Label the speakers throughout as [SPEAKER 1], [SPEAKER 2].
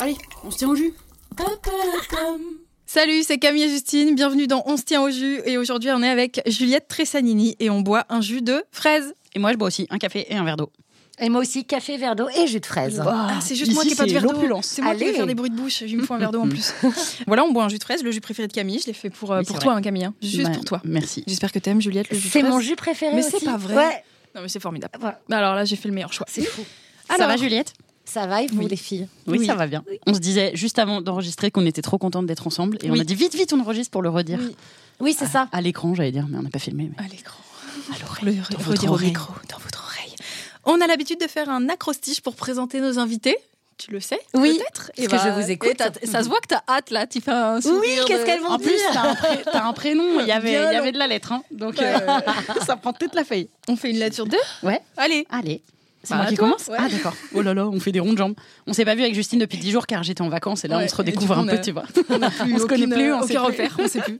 [SPEAKER 1] Allez, on se tient au jus.
[SPEAKER 2] Salut, c'est Camille et Justine, bienvenue dans On se tient au jus et aujourd'hui on est avec Juliette Tressanini et on boit un jus de fraise.
[SPEAKER 1] Et moi, je bois aussi un café et un verre d'eau.
[SPEAKER 3] Et moi aussi, café, verre d'eau et jus de fraise.
[SPEAKER 2] Ah, c'est juste moi
[SPEAKER 1] ici,
[SPEAKER 2] qui ai pas de
[SPEAKER 1] c'est
[SPEAKER 2] verre d'eau.
[SPEAKER 1] l'opulence.
[SPEAKER 2] C'est moi qui vais
[SPEAKER 3] Allez.
[SPEAKER 2] faire des bruits de bouche, il me faut un verre d'eau en plus. voilà, on boit un jus de fraise, le jus préféré de Camille, je l'ai fait pour, euh,
[SPEAKER 1] Oui,
[SPEAKER 2] pour
[SPEAKER 1] c'est
[SPEAKER 2] toi hein, Camille, hein, juste
[SPEAKER 1] Bah,
[SPEAKER 2] pour toi.
[SPEAKER 1] Merci.
[SPEAKER 2] J'espère que t'aimes Juliette le jus de
[SPEAKER 3] C'est
[SPEAKER 2] fraise.
[SPEAKER 3] mon jus préféré
[SPEAKER 2] Mais
[SPEAKER 3] aussi.
[SPEAKER 2] c'est pas vrai.
[SPEAKER 3] Ouais,
[SPEAKER 2] Non mais c'est formidable.
[SPEAKER 3] voilà,
[SPEAKER 2] Alors là, j'ai fait le meilleur choix.
[SPEAKER 3] c'est fou.
[SPEAKER 1] ça
[SPEAKER 2] Alors,
[SPEAKER 1] va, Juliette
[SPEAKER 3] Ça va et vous,
[SPEAKER 2] Oui.
[SPEAKER 3] les filles
[SPEAKER 1] Oui,
[SPEAKER 2] Oui.
[SPEAKER 1] ça va bien. On se disait juste avant d'enregistrer qu'on était trop contentes d'être ensemble et on
[SPEAKER 2] Oui.
[SPEAKER 1] a dit vite, vite, on enregistre pour le redire.
[SPEAKER 2] Oui.
[SPEAKER 3] Oui, c'est ça.
[SPEAKER 1] À l'écran, j'allais dire, mais on n'a pas filmé. mais-
[SPEAKER 2] à l'écran.
[SPEAKER 1] À l'oreille.
[SPEAKER 2] Le,
[SPEAKER 1] Dans
[SPEAKER 2] le
[SPEAKER 1] votre
[SPEAKER 2] redire au
[SPEAKER 1] oreille.
[SPEAKER 2] micro, dans votre oreille. On a l'habitude de faire un acrostiche pour présenter nos invités. Tu le sais
[SPEAKER 3] Oui,
[SPEAKER 2] peut-être
[SPEAKER 3] parce que je vous écoute.
[SPEAKER 2] et t'as- ça se voit que t'as hâte là, tu fais un sourire.
[SPEAKER 3] Oui,
[SPEAKER 2] de-
[SPEAKER 3] qu'est-ce qu'elles vont
[SPEAKER 1] En plus,
[SPEAKER 3] dire
[SPEAKER 1] t'as un, pré- t'as un prénom, il y avait,
[SPEAKER 2] Bien
[SPEAKER 1] il y avait de la lettre, hein, donc euh, ça prend toute la feuille.
[SPEAKER 2] On fait une lettre sur deux
[SPEAKER 1] Ouais.
[SPEAKER 2] Allez.
[SPEAKER 1] Allez, c'est
[SPEAKER 2] Bah,
[SPEAKER 1] moi qui
[SPEAKER 2] toi,
[SPEAKER 1] commence
[SPEAKER 2] ouais.
[SPEAKER 1] Ah d'accord. Oh là là, on fait des ronds de jambes. On s'est pas vu avec Justine depuis 10 jours car j'étais en vacances et là
[SPEAKER 2] Ouais,
[SPEAKER 1] on se
[SPEAKER 2] et du
[SPEAKER 1] redécouvre
[SPEAKER 2] coup,
[SPEAKER 1] un
[SPEAKER 2] on
[SPEAKER 1] peu,
[SPEAKER 2] a-
[SPEAKER 1] tu vois.
[SPEAKER 2] On
[SPEAKER 1] se connaît plus, on sait
[SPEAKER 2] euh, aucun
[SPEAKER 1] plus.
[SPEAKER 2] repère, on sait plus.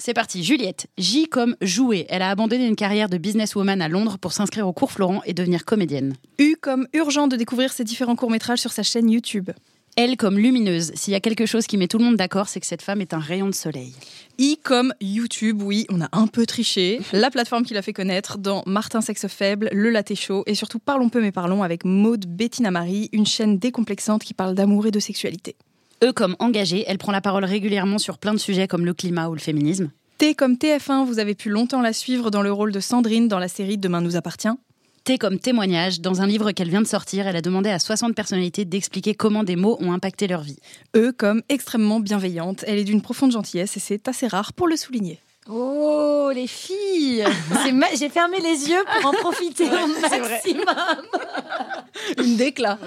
[SPEAKER 1] C'est parti, Juliette. J comme jouer. Elle a abandonné une carrière de businesswoman à Londres pour s'inscrire au cours Florent et devenir comédienne.
[SPEAKER 2] U comme urgent de découvrir ses différents courts-métrages sur sa chaîne YouTube.
[SPEAKER 1] Elle comme lumineuse. S'il y a quelque chose qui met tout le monde d'accord, c'est que cette femme est un rayon de soleil.
[SPEAKER 2] I comme YouTube, oui, on a un peu triché. La plateforme qui l'a fait connaître dans Martin Sexe Faible, Le Laté Chaud et surtout Parlons peu mais parlons avec Maude Bettina Marie, une chaîne décomplexante qui parle d'amour et de sexualité.
[SPEAKER 1] E comme engagée, elle prend la parole régulièrement sur plein de sujets comme le climat ou le féminisme.
[SPEAKER 2] T comme TF1, vous avez pu longtemps la suivre dans le rôle de Sandrine dans la série Demain nous appartient.
[SPEAKER 1] T comme témoignage, dans un livre qu'elle vient de sortir, elle a demandé à 60 personnalités d'expliquer comment des mots ont impacté leur vie.
[SPEAKER 2] E comme extrêmement bienveillante, elle est d'une profonde gentillesse et c'est assez rare pour le souligner.
[SPEAKER 3] Oh, les filles C'est ma- J'ai fermé les yeux pour en profiter au maximum.
[SPEAKER 2] Une décla.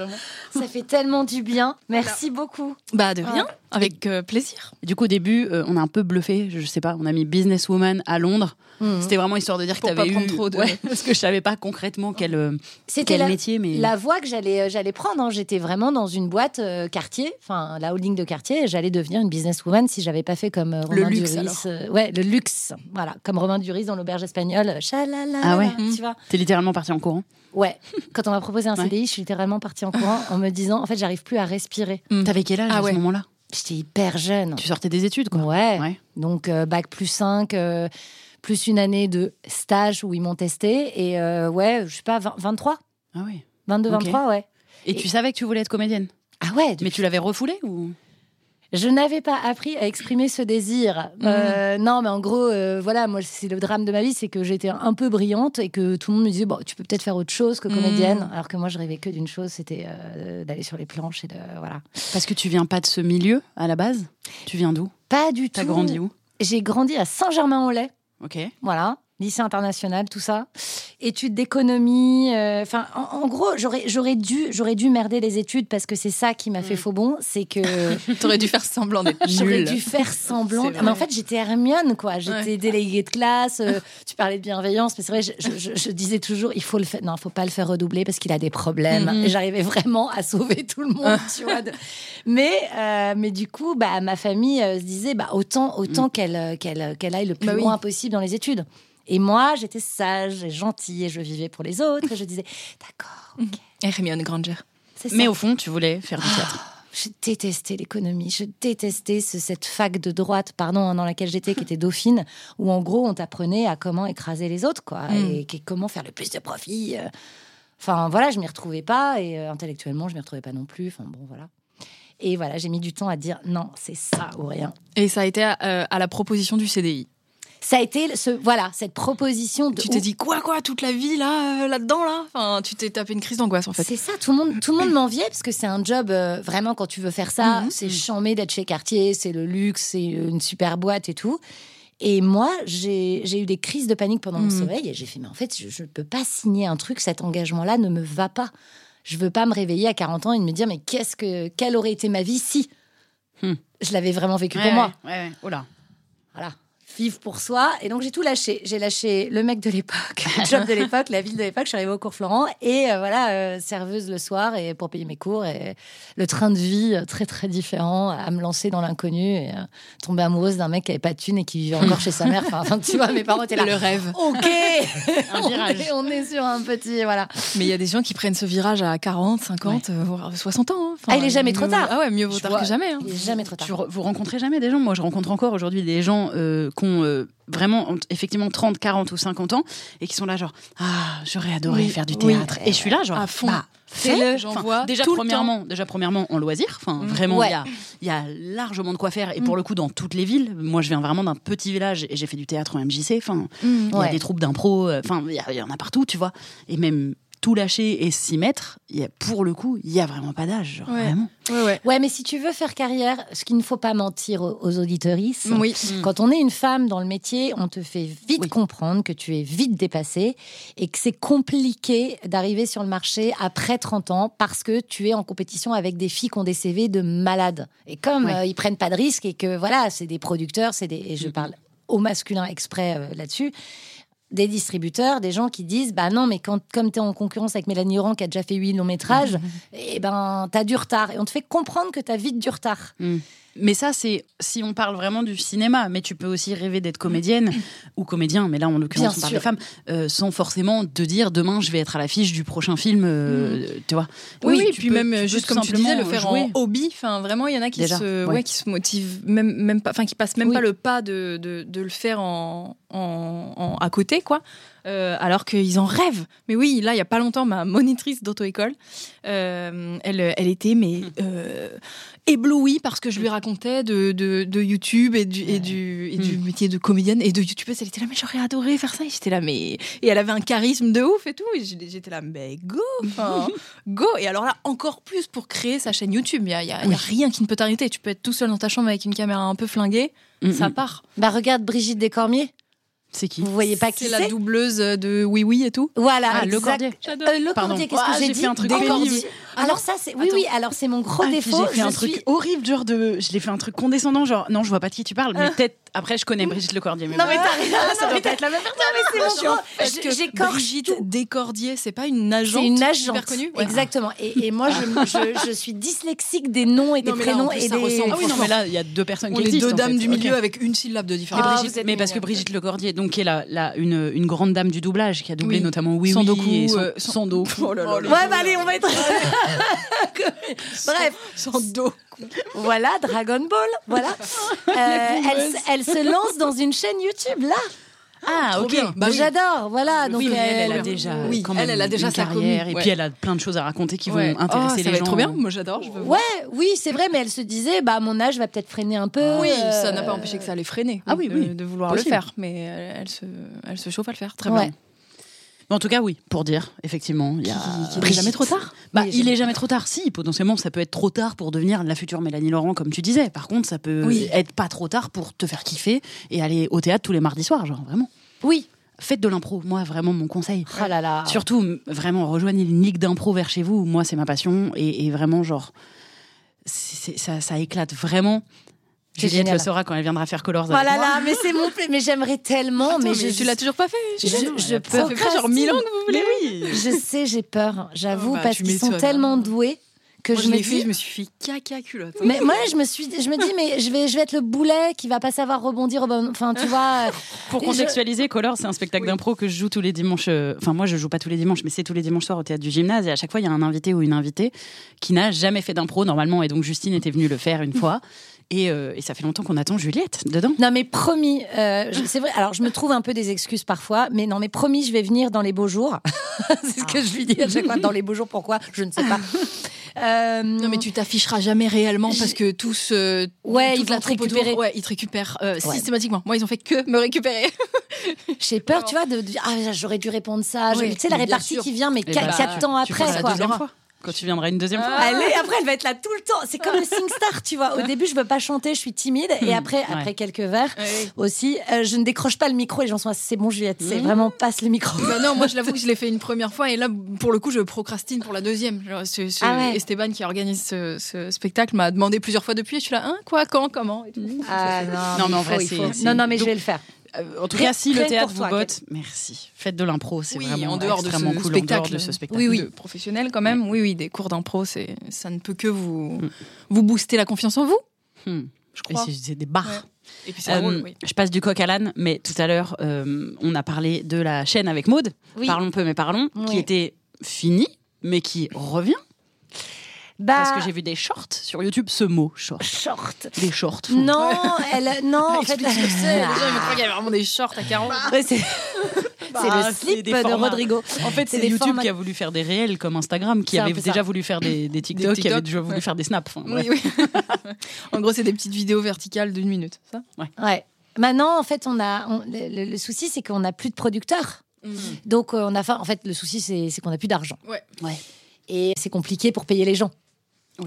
[SPEAKER 3] Ça fait tellement du bien. Merci beaucoup.
[SPEAKER 2] Bah de rien, avec euh, plaisir.
[SPEAKER 1] Du coup, au début, euh, on a un peu bluffé, je sais pas, on a mis businesswoman à Londres. C'était vraiment histoire de dire
[SPEAKER 2] Mmh. Pour
[SPEAKER 1] que
[SPEAKER 2] pas
[SPEAKER 1] t'avais eu...
[SPEAKER 2] prendre trop de-
[SPEAKER 1] Ouais, parce que je savais pas concrètement quel, euh,
[SPEAKER 3] C'était
[SPEAKER 1] quel
[SPEAKER 3] la,
[SPEAKER 1] métier, mais...
[SPEAKER 3] la voie que j'allais j'allais prendre. hein. J'étais vraiment dans une boîte euh, quartier, enfin la holding de quartier. et J'allais devenir une businesswoman si j'avais pas fait comme euh,
[SPEAKER 2] Le
[SPEAKER 3] Romain
[SPEAKER 2] luxe,
[SPEAKER 3] Duris.
[SPEAKER 2] alors.
[SPEAKER 3] euh, ouais, le luxe. Voilà, comme Romain Duris dans l'auberge espagnole. Chalala,
[SPEAKER 1] Ah ouais.
[SPEAKER 2] Mmh.
[SPEAKER 3] tu vois.
[SPEAKER 1] T'es littéralement parti en courant.
[SPEAKER 3] Ouais. Quand on m'a proposé un
[SPEAKER 1] Ouais.
[SPEAKER 3] CDI, je suis littéralement partie en courant en me disant en fait, j'arrive plus à respirer.
[SPEAKER 2] Mm.
[SPEAKER 1] T'avais quel âge
[SPEAKER 2] Ah
[SPEAKER 1] à
[SPEAKER 2] ouais.
[SPEAKER 1] ce moment-là
[SPEAKER 3] J'étais hyper jeune.
[SPEAKER 1] Tu sortais des études, quoi.
[SPEAKER 3] Ouais.
[SPEAKER 1] Ouais.
[SPEAKER 3] Donc euh, bac plus 5 euh, plus une année de stage où ils m'ont testé et euh, ouais, je sais pas 20 23,
[SPEAKER 1] Ah ouais.
[SPEAKER 3] 22
[SPEAKER 1] Ok.
[SPEAKER 3] 23, ouais.
[SPEAKER 1] Et, tu savais que tu voulais être comédienne
[SPEAKER 3] Ah ouais,
[SPEAKER 1] Mais tu l'avais refoulé ou
[SPEAKER 3] Je n'avais pas appris à exprimer ce désir.
[SPEAKER 1] Mhm.
[SPEAKER 3] Euh, non, mais en gros, euh, voilà, moi, c'est le drame de ma vie, c'est que j'étais un peu brillante et que tout le monde me disait, bon, tu peux peut-être faire autre chose que comédienne.
[SPEAKER 1] Mhm.
[SPEAKER 3] Alors que moi, je rêvais que d'une chose, c'était euh, d'aller sur les planches et de. Voilà.
[SPEAKER 1] Parce que tu viens pas de ce milieu à la base Tu viens d'où
[SPEAKER 3] Pas du tout.
[SPEAKER 1] T'as grandi où
[SPEAKER 3] J'ai grandi à Saint-Germain-en-Laye.
[SPEAKER 1] Ok.
[SPEAKER 3] Voilà, lycée international, tout ça. Études d'économie. euh, Enfin, en, en gros, j'aurais j'aurais dû, j'aurais dû merder les études parce que c'est ça qui m'a fait faux bon. C'est que
[SPEAKER 2] T'aurais dû faire semblant d'être
[SPEAKER 3] J'aurais
[SPEAKER 2] nulle.
[SPEAKER 3] dû faire
[SPEAKER 2] C'est
[SPEAKER 3] semblant. Ah,
[SPEAKER 2] vrai.
[SPEAKER 3] Mais en fait, j'étais Hermione, quoi. J'étais
[SPEAKER 2] Ouais.
[SPEAKER 3] déléguée de classe. euh, tu parlais de bienveillance, mais c'est vrai, je, je- je- je disais toujours, il faut le faire. Non, faut pas le faire redoubler parce qu'il a des problèmes.
[SPEAKER 2] Mhm.
[SPEAKER 3] Et j'arrivais vraiment à sauver tout le monde, tu vois. de- Mais, euh, mais du coup, bah, ma famille euh, se disait, bah, autant, autant qu'elle, euh, qu'elle, euh, qu'elle aille le plus
[SPEAKER 2] Mm. Bah oui.
[SPEAKER 3] loin possible dans les études. Et moi, j'étais sage et gentille et je vivais pour les autres. Et je disais, d'accord, ok,
[SPEAKER 2] Hermione Granger.
[SPEAKER 3] c'est ça.
[SPEAKER 1] Mais au fond, tu voulais faire du théâtre.
[SPEAKER 3] Je détestais l'économie, je détestais ce- cette fac de droite, pardon, hein, dans laquelle j'étais, qui était Dauphine, où en gros on t'apprenait à comment écraser les autres, quoi,
[SPEAKER 2] Mm.
[SPEAKER 3] et qui- comment faire le plus de profit. euh. Enfin, voilà, je m'y retrouvais pas et euh, intellectuellement, je m'y retrouvais pas non plus. Enfin, bon, voilà. Et voilà, j'ai mis du temps à dire non, c'est ça ou rien.
[SPEAKER 2] Et ça a été euh, à la proposition du CDI.
[SPEAKER 3] Ça a été ce, voilà, cette proposition de.
[SPEAKER 2] Tu t'es dit quoi, quoi, toute la vie là, euh, là-dedans là Enfin, tu t'es tapé une crise d'angoisse en fait.
[SPEAKER 3] C'est ça, tout le monde, tout le monde m'enviait parce que c'est un job euh, vraiment quand tu veux faire ça,
[SPEAKER 2] Mhm.
[SPEAKER 3] c'est chambé d'être chez Cartier, c'est le luxe, c'est une super boîte et tout. Et moi, j'ai j'ai eu des crises de panique pendant
[SPEAKER 2] Mhm.
[SPEAKER 3] mon sommeil et j'ai fait mais en fait, je- je ne peux pas signer un truc, cet engagement-là ne me va pas. Je veux pas me réveiller à 40 ans et me dire mais qu'est-ce que quelle aurait été ma vie si
[SPEAKER 1] Hmm.
[SPEAKER 3] je l'avais vraiment vécu pour
[SPEAKER 1] Ouais,
[SPEAKER 3] moi.
[SPEAKER 1] ouais, ouais, ouais. Oh là.
[SPEAKER 3] Voilà. Vivre pour soi. Et donc, j'ai tout lâché. J'ai lâché le mec de l'époque, le job de l'époque, la ville de l'époque. Je suis arrivée au cours Florent et euh, voilà, euh, serveuse le soir et pour payer mes cours. Et le train de vie euh, très, très différent à me lancer dans l'inconnu et euh, tomber amoureuse d'un mec qui avait pas de thune et qui vivait encore chez sa mère. Enfin, tu vois, mes parents étaient là.
[SPEAKER 2] Le rêve.
[SPEAKER 3] Ok,
[SPEAKER 1] Un
[SPEAKER 3] on,
[SPEAKER 1] virage.
[SPEAKER 3] est, on est sur un petit. Voilà.
[SPEAKER 2] Mais il y a des gens qui prennent ce virage à 40, 50, euh, voire 60 ans. hein. Enfin,
[SPEAKER 3] Ah, il est jamais trop
[SPEAKER 2] mieux-
[SPEAKER 3] tard.
[SPEAKER 2] Ah ouais, mieux vaut
[SPEAKER 3] Je
[SPEAKER 2] tard
[SPEAKER 3] vois-
[SPEAKER 2] que jamais. hein.
[SPEAKER 3] Il est jamais trop tard.
[SPEAKER 1] Tu re- vous rencontrez jamais des gens Moi, je rencontre encore aujourd'hui des gens euh, qui ont euh, vraiment, ont effectivement, 30, 40 ou 50 ans et qui sont là, genre, ah, j'aurais adoré
[SPEAKER 3] Oui,
[SPEAKER 1] faire du
[SPEAKER 3] oui.
[SPEAKER 1] théâtre. et je suis là, genre,
[SPEAKER 2] À fond.
[SPEAKER 1] bah,
[SPEAKER 2] Fais-le,
[SPEAKER 1] fais-le.
[SPEAKER 2] j'en
[SPEAKER 1] Enfin,
[SPEAKER 2] vois
[SPEAKER 1] Déjà,
[SPEAKER 2] tout le
[SPEAKER 1] premièrement, déjà, premièrement, en loisir. Enfin,
[SPEAKER 2] Mm.
[SPEAKER 1] vraiment, il
[SPEAKER 3] Ouais.
[SPEAKER 1] y, a, il y a largement de quoi faire. Et
[SPEAKER 2] Mm.
[SPEAKER 1] pour le coup, dans toutes les villes. Moi, je viens vraiment d'un petit village et j'ai fait du théâtre en MJC. Enfin,
[SPEAKER 2] Mmh.
[SPEAKER 1] il y
[SPEAKER 3] Ouais.
[SPEAKER 1] a des troupes d'impro. euh, Enfin, il y a- il y, en a partout, tu vois. Et même tout lâcher et s'y mettre, il y a- pour le coup, il y a vraiment pas d'âge. genre,
[SPEAKER 2] Ouais.
[SPEAKER 1] Vraiment.
[SPEAKER 2] Ouais, ouais.
[SPEAKER 3] Ouais, mais si tu veux faire carrière, ce qu'il ne faut pas mentir aux, aux auditeuristes,
[SPEAKER 2] Oui.
[SPEAKER 1] Mm.
[SPEAKER 3] Quand on est une femme dans le métier, on te fait vite
[SPEAKER 1] Oui.
[SPEAKER 3] comprendre que tu es vite dépassée et que c'est compliqué d'arriver sur le marché après 30 ans parce que tu es en compétition avec des filles qui ont des CV de malades. Et comme
[SPEAKER 1] Ouais.
[SPEAKER 3] euh, ils prennent pas de risques et que voilà, c'est des producteurs, c'est des et je parle au masculin exprès euh, là-dessus. Des distributeurs, des gens qui disent Bah non, mais quand, comme tu es en concurrence avec Mélanie Laurent qui a déjà fait huit longs métrages, eh ben, t'as du retard. Et on te fait comprendre que t'as vite du retard.
[SPEAKER 1] Mais ça, c'est si on parle vraiment du cinéma, mais tu peux aussi rêver d'être comédienne
[SPEAKER 2] Mm.
[SPEAKER 1] ou comédien, mais là en l'occurrence
[SPEAKER 3] Bien
[SPEAKER 1] on parle
[SPEAKER 3] sûr.
[SPEAKER 1] des femmes, euh, sans forcément te dire demain je vais être à l'affiche du prochain film, euh, tu vois.
[SPEAKER 2] Mm. Oui, oui,
[SPEAKER 1] tu
[SPEAKER 2] puis
[SPEAKER 1] peux-
[SPEAKER 2] même
[SPEAKER 1] tu
[SPEAKER 2] euh,
[SPEAKER 1] peux
[SPEAKER 2] juste
[SPEAKER 1] tout
[SPEAKER 2] comme tu
[SPEAKER 1] simplement
[SPEAKER 2] disais, le faire
[SPEAKER 1] jouer.
[SPEAKER 2] en hobby. Enfin, vraiment, il y en a qui
[SPEAKER 1] Déjà,
[SPEAKER 2] se,
[SPEAKER 1] ouais.
[SPEAKER 2] ouais, qui se motivent même, même pas, enfin, qui passent même
[SPEAKER 1] Oui.
[SPEAKER 2] pas le pas de, de, de le faire en, en, en- à côté, quoi. Euh, alors qu'ils en rêvent. Mais oui, là, il y a pas longtemps, ma monitrice d'auto-école, euh, elle, elle était mais
[SPEAKER 1] Hmm.
[SPEAKER 2] euh, éblouie parce que je lui racontais de, de, de YouTube et du, et du, et
[SPEAKER 1] Hmm.
[SPEAKER 2] du métier de comédienne et de youtubeuse. Elle était là, mais j'aurais adoré faire ça. Et j'étais là, mais et elle avait un charisme de ouf et tout. Et j'étais là, mais go, enfin, go. Et alors là, encore plus pour créer sa chaîne YouTube. Il y a, il y a- il y a rien qui ne peut t'arrêter. Tu peux être tout seul dans ta chambre avec une caméra un peu flinguée,
[SPEAKER 1] Mm,
[SPEAKER 2] ça Ah,
[SPEAKER 1] mm.
[SPEAKER 2] part.
[SPEAKER 3] Bah regarde Brigitte Descormiers,
[SPEAKER 1] C'est qui
[SPEAKER 3] vous voyez pas qui
[SPEAKER 2] C'est la
[SPEAKER 3] c'est
[SPEAKER 2] doubleuse de Oui Oui et tout.
[SPEAKER 3] Voilà,
[SPEAKER 1] Ah, le
[SPEAKER 3] exact.
[SPEAKER 1] cordier.
[SPEAKER 2] J'adore.
[SPEAKER 3] Euh, le
[SPEAKER 1] Pardon.
[SPEAKER 3] cordier, qu'est-ce
[SPEAKER 1] Ah,
[SPEAKER 3] que j'ai
[SPEAKER 1] j'ai
[SPEAKER 3] dit
[SPEAKER 1] fait un truc
[SPEAKER 3] Encore
[SPEAKER 1] horrible.
[SPEAKER 3] dit. Alors ça, c'est oui,
[SPEAKER 1] Attends.
[SPEAKER 3] oui. Alors c'est mon gros
[SPEAKER 1] Ah, puis
[SPEAKER 3] défaut.
[SPEAKER 1] J'ai fait un
[SPEAKER 3] je
[SPEAKER 1] truc
[SPEAKER 3] suis-
[SPEAKER 1] horrible, genre de. Je l'ai fait un truc condescendant, genre non, je vois pas de qui tu parles, mais
[SPEAKER 2] Ah.
[SPEAKER 1] peut-être. Après, je connais Brigitte Lecordier. Mais Ah
[SPEAKER 3] Non mais
[SPEAKER 1] bon.
[SPEAKER 3] t'as raison.
[SPEAKER 1] ça doit pas être la même
[SPEAKER 3] Non mais c'est mon gros.
[SPEAKER 2] Parce
[SPEAKER 3] Ah, je-
[SPEAKER 2] que
[SPEAKER 3] J'écorche
[SPEAKER 2] Brigitte
[SPEAKER 3] tout.
[SPEAKER 2] Descordier, c'est pas une agente
[SPEAKER 3] C'est une
[SPEAKER 2] hyper
[SPEAKER 3] agente.
[SPEAKER 2] connue Ouais.
[SPEAKER 3] Exactement. Et, et moi, je, je, je suis dyslexique des noms et des
[SPEAKER 2] Non, mais là, en
[SPEAKER 3] prénoms
[SPEAKER 2] plus,
[SPEAKER 3] et
[SPEAKER 2] ça
[SPEAKER 3] des.
[SPEAKER 2] ressemble.
[SPEAKER 1] Ah oui, non, mais là, il y a deux personnes
[SPEAKER 2] On
[SPEAKER 1] qui
[SPEAKER 2] est
[SPEAKER 1] existent,
[SPEAKER 2] deux
[SPEAKER 1] en
[SPEAKER 2] dames
[SPEAKER 1] fait.
[SPEAKER 2] du
[SPEAKER 1] Ok.
[SPEAKER 2] milieu avec une syllabe de
[SPEAKER 1] Et
[SPEAKER 2] différence.
[SPEAKER 3] Ah,
[SPEAKER 1] Brigitte-
[SPEAKER 3] vous êtes
[SPEAKER 1] mais parce que
[SPEAKER 3] mignonne.
[SPEAKER 1] Brigitte Lecordier, donc qui est la, la- une, une grande dame du doublage, qui a doublé
[SPEAKER 2] Oui.
[SPEAKER 1] notamment Oui
[SPEAKER 2] Sandoku,
[SPEAKER 1] Oui et San-
[SPEAKER 2] euh, San-
[SPEAKER 1] Sandoku.
[SPEAKER 2] Oh là là là.
[SPEAKER 3] Ouais, bah allez, on va être.
[SPEAKER 2] Sans-
[SPEAKER 3] Bref,
[SPEAKER 2] sans dos.
[SPEAKER 3] voilà Dragon Ball. Voilà. Euh, elle, se- elle se lance dans une chaîne YouTube là.
[SPEAKER 1] Ah,
[SPEAKER 2] Trop
[SPEAKER 1] ok.
[SPEAKER 2] bien. Bah oui.
[SPEAKER 3] J'adore. Voilà. Donc
[SPEAKER 1] oui, mais elle, elle a
[SPEAKER 3] elle-
[SPEAKER 1] déjà,
[SPEAKER 2] oui,
[SPEAKER 1] quand
[SPEAKER 2] elle,
[SPEAKER 1] même
[SPEAKER 2] elle a déjà
[SPEAKER 1] une
[SPEAKER 2] sa
[SPEAKER 1] carrière,
[SPEAKER 2] commune,
[SPEAKER 1] et
[SPEAKER 2] ouais.
[SPEAKER 1] puis elle a plein de choses à raconter qui
[SPEAKER 2] Ouais.
[SPEAKER 1] vont intéresser
[SPEAKER 2] Oh,
[SPEAKER 1] les
[SPEAKER 2] ça
[SPEAKER 1] gens. euh.
[SPEAKER 2] va être trop bien. Moi, j'adore. Je veux
[SPEAKER 3] Ouais, oui, c'est vrai, mais elle se disait, bah, à mon âge va peut-être freiner un peu.
[SPEAKER 2] Oui,
[SPEAKER 3] euh,
[SPEAKER 2] ça n'a pas empêché que ça allait freiner.
[SPEAKER 1] Ah oui,
[SPEAKER 2] de,
[SPEAKER 1] oui.
[SPEAKER 2] euh, de vouloir
[SPEAKER 1] Possible.
[SPEAKER 2] le faire, mais elle, elle se, elle se chauffe à le faire. Très
[SPEAKER 3] Ouais.
[SPEAKER 2] bien.
[SPEAKER 1] Mais en tout cas, oui, pour dire, effectivement, il y a.
[SPEAKER 2] Qui- qui n'est
[SPEAKER 1] Brigitte.
[SPEAKER 2] jamais trop tard.
[SPEAKER 1] Bah,
[SPEAKER 3] Oui,
[SPEAKER 1] il
[SPEAKER 3] jamais
[SPEAKER 1] est jamais trop tard. Si, potentiellement, ça peut être trop tard pour devenir la future Mélanie Laurent, comme tu disais. Par contre, ça peut
[SPEAKER 2] Oui.
[SPEAKER 1] être pas trop tard pour te faire kiffer et aller au théâtre tous les mardis soirs, genre vraiment.
[SPEAKER 3] Oui.
[SPEAKER 1] Faites de l'impro, moi, vraiment, mon conseil.
[SPEAKER 3] Oh là là.
[SPEAKER 1] Ah. Surtout, m- vraiment, rejoignez une ligue d'impro vers chez vous. Moi, c'est ma passion. Et, et vraiment, genre, c'est- c'est- ça, ça éclate vraiment.
[SPEAKER 3] C'est
[SPEAKER 1] Juliette le
[SPEAKER 3] génial.
[SPEAKER 1] saura quand elle viendra faire Colors
[SPEAKER 3] Oh
[SPEAKER 1] avec
[SPEAKER 3] là
[SPEAKER 1] moi.
[SPEAKER 3] là, mais c'est mon pla- mais j'aimerais tellement, mais,
[SPEAKER 2] Mais,
[SPEAKER 3] je
[SPEAKER 2] tu l'as toujours pas fait.
[SPEAKER 3] je,
[SPEAKER 1] Mais non,
[SPEAKER 3] je,
[SPEAKER 1] elle a
[SPEAKER 2] Ça fait pas genre mille ans
[SPEAKER 3] procrastine.
[SPEAKER 2] que vous voulez. Oui.
[SPEAKER 3] Je sais, j'ai peur, j'avoue,
[SPEAKER 2] Ah bah,
[SPEAKER 3] parce
[SPEAKER 2] tu
[SPEAKER 3] qu'ils sont
[SPEAKER 2] m'étonnes.
[SPEAKER 3] tellement doués que
[SPEAKER 2] Moi,
[SPEAKER 3] je
[SPEAKER 2] je
[SPEAKER 3] me
[SPEAKER 2] l'ai fait,
[SPEAKER 3] dis.
[SPEAKER 2] je me suis fait caca culotte.
[SPEAKER 3] Mais moi, je me suis, je me dis, mais je vais, je vais être le boulet qui va pas savoir rebondir au bon. Enfin, tu vois. euh,
[SPEAKER 1] Pour
[SPEAKER 3] Je-
[SPEAKER 1] contextualiser, Colors, c'est un spectacle
[SPEAKER 2] Oui.
[SPEAKER 1] d'impro que je joue tous les dimanches. euh, Enfin, moi, je joue pas tous les dimanches, mais c'est tous les dimanches soirs au théâtre du gymnase. Et à chaque fois, il y a un invité ou une invitée qui n'a jamais fait d'impro normalement. Et donc, Justine était venue le faire une fois. Et, euh, et ça fait longtemps qu'on attend Juliette dedans.
[SPEAKER 3] Non, mais promis, euh, je- c'est vrai. Alors, je me trouve un peu des excuses parfois, mais non, mais promis, je vais venir dans les beaux jours. c'est ce
[SPEAKER 2] Ah.
[SPEAKER 3] que je lui dis à chaque fois. Dans les beaux jours, pourquoi Je ne sais pas. Euh,
[SPEAKER 2] Non, mais tu t'afficheras jamais réellement parce que tous. euh,
[SPEAKER 3] Ouais,
[SPEAKER 2] toute
[SPEAKER 3] ils vont te
[SPEAKER 2] l'intrigue autour,
[SPEAKER 3] récupérer.
[SPEAKER 2] Ouais, ils te récupèrent euh,
[SPEAKER 3] Ouais.
[SPEAKER 2] systématiquement. Moi, ils ont fait que me récupérer.
[SPEAKER 3] J'ai peur, tu vois, de dire Ah, j'aurais dû répondre ça. Je-
[SPEAKER 2] Oui,
[SPEAKER 3] tu sais, la
[SPEAKER 2] mais bien
[SPEAKER 3] répartie
[SPEAKER 2] sûr. Eh
[SPEAKER 3] qui vient, mais
[SPEAKER 1] Et
[SPEAKER 3] 4,
[SPEAKER 1] bah,
[SPEAKER 3] ans
[SPEAKER 1] tu feras
[SPEAKER 3] après,
[SPEAKER 1] ça
[SPEAKER 3] quoi.
[SPEAKER 1] deuxième fois. Quand tu viendras une deuxième fois.
[SPEAKER 3] Allez, après, elle va être là tout le temps. C'est comme le SingStar, tu vois. Au début, je veux pas chanter, je suis timide. Et après, après quelques verres
[SPEAKER 2] Ouais.
[SPEAKER 3] aussi, euh, je ne décroche pas le micro et j'en suis à, c'est bon, Juliette, c'est vraiment passe le micro.
[SPEAKER 2] Bah non, moi, je l'avoue que je l'ai fait une première fois et là, pour le coup, je procrastine pour la deuxième. Genre, ce- ce-
[SPEAKER 3] Ah ouais.
[SPEAKER 2] Esteban qui organise ce, ce spectacle m'a demandé plusieurs fois depuis et je suis là, hein, quoi, quand, comment et tout.
[SPEAKER 3] Ah
[SPEAKER 1] Non,
[SPEAKER 3] non,
[SPEAKER 1] mais en
[SPEAKER 3] il faut,
[SPEAKER 1] vrai,
[SPEAKER 3] il
[SPEAKER 1] c'est-
[SPEAKER 3] faut.
[SPEAKER 1] c'est-
[SPEAKER 3] Non, non, mais je
[SPEAKER 1] Donc-
[SPEAKER 3] vais le faire.
[SPEAKER 1] Euh, en tout
[SPEAKER 3] Rien-
[SPEAKER 1] cas, si
[SPEAKER 3] rien
[SPEAKER 1] le
[SPEAKER 3] que
[SPEAKER 1] théâtre
[SPEAKER 3] pour
[SPEAKER 1] vous
[SPEAKER 3] toi,
[SPEAKER 1] botte, merci. Faites de l'impro, c'est
[SPEAKER 2] Oui,
[SPEAKER 1] vraiment
[SPEAKER 2] en dehors de ce
[SPEAKER 1] extrêmement cool.
[SPEAKER 2] spectacle. euh,
[SPEAKER 1] En dehors de ce spectacle.
[SPEAKER 2] Oui, oui. De professionnel quand même. Oui, oui, des cours d'impro, c'est ça ne peut que vous vous booster la confiance en vous.
[SPEAKER 1] Hmm.
[SPEAKER 2] Je
[SPEAKER 1] Et
[SPEAKER 2] crois.
[SPEAKER 1] c'est- c'est des bars.
[SPEAKER 2] Ouais. Et puis c'est
[SPEAKER 1] Euh,
[SPEAKER 2] drôle, oui.
[SPEAKER 1] Je passe du coq à l'âne, mais tout à l'heure, euh, on a parlé de la chaîne avec Maude,
[SPEAKER 3] Oui.
[SPEAKER 1] Parlons peu mais parlons, qui
[SPEAKER 3] Oui.
[SPEAKER 1] était finie, mais qui revient.
[SPEAKER 2] Ah.
[SPEAKER 3] Bah,
[SPEAKER 1] Parce que j'ai vu des shorts sur YouTube, ce mot, short.
[SPEAKER 3] short.
[SPEAKER 1] Des shorts.
[SPEAKER 3] Non, elle, non, en fait, Ah,
[SPEAKER 2] Explique ce que c'est. Les gens, ils vont croire qu'il y a vraiment des shorts à carreaux.
[SPEAKER 3] Ouais, c'est c'est le
[SPEAKER 1] c'est
[SPEAKER 3] slip
[SPEAKER 1] des
[SPEAKER 3] de
[SPEAKER 1] formats.
[SPEAKER 3] Rodrigo.
[SPEAKER 1] En fait,
[SPEAKER 3] c'est
[SPEAKER 1] c'est
[SPEAKER 3] des
[SPEAKER 1] YouTube
[SPEAKER 3] formats-
[SPEAKER 1] qui a voulu faire des réels comme Instagram, qui
[SPEAKER 3] C'est un
[SPEAKER 1] avait
[SPEAKER 3] peu ça.
[SPEAKER 1] déjà voulu faire des, des TikTok, qui avait
[SPEAKER 2] TikTok,
[SPEAKER 1] déjà voulu
[SPEAKER 2] ouais.
[SPEAKER 1] faire des snaps. Enfin, bref.
[SPEAKER 2] Oui, oui. en gros, c'est des petites vidéos verticales d'une minute, ça
[SPEAKER 3] Ouais. Maintenant, en fait, on a on- le, le- le souci, c'est qu'on n'a plus de producteurs.
[SPEAKER 2] Mm.
[SPEAKER 3] Donc, euh, on a, fa- en fait, le souci, c'est c'est qu'on n'a plus d'argent.
[SPEAKER 2] Ouais.
[SPEAKER 1] Ouais.
[SPEAKER 3] Et c'est compliqué pour payer les gens.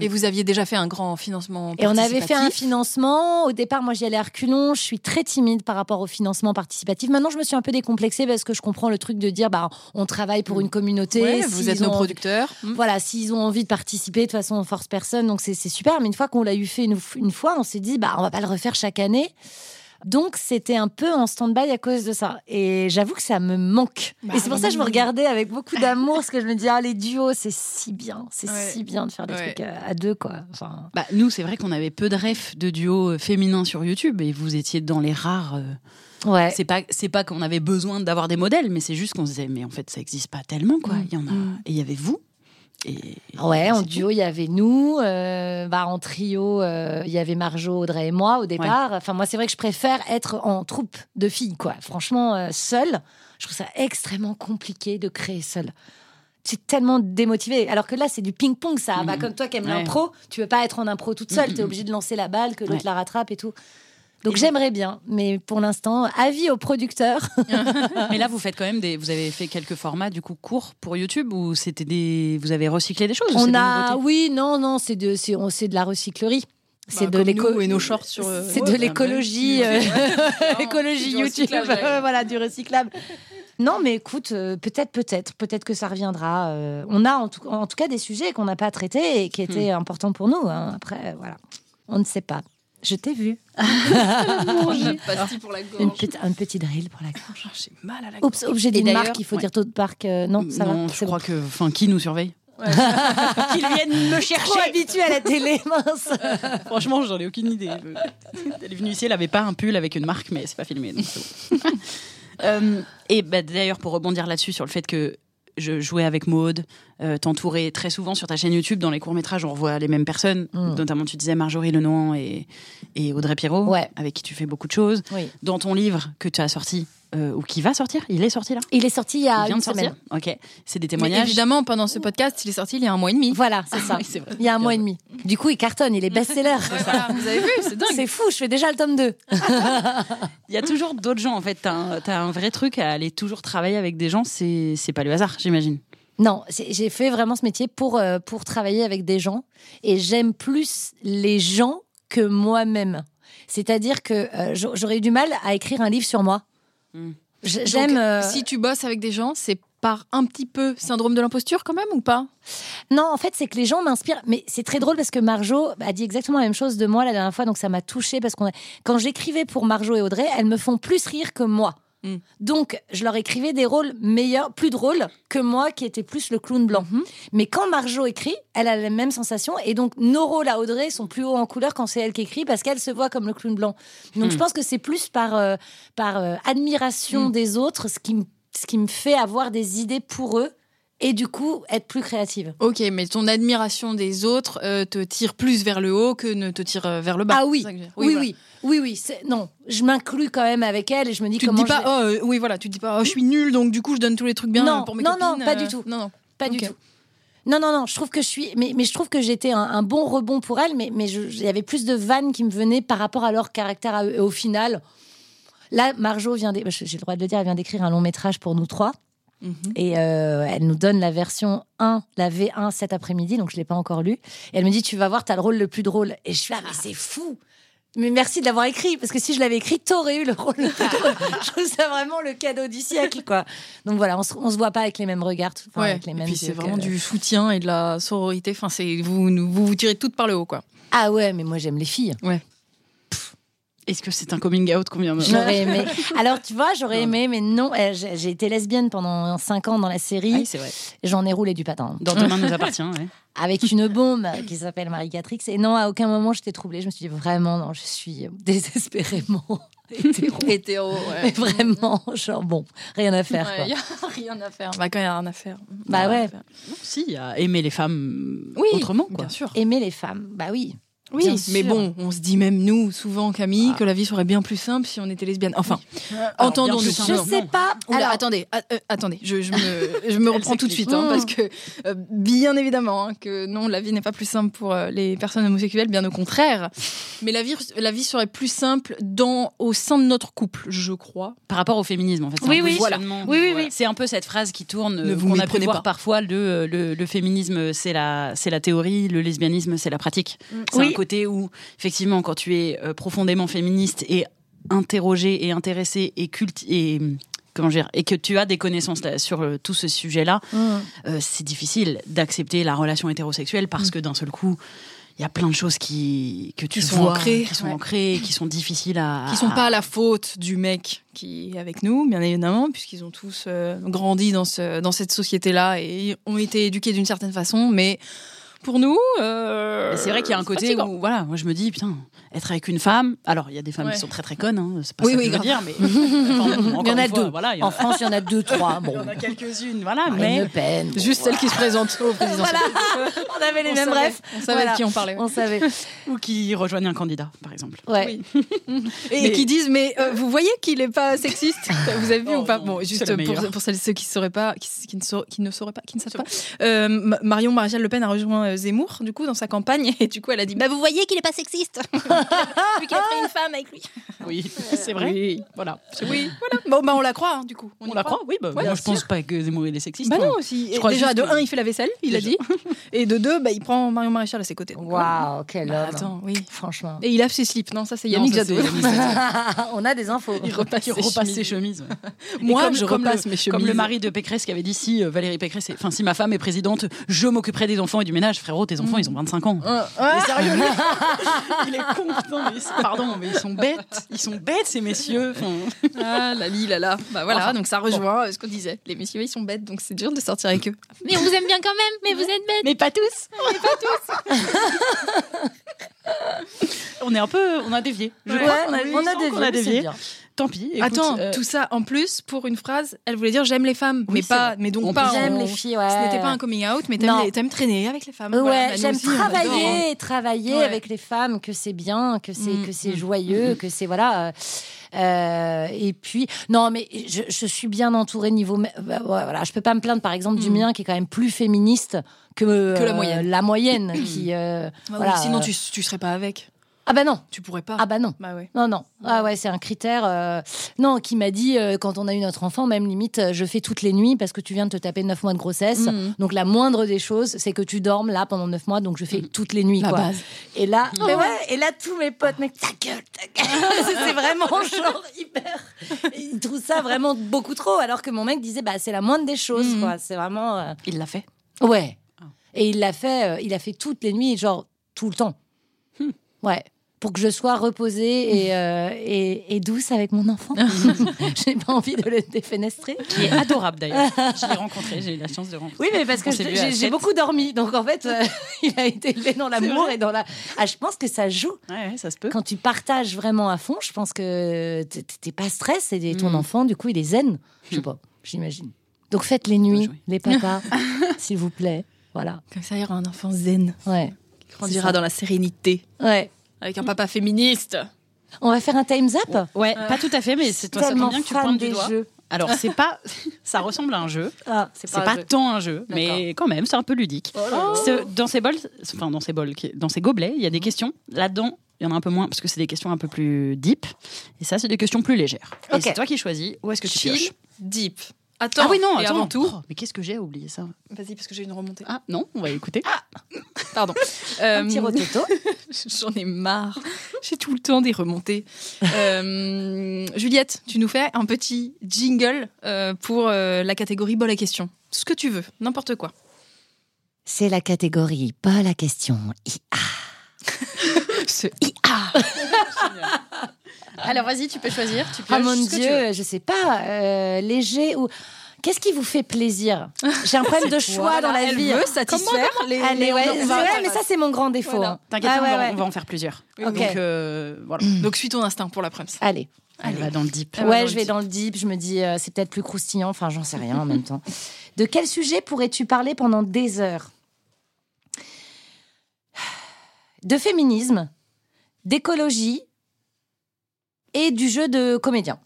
[SPEAKER 2] Et vous aviez déjà fait un grand financement
[SPEAKER 3] Et on avait fait un
[SPEAKER 2] participatif.
[SPEAKER 3] financement. Au départ, moi, j'y allais à reculons. Je suis très timide par rapport au financement participatif. Maintenant, je me suis un peu décomplexée parce que je comprends le truc de dire, bah, on travaille pour une communauté.
[SPEAKER 2] Mm. Ouais,
[SPEAKER 3] S'ils
[SPEAKER 2] vous êtes nos Mm.
[SPEAKER 3] ont-
[SPEAKER 2] producteurs.
[SPEAKER 3] Voilà, s'ils ont envie de participer, de toute façon, on force personne. Donc, c'est c'est super. Mais une fois qu'on l'a eu fait une, f- une fois, on s'est dit, bah, on va pas le refaire chaque année. Donc, c'était un peu en stand-by à cause de ça. Et j'avoue que ça me manque.
[SPEAKER 2] Bah
[SPEAKER 3] et c'est pour ça que je vous
[SPEAKER 2] oui.
[SPEAKER 3] regardais avec beaucoup d'amour, parce que je me dis, ah, les duos, c'est si bien. C'est
[SPEAKER 2] Ouais.
[SPEAKER 3] si bien de faire des
[SPEAKER 2] Ouais.
[SPEAKER 3] trucs euh, à, à deux, quoi. Enfin,
[SPEAKER 1] Bah, nous, c'est vrai qu'on avait peu de refs de duos euh, féminins sur YouTube, et vous étiez dans les rares. euh,
[SPEAKER 3] ouais.
[SPEAKER 1] C'est pas, c'est pas qu'on avait besoin d'avoir des modèles, mais c'est juste qu'on se disait, mais en fait, ça existe pas tellement, quoi. Il y en a,
[SPEAKER 2] Mm.
[SPEAKER 1] et il y avait vous. Et,
[SPEAKER 3] Ouais,
[SPEAKER 1] et
[SPEAKER 3] en
[SPEAKER 1] c'est
[SPEAKER 3] duo, il y avait nous. euh, bah, en trio, euh, il y avait Marjo, Audrey et moi au départ. Enfin, moi, c'est vrai que je préfère être en troupe de filles, quoi. Franchement, euh, seule, je trouve ça extrêmement compliqué de créer seule. C'est tellement démotivé. Alors que là, c'est du ping-pong, ça. Bah, comme toi qui aimes
[SPEAKER 1] Ouais.
[SPEAKER 3] l'impro, tu peux pas être en impro toute seule.
[SPEAKER 1] Mhm.
[SPEAKER 3] Tu es obligé de lancer la balle, que l'autre
[SPEAKER 1] Ouais.
[SPEAKER 3] la rattrape et tout. Donc j'aimerais bien, mais pour l'instant, avis aux producteurs.
[SPEAKER 1] tout. Mais là, vous faites quand même des, vous avez fait quelques formats du coup courts pour YouTube ou c'était des, vous avez recyclé des choses. ou c'est
[SPEAKER 3] On
[SPEAKER 1] des
[SPEAKER 3] a,
[SPEAKER 1] nouveautés
[SPEAKER 3] oui, non, non, c'est de, c'est on- c'est de la recyclerie.
[SPEAKER 1] Bah,
[SPEAKER 3] C'est de
[SPEAKER 2] Bah, comme
[SPEAKER 3] l'éco
[SPEAKER 2] nous et nos shorts sur, euh,
[SPEAKER 3] C'est
[SPEAKER 2] ouais,
[SPEAKER 3] de
[SPEAKER 2] bah,
[SPEAKER 3] l'écologie,
[SPEAKER 2] ouais.
[SPEAKER 3] euh,
[SPEAKER 2] c'est
[SPEAKER 3] écologie
[SPEAKER 2] du
[SPEAKER 3] YouTube, euh,
[SPEAKER 2] recyclage, ouais.
[SPEAKER 3] voilà du recyclable. Non, mais écoute, euh, peut-être, peut-être, peut-être que ça reviendra. euh, on a en tout, en tout cas des sujets qu'on n'a pas traités et qui étaient
[SPEAKER 2] Hmm.
[SPEAKER 3] importants pour nous. hein. Après, euh, voilà, on ne sait pas. Je t'ai vu.
[SPEAKER 2] Une pastille pour la
[SPEAKER 3] Une
[SPEAKER 2] gorge.
[SPEAKER 3] petite, un petit drill pour la. gorge.
[SPEAKER 2] Ah, J'ai mal à la gorge.
[SPEAKER 3] Oups, objet
[SPEAKER 1] Et
[SPEAKER 3] d'une
[SPEAKER 1] d'ailleurs,
[SPEAKER 3] marque. Il faut
[SPEAKER 1] ouais.
[SPEAKER 3] dire taux de parc. euh, non, ça
[SPEAKER 1] non,
[SPEAKER 3] va.
[SPEAKER 1] je
[SPEAKER 3] c'est
[SPEAKER 1] crois que, enfin, qui nous surveille
[SPEAKER 3] bon. qu'ils viennent me chercher. Trop habitué à la télé, mince.
[SPEAKER 1] Franchement, j'en ai aucune idée. Elle est venue ici, elle avait pas un pull avec une marque, mais c'est pas filmé. donc c'est bon. Euh, et bah, d'ailleurs, pour rebondir là-dessus, sur le fait que je jouais avec Maude, euh, t'entourais très souvent sur ta chaîne YouTube, dans les courts-métrages, on revoit les mêmes personnes,
[SPEAKER 3] Mm.
[SPEAKER 1] notamment tu disais Marjorie Lenoir et, et Audrey Pirot,
[SPEAKER 3] Ouais.
[SPEAKER 1] avec qui tu fais beaucoup de choses.
[SPEAKER 3] Oui.
[SPEAKER 1] Dans ton livre que tu as sorti, euh, ou qui va sortir, il est sorti là
[SPEAKER 3] Il est sorti il y a
[SPEAKER 1] Il vient
[SPEAKER 3] Ah, une
[SPEAKER 1] de sortir
[SPEAKER 3] semaine.
[SPEAKER 1] Ok, c'est des
[SPEAKER 2] Mais
[SPEAKER 1] témoignages.
[SPEAKER 2] évidemment, pendant ce podcast, il est sorti il y a un mois et demi.
[SPEAKER 3] Voilà, c'est ça.
[SPEAKER 1] Oui, c'est vrai.
[SPEAKER 3] Il y a un mois et demi. Du coup, il cartonne, il est best-seller.
[SPEAKER 2] Ouais, voilà, vous avez vu, c'est dingue.
[SPEAKER 3] C'est fou, je fais déjà le tome 2.
[SPEAKER 1] Il y a toujours d'autres gens en fait, t'as un, t'as un vrai truc à aller toujours travailler avec des gens, c'est c'est pas le hasard, j'imagine.
[SPEAKER 3] Non, c'est- j'ai fait vraiment ce métier pour, euh, pour travailler avec des gens. Et j'aime plus les gens que moi-même. C'est-à-dire que euh, j'a- j'aurais eu du mal à écrire un livre sur moi.
[SPEAKER 1] Mm.
[SPEAKER 3] J-
[SPEAKER 2] Donc,
[SPEAKER 3] J'aime. euh,
[SPEAKER 2] Si tu bosses avec des gens, c'est par un petit peu syndrome de l'imposture quand même ou pas
[SPEAKER 3] Non, en fait, c'est que les gens m'inspirent. Mais c'est très drôle parce que Marjo a dit exactement la même chose de moi la dernière fois, donc ça m'a touchée parce qu'on a- quand j'écrivais pour Marjo et Audrey, elles me font plus rire que moi.
[SPEAKER 2] Mm.
[SPEAKER 3] Donc, je leur écrivais des rôles meilleurs, plus drôles que moi, qui était plus le clown blanc. Mais quand Marjo écrit, elle a la même sensation. Et donc, nos rôles à Audrey sont plus hauts en couleur quand c'est elle qui écrit parce qu'elle se voit comme le clown blanc. Donc,
[SPEAKER 1] Hmm.
[SPEAKER 3] je pense que c'est plus par, euh, par euh, admiration des autres, ce qui, me- ce qui me fait avoir des idées pour eux et du coup être plus créative.
[SPEAKER 2] Ok, mais ton admiration des autres euh, te tire plus vers le haut que ne te tire euh, vers le bas.
[SPEAKER 3] Ah oui,
[SPEAKER 2] C'est ça que je veux dire.
[SPEAKER 3] oui, oui,
[SPEAKER 2] voilà.
[SPEAKER 3] oui, oui, c'est- Non, je m'inclus quand même avec elle et je me dis
[SPEAKER 2] Tu te
[SPEAKER 3] comment.
[SPEAKER 2] dis
[SPEAKER 3] je
[SPEAKER 2] pas,
[SPEAKER 3] vais-
[SPEAKER 2] oh, euh, oui, voilà, tu te dis pas, oh, je suis nulle, donc du coup, je donne tous les trucs bien
[SPEAKER 3] Non,
[SPEAKER 2] euh, pour mes
[SPEAKER 3] non,
[SPEAKER 2] copines.
[SPEAKER 3] non, pas
[SPEAKER 2] euh,
[SPEAKER 3] du tout.
[SPEAKER 2] Non, non.
[SPEAKER 3] Pas du
[SPEAKER 2] Ok.
[SPEAKER 3] tout. Non, non, non, je trouve que je suis. Mais, mais je trouve que j'étais un, un bon rebond pour elle, mais, mais je- il y avait plus de vannes qui me venaient par rapport à leur caractère à eux. Et au final, là, Marjo vient. d'é- bah, J'ai j'ai le droit de le dire, elle vient d'écrire un long métrage pour nous trois.
[SPEAKER 2] Mhm.
[SPEAKER 3] Et euh, elle nous donne la version 1, la V1 cet après-midi, donc je ne l'ai pas encore lu. Et elle me dit Tu vas voir, t'as le rôle le plus drôle. Et je suis Ah, mais c'est fou Mais merci de l'avoir écrit, parce que si je l'avais écrit, t'aurais eu le rôle le plus drôle. je trouve ça vraiment le cadeau du siècle, quoi. Donc voilà, on se, on se voit pas avec les mêmes regards, tout- enfin,
[SPEAKER 2] Ouais.
[SPEAKER 3] avec les
[SPEAKER 2] et
[SPEAKER 3] mêmes.
[SPEAKER 2] puis c'est
[SPEAKER 3] yeux que-
[SPEAKER 2] vraiment du soutien et de la sororité. Enfin, c'est vous, nous- vous vous tirez toutes par le haut, quoi.
[SPEAKER 3] Ah ouais, mais moi j'aime les filles.
[SPEAKER 1] Est-ce que c'est un coming out qu'on vient de...
[SPEAKER 3] J'aurais aimé. Alors tu vois, j'aurais aimé, mais non, euh, j'ai j'ai été lesbienne pendant 5 ans dans la
[SPEAKER 1] Ah
[SPEAKER 3] série.
[SPEAKER 1] oui, c'est vrai.
[SPEAKER 3] J'en ai roulé du patin.
[SPEAKER 1] Dans Demain nous appartient, ouais.
[SPEAKER 3] avec une bombe qui s'appelle Marie-Catrix. Et non, à aucun moment j'étais troublée. Je me suis dit vraiment, non, je suis désespérément hétéro.
[SPEAKER 2] Hétéro,
[SPEAKER 3] Mais vraiment, genre bon, rien à faire. quoi.
[SPEAKER 2] Il a rien à faire. Bah, quand il y a rien à faire.
[SPEAKER 3] Bah ouais.
[SPEAKER 1] Si, à aimer les femmes
[SPEAKER 2] Oui,
[SPEAKER 1] autrement, quoi.
[SPEAKER 2] Bien sûr.
[SPEAKER 3] Aimer les femmes, bah oui.
[SPEAKER 2] Oui,
[SPEAKER 3] Bien
[SPEAKER 2] mais
[SPEAKER 3] sûr.
[SPEAKER 2] bon, on se dit même nous, souvent Camille,
[SPEAKER 1] Ah.
[SPEAKER 2] que la vie serait bien plus simple si on était lesbienne. Enfin, entendons-nous.
[SPEAKER 1] bien plus
[SPEAKER 3] Je
[SPEAKER 1] Non,
[SPEAKER 3] sais pas.
[SPEAKER 2] Oula,
[SPEAKER 3] Alors,
[SPEAKER 2] attendez, a- euh, attendez, je, je me, je me reprends tout de suite, hein,
[SPEAKER 1] Mmh.
[SPEAKER 3] Mm.
[SPEAKER 2] parce que euh, bien évidemment hein, que non, la vie n'est pas plus simple pour euh, les personnes homosexuelles, bien au contraire. Mais la vie, la vie serait plus simple dans, au sein de notre couple, je crois.
[SPEAKER 1] Par rapport au féminisme, en fait. c'est
[SPEAKER 3] Oui,
[SPEAKER 1] un peu
[SPEAKER 3] oui.
[SPEAKER 1] le questionnement.
[SPEAKER 3] Voilà. Oui, oui, oui.
[SPEAKER 1] C'est un peu cette phrase qui tourne,
[SPEAKER 2] Ne
[SPEAKER 1] euh,
[SPEAKER 2] vous
[SPEAKER 1] qu'on a pu
[SPEAKER 2] méprenez
[SPEAKER 1] voir
[SPEAKER 2] pas.
[SPEAKER 1] parfois, le, euh, le, le féminisme, c'est la, c'est la théorie, le lesbianisme, c'est la pratique.
[SPEAKER 2] Mm.
[SPEAKER 1] C'est
[SPEAKER 3] Oui.
[SPEAKER 1] un côté où, effectivement, quand tu es euh, profondément féministe et interrogé et intéressé et culte et comment dire et que tu as des connaissances là- sur euh, tout ce sujet-là,
[SPEAKER 2] Mm.
[SPEAKER 3] hum,
[SPEAKER 1] euh, c'est difficile d'accepter la relation hétérosexuelle parce que d'un seul coup, il y a plein de choses qui que tu
[SPEAKER 2] Mm. Qui sont
[SPEAKER 1] vois,
[SPEAKER 2] ancrées,
[SPEAKER 1] qui sont
[SPEAKER 2] ouais.
[SPEAKER 1] ancrées, qui sont difficiles à
[SPEAKER 2] Qui sont pas à la faute du mec qui est avec nous, bien évidemment, puisqu'ils ont tous euh, grandi dans, ce, dans cette société-là et ont été éduqués d'une certaine façon, mais pour nous. euh,
[SPEAKER 1] Et c'est vrai qu'il y a un
[SPEAKER 2] c'est
[SPEAKER 1] côté
[SPEAKER 2] fatigant.
[SPEAKER 1] où, voilà, moi je me dis, putain, être avec une femme. Alors, il y a des femmes
[SPEAKER 2] Ouais.
[SPEAKER 1] qui sont très très connes, hein, c'est pas
[SPEAKER 2] Oui,
[SPEAKER 1] ça
[SPEAKER 2] oui,
[SPEAKER 1] que je veux dire,
[SPEAKER 2] grave.
[SPEAKER 1] mais. Enfin, encore
[SPEAKER 3] Il y en a
[SPEAKER 1] une fois,
[SPEAKER 3] deux.
[SPEAKER 1] Voilà, il y en
[SPEAKER 3] En
[SPEAKER 1] a,
[SPEAKER 3] France, il y en a deux, trois.
[SPEAKER 1] il y
[SPEAKER 3] Bon,
[SPEAKER 1] Ah, en a quelques-unes, voilà,
[SPEAKER 3] mais...
[SPEAKER 1] mais.
[SPEAKER 3] peine. bon,
[SPEAKER 2] Juste celle qui se présente au président.
[SPEAKER 3] Voilà, on avait les mêmes rêves.
[SPEAKER 2] On savait
[SPEAKER 3] Voilà.
[SPEAKER 2] de qui on parlait.
[SPEAKER 3] On savait.
[SPEAKER 1] Ou qui rejoignent un candidat, par exemple.
[SPEAKER 3] Ouais.
[SPEAKER 2] Oui. Et qui disent mais euh, vous voyez qu'il est pas sexiste Vous avez vu
[SPEAKER 1] Oh
[SPEAKER 2] ou pas
[SPEAKER 1] non,
[SPEAKER 2] Bon,
[SPEAKER 1] c'est
[SPEAKER 2] juste
[SPEAKER 1] la
[SPEAKER 2] pour,
[SPEAKER 1] meilleure.
[SPEAKER 2] pour celles ceux qui sauraient pas, qui, qui ne sauraient, qui ne sauraient pas, qui ne savent pas. euh, Ma- Marion Maréchal Le Pen a rejoint euh, Zemmour du coup dans sa campagne et du coup elle a dit bah vous voyez qu'il est pas sexiste vu qu'il a pris une femme avec lui.
[SPEAKER 1] Ah. Oui, c'est vrai. Voilà.
[SPEAKER 2] Oui, voilà. Bon bah on la croit hein, du coup.
[SPEAKER 1] On la croit Oui, bah,
[SPEAKER 2] Ouais,
[SPEAKER 1] moi
[SPEAKER 2] bien
[SPEAKER 1] je pense pas que Zemmour il est sexiste. hein. Ah,
[SPEAKER 2] Bah
[SPEAKER 1] ouais.
[SPEAKER 2] non aussi.
[SPEAKER 1] crois
[SPEAKER 2] déjà
[SPEAKER 1] juste
[SPEAKER 2] de
[SPEAKER 1] que-
[SPEAKER 2] un il fait la vaisselle, il a
[SPEAKER 1] Déjà.
[SPEAKER 2] dit, et de deux bah il prend Marion Maréchal à ses côtés. Donc, voilà.
[SPEAKER 3] Waouh, quel
[SPEAKER 2] Bah,
[SPEAKER 3] homme.
[SPEAKER 2] attends, oui.
[SPEAKER 3] Franchement.
[SPEAKER 2] Et il lave ses slips. Non, ça c'est
[SPEAKER 1] Non,
[SPEAKER 2] Yannick
[SPEAKER 1] ça,
[SPEAKER 2] Jadot.
[SPEAKER 1] c'est Yannick Jadot.
[SPEAKER 3] Ah, on a des infos.
[SPEAKER 2] Il repasse
[SPEAKER 1] Qui
[SPEAKER 2] ses
[SPEAKER 1] repasse
[SPEAKER 2] chemises.
[SPEAKER 1] ses chemises. ouais.
[SPEAKER 2] Moi,
[SPEAKER 1] Et comme-
[SPEAKER 2] je
[SPEAKER 1] comme le-
[SPEAKER 2] repasse mes chemises.
[SPEAKER 1] Comme le mari de Pécresse qui avait dit si euh, Valérie Pécresse, est- enfin si ma femme est présidente, je m'occuperai des enfants et du ménage. Frérot, tes enfants, ils ont 25 ans.
[SPEAKER 2] Euh, ouais.
[SPEAKER 1] Mais sérieux, lui, il est con. Non, mais c'est- pardon, mais ils sont bêtes. Ils sont bêtes, ces messieurs. Enfin,
[SPEAKER 2] Ah, la li, la la. Bah voilà,
[SPEAKER 1] Enfin,
[SPEAKER 2] donc ça rejoint euh, ce qu'on disait. Les messieurs, ils sont bêtes, donc c'est dur de sortir avec eux.
[SPEAKER 4] Mais on vous aime bien quand même, mais vous êtes bête.
[SPEAKER 1] mais pas tous. Mais pas tous. on est un peu. On a dévié. Je
[SPEAKER 3] Ouais,
[SPEAKER 1] crois qu'on
[SPEAKER 3] on a-
[SPEAKER 1] il
[SPEAKER 3] on a
[SPEAKER 1] semble qu'on
[SPEAKER 3] dévié, c'est bien.
[SPEAKER 1] Tant pis. écoute,
[SPEAKER 2] Attends,
[SPEAKER 1] euh,
[SPEAKER 2] tout ça en plus pour une phrase, elle voulait dire j'aime les femmes,
[SPEAKER 1] Oui,
[SPEAKER 2] mais
[SPEAKER 1] c'est
[SPEAKER 2] pas,
[SPEAKER 1] vrai.
[SPEAKER 2] mais donc
[SPEAKER 1] En
[SPEAKER 2] pas.
[SPEAKER 3] J'aime
[SPEAKER 2] en-
[SPEAKER 3] les filles, ouais.
[SPEAKER 2] Ce n'était pas un coming out, mais t'aimes
[SPEAKER 3] Non.
[SPEAKER 2] les- t'aimes traîner avec les femmes.
[SPEAKER 3] Ouais,
[SPEAKER 2] Voilà, bah, nous
[SPEAKER 3] j'aime
[SPEAKER 2] aussi, on adore, hein.
[SPEAKER 3] travailler, travailler
[SPEAKER 2] Ouais.
[SPEAKER 3] avec les femmes, que c'est bien, que c'est
[SPEAKER 2] Mm,
[SPEAKER 3] que c'est
[SPEAKER 2] mm,
[SPEAKER 3] joyeux, que c'est voilà. euh, euh, et puis non, mais je, je suis bien entourée niveau. me- bah, ouais, voilà, je peux pas me plaindre par exemple du
[SPEAKER 2] Mm.
[SPEAKER 3] mien qui est quand même plus féministe que, euh,
[SPEAKER 2] Que la moyenne.
[SPEAKER 3] La moyenne qui. euh,
[SPEAKER 2] Bah oui,
[SPEAKER 3] voilà,
[SPEAKER 2] sinon,
[SPEAKER 3] euh,
[SPEAKER 2] tu, tu serais pas avec.
[SPEAKER 3] Ah bah non,
[SPEAKER 2] Tu pourrais pas.
[SPEAKER 3] ah bah non.
[SPEAKER 2] Bah ouais.
[SPEAKER 3] Non, non. Ah ouais, c'est un critère. euh, Non, qui m'a dit, euh, quand on a eu notre enfant, même limite, euh, je fais toutes les nuits parce que tu viens de te taper 9 mois de grossesse.
[SPEAKER 2] Mhm.
[SPEAKER 3] Donc la moindre des choses, c'est que tu dormes là pendant 9 mois. Donc je
[SPEAKER 2] Mm.
[SPEAKER 3] fais toutes les nuits.
[SPEAKER 2] La
[SPEAKER 3] quoi.
[SPEAKER 2] base.
[SPEAKER 3] Et là, mais Ah ouais, et là, tous mes potes, mec, ta gueule, ta gueule. c'est vraiment genre hyper. Ils trouvent ça vraiment beaucoup trop. Alors que mon mec disait, bah, c'est la moindre des choses.
[SPEAKER 2] Mhm.
[SPEAKER 3] quoi. C'est vraiment. euh,
[SPEAKER 1] il l'a fait.
[SPEAKER 3] Ouais.
[SPEAKER 1] Ah.
[SPEAKER 3] Et il l'a fait, euh, il a fait toutes les nuits, genre tout le temps. Hmm. Ouais. Pour que je sois reposée et, euh, et, et douce avec mon enfant. J'ai pas envie de le défenestrer.
[SPEAKER 1] Qui est adorable d'ailleurs. Je l'ai rencontré. J'ai eu la chance de le rencontrer.
[SPEAKER 3] Oui, mais parce que
[SPEAKER 1] On s'est
[SPEAKER 3] je-
[SPEAKER 1] vu à
[SPEAKER 3] j'ai j'ai
[SPEAKER 1] Sète.
[SPEAKER 3] beaucoup dormi. Donc en fait, euh, il a été élevé dans l'amour et dans la. Ah, je pense que ça joue.
[SPEAKER 1] Ouais, ouais, ça se peut.
[SPEAKER 3] Quand tu partages vraiment à fond, je pense que t'es t'es pas stress et ton
[SPEAKER 1] Mm.
[SPEAKER 3] enfant, du coup, il est zen. Je sais
[SPEAKER 1] Mm.
[SPEAKER 3] pas, j'imagine. Donc faites les nuits,
[SPEAKER 1] joué.
[SPEAKER 3] les papas, s'il vous plaît. Voilà.
[SPEAKER 2] Comme ça, il y aura un enfant zen
[SPEAKER 3] Ouais.
[SPEAKER 2] qui
[SPEAKER 3] ça.
[SPEAKER 2] grandira dans la sérénité.
[SPEAKER 3] Ouais.
[SPEAKER 2] Avec un papa féministe.
[SPEAKER 3] On va faire un time zap
[SPEAKER 1] Ouais, pas tout à fait, mais c'est toi, ça tombe
[SPEAKER 3] Tellement
[SPEAKER 1] bien que tu
[SPEAKER 3] fan
[SPEAKER 1] pointes du
[SPEAKER 3] des
[SPEAKER 1] doigt.
[SPEAKER 3] jeux.
[SPEAKER 1] Alors, c'est pas. ça ressemble à un jeu.
[SPEAKER 3] Ah,
[SPEAKER 2] C'est
[SPEAKER 1] C'est pas tant un jeu, mais quand même, c'est un peu ludique.
[SPEAKER 2] Oh
[SPEAKER 1] Ce- dans ces bols, enfin dans ces bols, qui- dans ces gobelets, il y a
[SPEAKER 3] Mhm.
[SPEAKER 1] des questions. Là-dedans, il y en a un peu moins parce que c'est des questions un peu plus deep. Et ça, c'est des questions plus légères. Et
[SPEAKER 3] Ok.
[SPEAKER 1] c'est toi qui choisis où est-ce que tu
[SPEAKER 2] Chill,
[SPEAKER 1] pioches.
[SPEAKER 2] deep. Attends,
[SPEAKER 1] ah oui, non,
[SPEAKER 2] et
[SPEAKER 1] attends.
[SPEAKER 2] avant tout.
[SPEAKER 1] Oh, mais qu'est-ce que j'ai oublié ça
[SPEAKER 2] Vas-y, parce que j'ai une remontée.
[SPEAKER 1] Ah non, on va écouter.
[SPEAKER 2] Pardon.
[SPEAKER 3] un petit
[SPEAKER 2] Euh,
[SPEAKER 3] rototo.
[SPEAKER 2] J'en ai marre. J'ai tout le temps des remontées. Euh, Juliette, tu nous fais un petit jingle euh, pour euh, la catégorie bol à question. Ce que tu veux, n'importe quoi.
[SPEAKER 3] C'est la catégorie, pas la question. IA.
[SPEAKER 2] Ce
[SPEAKER 1] Alors vas-y, tu peux choisir. Tu
[SPEAKER 3] Ah mon Dieu, je sais pas, euh, léger ou. Qu'est-ce qui vous fait plaisir J'ai un problème de choix dans la
[SPEAKER 2] elle
[SPEAKER 3] vie.
[SPEAKER 2] veut satisfaire les.
[SPEAKER 3] Allez,
[SPEAKER 2] les-
[SPEAKER 3] ouais,
[SPEAKER 2] on-
[SPEAKER 3] c'est
[SPEAKER 2] on va-
[SPEAKER 3] vrai, mais ça c'est mon grand défaut.
[SPEAKER 2] Voilà.
[SPEAKER 3] hein.
[SPEAKER 1] T'inquiète,
[SPEAKER 3] Ah
[SPEAKER 1] pas, on,
[SPEAKER 3] ouais,
[SPEAKER 1] va-
[SPEAKER 3] ouais.
[SPEAKER 1] on va en faire plusieurs.
[SPEAKER 3] Ok.
[SPEAKER 1] Donc euh, voilà.
[SPEAKER 2] Donc suis ton instinct pour la presse.
[SPEAKER 3] Allez,
[SPEAKER 1] Elle va dans le deep.
[SPEAKER 2] Ah ouais,
[SPEAKER 3] ouais,
[SPEAKER 2] dans
[SPEAKER 3] je
[SPEAKER 2] le
[SPEAKER 3] vais
[SPEAKER 2] deep.
[SPEAKER 3] dans le deep. Je me dis, euh, c'est peut-être plus croustillant. Enfin, j'en sais rien en même temps. De quel sujet pourrais-tu parler pendant des heures De féminisme, d'écologie et du jeu de comédien.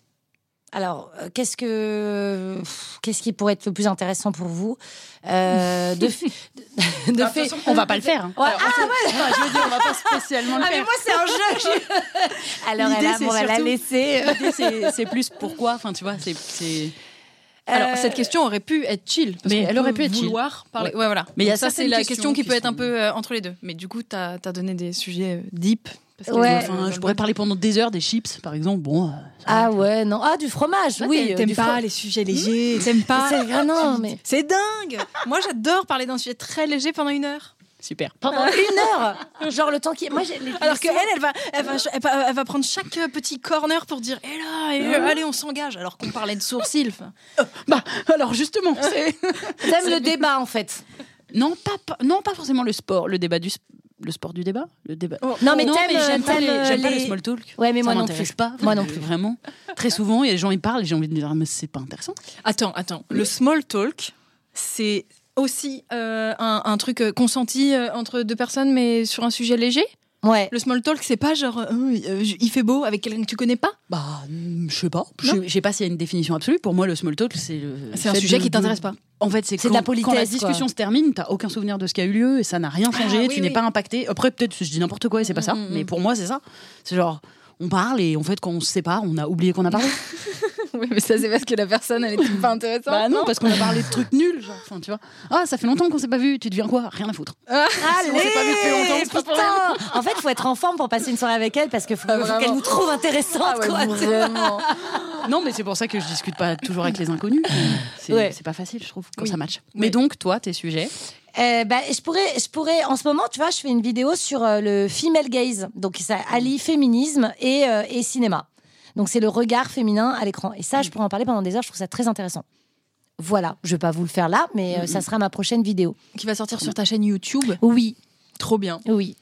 [SPEAKER 3] Alors, euh, qu'est-ce que pff, qu'est-ce qui pourrait être le plus intéressant pour vous Euh, De, fi- de, de fait-
[SPEAKER 1] On va pas le faire. hein.
[SPEAKER 3] Ouais, ah,
[SPEAKER 1] je veux dire, on va pas spécialement le
[SPEAKER 3] ah, mais
[SPEAKER 1] faire.
[SPEAKER 3] moi c'est un jeu. Alors,
[SPEAKER 1] L'idée,
[SPEAKER 3] elle a- euh.
[SPEAKER 1] c'est
[SPEAKER 3] on va la
[SPEAKER 1] surtout-
[SPEAKER 3] laisser.
[SPEAKER 1] L'idée, c'est- C'est plus pourquoi. Enfin, tu vois, c'est- c'est.
[SPEAKER 3] Euh,
[SPEAKER 2] Alors cette question aurait pu être chill. parce
[SPEAKER 1] Mais
[SPEAKER 2] qu'on
[SPEAKER 1] elle
[SPEAKER 2] peut
[SPEAKER 1] aurait pu être chill.
[SPEAKER 2] vouloir Parler. Ouais, voilà.
[SPEAKER 1] Mais il y a
[SPEAKER 2] ça c'est
[SPEAKER 1] certaines
[SPEAKER 2] la
[SPEAKER 1] questions
[SPEAKER 2] question, qui,
[SPEAKER 1] qui
[SPEAKER 2] peut être
[SPEAKER 1] sont-
[SPEAKER 2] un peu euh, entre les deux. Mais du coup, t'as as donné des sujets euh, deep. Parce que-
[SPEAKER 3] Ouais.
[SPEAKER 1] Enfin, je pourrais parler pendant des heures des chips, par exemple. Bon. euh, ça va.
[SPEAKER 3] Ah ouais, non. Ah, du fromage, oui.
[SPEAKER 2] oui,
[SPEAKER 3] euh,
[SPEAKER 2] t'aimes
[SPEAKER 3] du
[SPEAKER 2] pas
[SPEAKER 3] fro-
[SPEAKER 2] les sujets légers,
[SPEAKER 1] Hmm.
[SPEAKER 2] t'aimes pas.
[SPEAKER 3] C'est ah non, mais
[SPEAKER 2] C'est dingue Moi, j'adore parler d'un sujet très léger pendant une heure.
[SPEAKER 1] Super.
[SPEAKER 3] pendant une heure, genre le temps qui. Moi, j'ai les-
[SPEAKER 2] Alors que elle, elle va, elle va, elle va- elle va prendre chaque euh, petit corner pour dire Eh là, eh là, allez, on s'engage !» Alors qu'on parlait de sourcils. enfin.
[SPEAKER 1] Bah, alors justement, c'est-
[SPEAKER 3] t'aimes le débat en fait.
[SPEAKER 1] non pas, pas- non pas forcément le sport, le débat du sp- le sport du débat, le débat.
[SPEAKER 2] Oh,
[SPEAKER 3] Non, mais t'aimes,
[SPEAKER 1] mais j'aime
[SPEAKER 3] euh,
[SPEAKER 1] pas,
[SPEAKER 3] t'aimes,
[SPEAKER 1] les-
[SPEAKER 3] euh,
[SPEAKER 1] j'aime pas le
[SPEAKER 3] les-
[SPEAKER 1] small talk.
[SPEAKER 3] Ouais, mais
[SPEAKER 1] Ça
[SPEAKER 3] moi non
[SPEAKER 1] m'intéresse
[SPEAKER 3] plus.
[SPEAKER 1] pas. euh,
[SPEAKER 3] Moi non plus.
[SPEAKER 1] Vraiment. Très souvent, il y a des gens ils parlent, et j'ai envie de dire ah, mais c'est pas intéressant.
[SPEAKER 2] Attends, attends. Le small talk, c'est aussi euh, un, un truc euh, consenti euh, entre deux personnes, mais sur un sujet léger
[SPEAKER 3] Ouais.
[SPEAKER 2] Le small talk, c'est pas genre euh, Euh, Il fait beau » avec quelqu'un que tu connais pas
[SPEAKER 1] Bah, je sais pas. Je sais pas s'il y a une définition absolue. Pour moi, le small talk, c'est le-
[SPEAKER 2] C'est un
[SPEAKER 1] fait
[SPEAKER 2] sujet
[SPEAKER 1] de-
[SPEAKER 2] qui t'intéresse pas.
[SPEAKER 1] En fait, c'est quand,
[SPEAKER 3] C'est de la
[SPEAKER 1] quand la
[SPEAKER 3] politesse,
[SPEAKER 1] discussion
[SPEAKER 3] quoi.
[SPEAKER 1] se termine, t'as aucun souvenir de ce qui a eu lieu et ça n'a rien changé.
[SPEAKER 2] Ah,
[SPEAKER 1] tu
[SPEAKER 2] oui,
[SPEAKER 1] n'es
[SPEAKER 2] oui.
[SPEAKER 1] pas impacté. Après, peut-être que je dis n'importe quoi et c'est pas ça.
[SPEAKER 2] Mm, mm,
[SPEAKER 1] Mais
[SPEAKER 2] mm.
[SPEAKER 1] pour moi, c'est ça. C'est genre. On parle et en fait quand on se sépare, on a oublié qu'on a parlé.
[SPEAKER 2] Oui, mais ça, c'est parce que la personne, elle est pas intéressante.
[SPEAKER 1] bah non, parce qu'on a parlé de trucs nuls, genre. Enfin, tu vois. Ah, ça fait longtemps qu'on s'est pas vu. Tu deviens quoi Rien à foutre.
[SPEAKER 3] Allez,
[SPEAKER 1] s'est pas vu depuis longtemps, c'est pas pour
[SPEAKER 3] putain. Ah, En fait, faut être en forme pour passer une soirée avec elle parce que faut, faut qu'elle nous trouve intéressante.
[SPEAKER 2] Ah
[SPEAKER 3] quoi.
[SPEAKER 1] Non, mais c'est pour ça que je discute pas toujours avec les inconnus. C'est
[SPEAKER 3] Ouais.
[SPEAKER 1] c'est pas facile, je trouve, quand
[SPEAKER 2] Oui.
[SPEAKER 1] ça match.
[SPEAKER 2] Oui.
[SPEAKER 1] Mais donc, toi, tes sujets.
[SPEAKER 3] Euh, bah, je pourrais, je pourrais. En ce moment, tu vois, je fais une vidéo sur euh, le female gaze, donc ça allie féminisme et, euh, et cinéma. Donc c'est le regard féminin à l'écran. Et ça, je pourrais en parler pendant des heures. Je trouve ça très intéressant. Voilà, je vais pas vous le faire là, mais euh, ça sera ma prochaine vidéo.
[SPEAKER 2] Qui va sortir sur ta chaîne YouTube.
[SPEAKER 3] Oui,
[SPEAKER 2] Trop bien.
[SPEAKER 3] oui.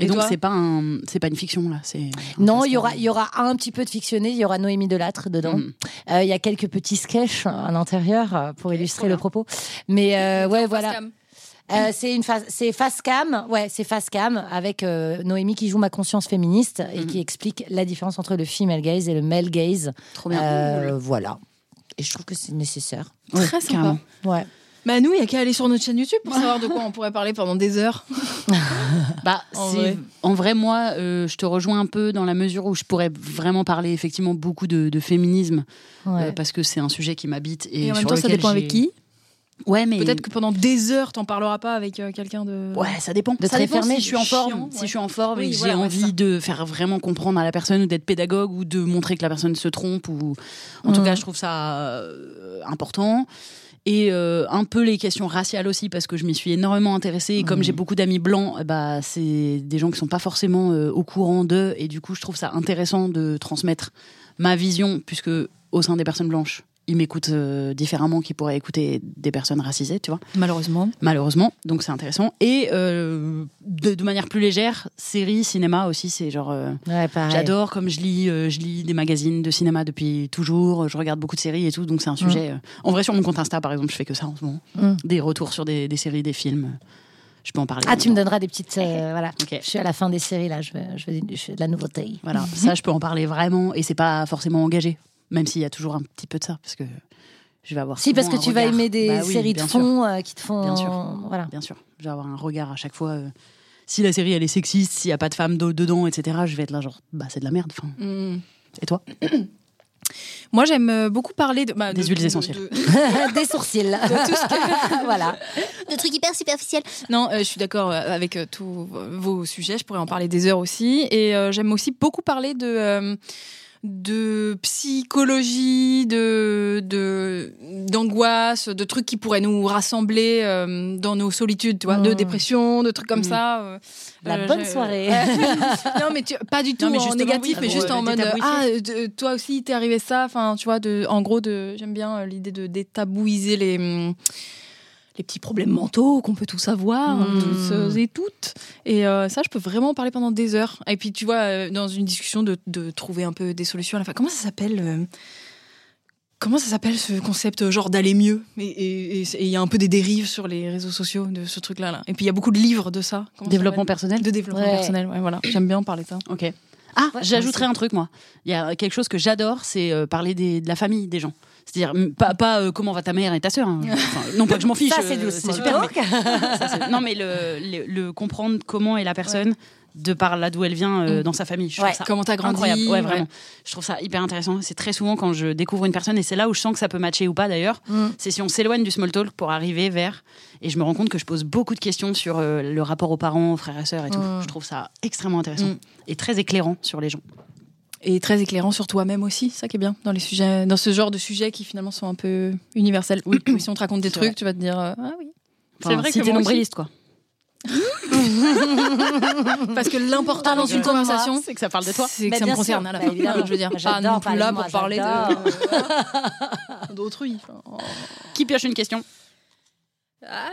[SPEAKER 1] Et,
[SPEAKER 2] Et
[SPEAKER 1] donc,
[SPEAKER 2] toi
[SPEAKER 1] c'est pas un, c'est pas une fiction là. C'est
[SPEAKER 3] Non, il y aura, il y aura un petit peu de fictionné. Il y aura Noémie Delattre dedans. Euh,
[SPEAKER 1] Mm.
[SPEAKER 3] Il y a quelques petits sketchs à l'intérieur euh, pour illustrer
[SPEAKER 2] trop
[SPEAKER 3] le
[SPEAKER 2] bien.
[SPEAKER 3] propos. Mais euh, ouais, voilà.
[SPEAKER 2] Pascal.
[SPEAKER 3] Euh, c'est une face, c'est face cam, ouais, c'est face cam avec euh, Noémie qui joue ma conscience féministe et
[SPEAKER 1] Mm.
[SPEAKER 3] qui explique la différence entre le female gaze et le male gaze.
[SPEAKER 1] trop bien.
[SPEAKER 3] Euh, voilà. Et je trouve que c'est nécessaire.
[SPEAKER 1] Ouais,
[SPEAKER 2] Très sympa.
[SPEAKER 1] carrément.
[SPEAKER 3] Ouais.
[SPEAKER 2] Bah nous, il n'y a qu'à aller sur notre chaîne YouTube pour savoir de quoi on pourrait parler pendant des heures.
[SPEAKER 1] Bah,
[SPEAKER 2] En
[SPEAKER 1] c'est-
[SPEAKER 2] vrai.
[SPEAKER 1] en vrai, moi, euh, je te rejoins un peu dans la mesure où je pourrais vraiment parler effectivement beaucoup de, de féminisme
[SPEAKER 3] Ouais.
[SPEAKER 1] euh, parce que c'est un sujet qui m'habite et,
[SPEAKER 2] Et, en même
[SPEAKER 1] sur
[SPEAKER 2] temps, ça
[SPEAKER 1] lequel
[SPEAKER 2] dépend avec
[SPEAKER 1] j'ai-
[SPEAKER 2] qui.
[SPEAKER 1] Ouais, mais
[SPEAKER 2] Peut-être que pendant des heures, t'en parleras pas avec euh, quelqu'un de...
[SPEAKER 1] Ouais, ça dépend.
[SPEAKER 3] De
[SPEAKER 1] ça
[SPEAKER 3] très
[SPEAKER 1] dépend
[SPEAKER 3] fermé,
[SPEAKER 1] si je suis en
[SPEAKER 2] chiant,
[SPEAKER 1] forme,
[SPEAKER 2] ouais.
[SPEAKER 1] si je suis en forme et
[SPEAKER 2] Oui,
[SPEAKER 1] que j'ai
[SPEAKER 2] voilà, ouais,
[SPEAKER 1] envie
[SPEAKER 2] ça.
[SPEAKER 1] de faire vraiment comprendre à la personne ou d'être pédagogue ou de montrer que la personne se trompe ou en tout
[SPEAKER 2] Mhm.
[SPEAKER 1] cas, je trouve ça euh, important. Et euh, un peu les questions raciales aussi parce que je m'y suis énormément intéressée et comme j'ai beaucoup d'amis blancs, eh bah c'est des gens qui sont pas forcément euh, au courant d'eux et du coup, je trouve ça intéressant de transmettre ma vision puisque au sein des personnes blanches, ils m'écoutent euh, différemment qu'ils pourraient écouter des personnes racisées, tu vois.
[SPEAKER 2] Malheureusement.
[SPEAKER 1] Malheureusement, donc c'est intéressant. Et euh, de, de manière plus légère, séries, cinéma aussi, c'est genre. euh,
[SPEAKER 3] Ah Ouais, pareil.
[SPEAKER 1] J'adore, comme je lis, euh, je lis des magazines de cinéma depuis toujours, je regarde beaucoup de séries et tout, donc c'est un sujet. euh, en vrai, sur mon compte Insta, par exemple, je fais que ça en ce moment.
[SPEAKER 3] Mm.
[SPEAKER 1] Des retours sur des, des séries, des films. Je peux en parler.
[SPEAKER 3] Ah, tu me
[SPEAKER 1] longtemps.
[SPEAKER 3] donneras des petites. euh, voilà.
[SPEAKER 1] Ok.
[SPEAKER 3] Je suis à la fin des séries, là. Je veux, je veux du- je veux de la nouveauté.
[SPEAKER 1] Voilà, ça, je peux en parler vraiment, et c'est pas forcément engagé, même s'il y a toujours un petit peu de ça, parce que je vais avoir.
[SPEAKER 3] Si, parce que
[SPEAKER 1] souvent un
[SPEAKER 3] tu vas
[SPEAKER 1] regard.
[SPEAKER 3] aimer des
[SPEAKER 1] Bah oui,
[SPEAKER 3] séries de
[SPEAKER 1] bien sûr.
[SPEAKER 3] fond euh, qui te font.
[SPEAKER 1] Bien sûr.
[SPEAKER 3] Voilà.
[SPEAKER 1] Ah, Bien sûr, je vais avoir un regard à chaque fois. euh, si la série elle est sexiste, s'il n'y a pas de femme do- dedans, etc., je vais être là genre, bah c'est de la merde. Enfin, et toi
[SPEAKER 2] Moi, j'aime euh, beaucoup parler de, bah,
[SPEAKER 1] Des
[SPEAKER 2] de-
[SPEAKER 1] huiles
[SPEAKER 2] de-
[SPEAKER 1] essentielles.
[SPEAKER 2] de-
[SPEAKER 3] des sourcils. voilà.
[SPEAKER 4] Le truc hyper superficiel.
[SPEAKER 2] Non, euh, je suis d'accord euh, avec euh, tous vos sujets. Je pourrais en parler des heures aussi. Et euh, j'aime aussi beaucoup parler de. euh, de psychologie, de de- d'angoisse, de trucs qui pourraient nous rassembler euh, dans nos solitudes, tu vois, de
[SPEAKER 1] Hmm.
[SPEAKER 3] Mm.
[SPEAKER 2] dépression, de trucs comme
[SPEAKER 1] Mm.
[SPEAKER 2] ça. euh,
[SPEAKER 3] La
[SPEAKER 2] euh,
[SPEAKER 3] bonne
[SPEAKER 2] je-
[SPEAKER 3] soirée.
[SPEAKER 2] non mais tu- pas du tout
[SPEAKER 1] Non, mais
[SPEAKER 2] en
[SPEAKER 1] justement, oui,
[SPEAKER 2] négatif, mais
[SPEAKER 1] pour,
[SPEAKER 2] juste
[SPEAKER 1] euh,
[SPEAKER 2] en mode
[SPEAKER 1] détabouifier.
[SPEAKER 2] ah euh, de- toi aussi t'es arrivé ça, enfin tu vois de en gros de j'aime bien euh, l'idée de détabouiser les hum, les petits problèmes mentaux qu'on peut tous avoir
[SPEAKER 1] Hmm.
[SPEAKER 3] Mm.
[SPEAKER 2] tous euh, et toutes et euh, ça je peux vraiment en parler pendant des heures et puis tu vois euh, dans une discussion de, de trouver un peu des solutions à la fin comment ça s'appelle euh, Comment ça s'appelle ce concept euh, genre d'aller mieux Et- Et et- et il y a un peu des dérives sur les réseaux sociaux de ce truc-là. Là. Et puis il y a beaucoup de livres de ça. Comment ça
[SPEAKER 1] Développement
[SPEAKER 2] s'appelle
[SPEAKER 1] personnel
[SPEAKER 2] de développement
[SPEAKER 3] Ouais.
[SPEAKER 2] personnel, ouais, voilà. J'aime bien parler de ça.
[SPEAKER 1] Ok. Ah,
[SPEAKER 3] Ouais,
[SPEAKER 1] j'ajouterais un truc, moi. Il y a quelque chose que j'adore, c'est euh, parler des- de la famille des gens. C'est-à-dire, m- pas, pas euh, comment va ta mère et ta sœur. hein. Enfin, non, pas que je m'en fiche.
[SPEAKER 3] Ça, c'est
[SPEAKER 1] euh,
[SPEAKER 3] du
[SPEAKER 1] C'est
[SPEAKER 3] small
[SPEAKER 1] super.
[SPEAKER 3] talk.
[SPEAKER 1] mais- ça, c'est- non, mais le, le- le comprendre comment est la personne de par là d'où elle vient euh,
[SPEAKER 2] Mm.
[SPEAKER 1] dans sa famille. Je
[SPEAKER 3] Ouais.
[SPEAKER 1] trouve ça
[SPEAKER 2] Comment t'as grandi
[SPEAKER 1] incroyable. Ouais, vraiment. Je trouve ça hyper intéressant. C'est très souvent quand je découvre une personne, et c'est là où je sens que ça peut matcher ou pas d'ailleurs,
[SPEAKER 3] Mm.
[SPEAKER 1] c'est si on s'éloigne du small talk pour arriver vers. Et je me rends compte que je pose beaucoup de questions sur euh, le rapport aux parents, aux frères et sœurs et tout.
[SPEAKER 3] Mm.
[SPEAKER 1] Je trouve ça extrêmement intéressant
[SPEAKER 2] Mm.
[SPEAKER 1] et très éclairant sur les gens.
[SPEAKER 2] Et très éclairant sur toi-même aussi, ça qui est bien dans les sujets, dans ce genre de sujets qui finalement sont un peu universels. Oui, si on te raconte des
[SPEAKER 1] C'est
[SPEAKER 2] trucs,
[SPEAKER 1] vrai.
[SPEAKER 2] tu vas te dire euh, ah oui.
[SPEAKER 1] Enfin,
[SPEAKER 2] vrai
[SPEAKER 1] si
[SPEAKER 2] que
[SPEAKER 1] t'es
[SPEAKER 2] moi aussi-
[SPEAKER 1] nombriliste, quoi.
[SPEAKER 2] Parce que l'important dans une
[SPEAKER 3] raconte-moi.
[SPEAKER 2] conversation,
[SPEAKER 1] C'est que ça parle de
[SPEAKER 2] c'est que
[SPEAKER 3] Bah,
[SPEAKER 2] ça me
[SPEAKER 3] bien
[SPEAKER 2] concerne hein, à
[SPEAKER 3] sûr.
[SPEAKER 2] la
[SPEAKER 3] Bah,
[SPEAKER 2] fin.
[SPEAKER 3] évidemment.
[SPEAKER 2] je veux dire, pas
[SPEAKER 3] J'adore
[SPEAKER 2] non plus
[SPEAKER 3] parler
[SPEAKER 2] là
[SPEAKER 3] de moi,
[SPEAKER 2] pour parler
[SPEAKER 3] j'adore.
[SPEAKER 2] de- d'autrui. Oh.
[SPEAKER 1] Qui pioche une question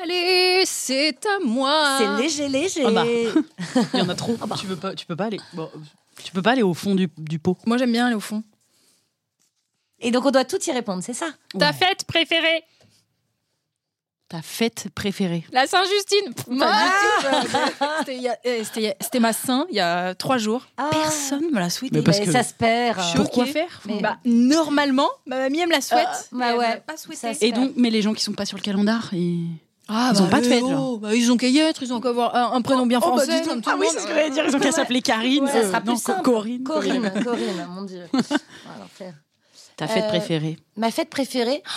[SPEAKER 2] Allez, c'est à moi.
[SPEAKER 3] C'est léger, léger.
[SPEAKER 1] Ah bah. Il y en a trop. tu, veux pas, tu peux pas aller. bon, tu peux pas aller au fond du, du pot.
[SPEAKER 2] Moi j'aime bien aller au fond.
[SPEAKER 3] Et donc, on doit tout y répondre, c'est ça
[SPEAKER 4] Ta
[SPEAKER 1] Ouais.
[SPEAKER 4] fête préférée
[SPEAKER 1] Ta fête préférée.
[SPEAKER 4] La Saint-Justine.
[SPEAKER 2] Pas
[SPEAKER 3] Ah.
[SPEAKER 2] du tout, euh, C'était il y a- eh, c'était il y a- c'était ma Saint il y a trois jours.
[SPEAKER 3] Ah.
[SPEAKER 2] Personne me l'a souhaité.
[SPEAKER 1] Mais parce
[SPEAKER 3] Mais
[SPEAKER 1] que-
[SPEAKER 3] ça se perd.
[SPEAKER 2] Choquée.
[SPEAKER 1] Pourquoi faire
[SPEAKER 3] Mais-
[SPEAKER 2] Bah, normalement, ma mamie, elle me la souhaite.
[SPEAKER 3] Ah,
[SPEAKER 2] mais
[SPEAKER 3] bah
[SPEAKER 2] elle me
[SPEAKER 3] ouais.
[SPEAKER 2] l'a pas souhaité.
[SPEAKER 3] Ça, c'est-
[SPEAKER 1] Et donc, mais les gens qui sont pas sur le calendar, ils.
[SPEAKER 2] Ah,
[SPEAKER 1] Ils ont pas de
[SPEAKER 2] euh,
[SPEAKER 1] fête,
[SPEAKER 2] oh,
[SPEAKER 1] genre.
[SPEAKER 2] bah, ils ont qu'à y être, ils ont qu'à avoir un, un prénom bien français. comme tout le monde.
[SPEAKER 1] dire. Ils ont qu'à s'appeler Karine.
[SPEAKER 3] Ça sera
[SPEAKER 1] euh,
[SPEAKER 3] plus
[SPEAKER 1] non,
[SPEAKER 3] simple.
[SPEAKER 1] Corinne.
[SPEAKER 3] Corinne, Corinne, mon Dieu. Voilà, frère.
[SPEAKER 1] Ta fête
[SPEAKER 3] Euh,
[SPEAKER 1] préférée.
[SPEAKER 3] Ma fête préférée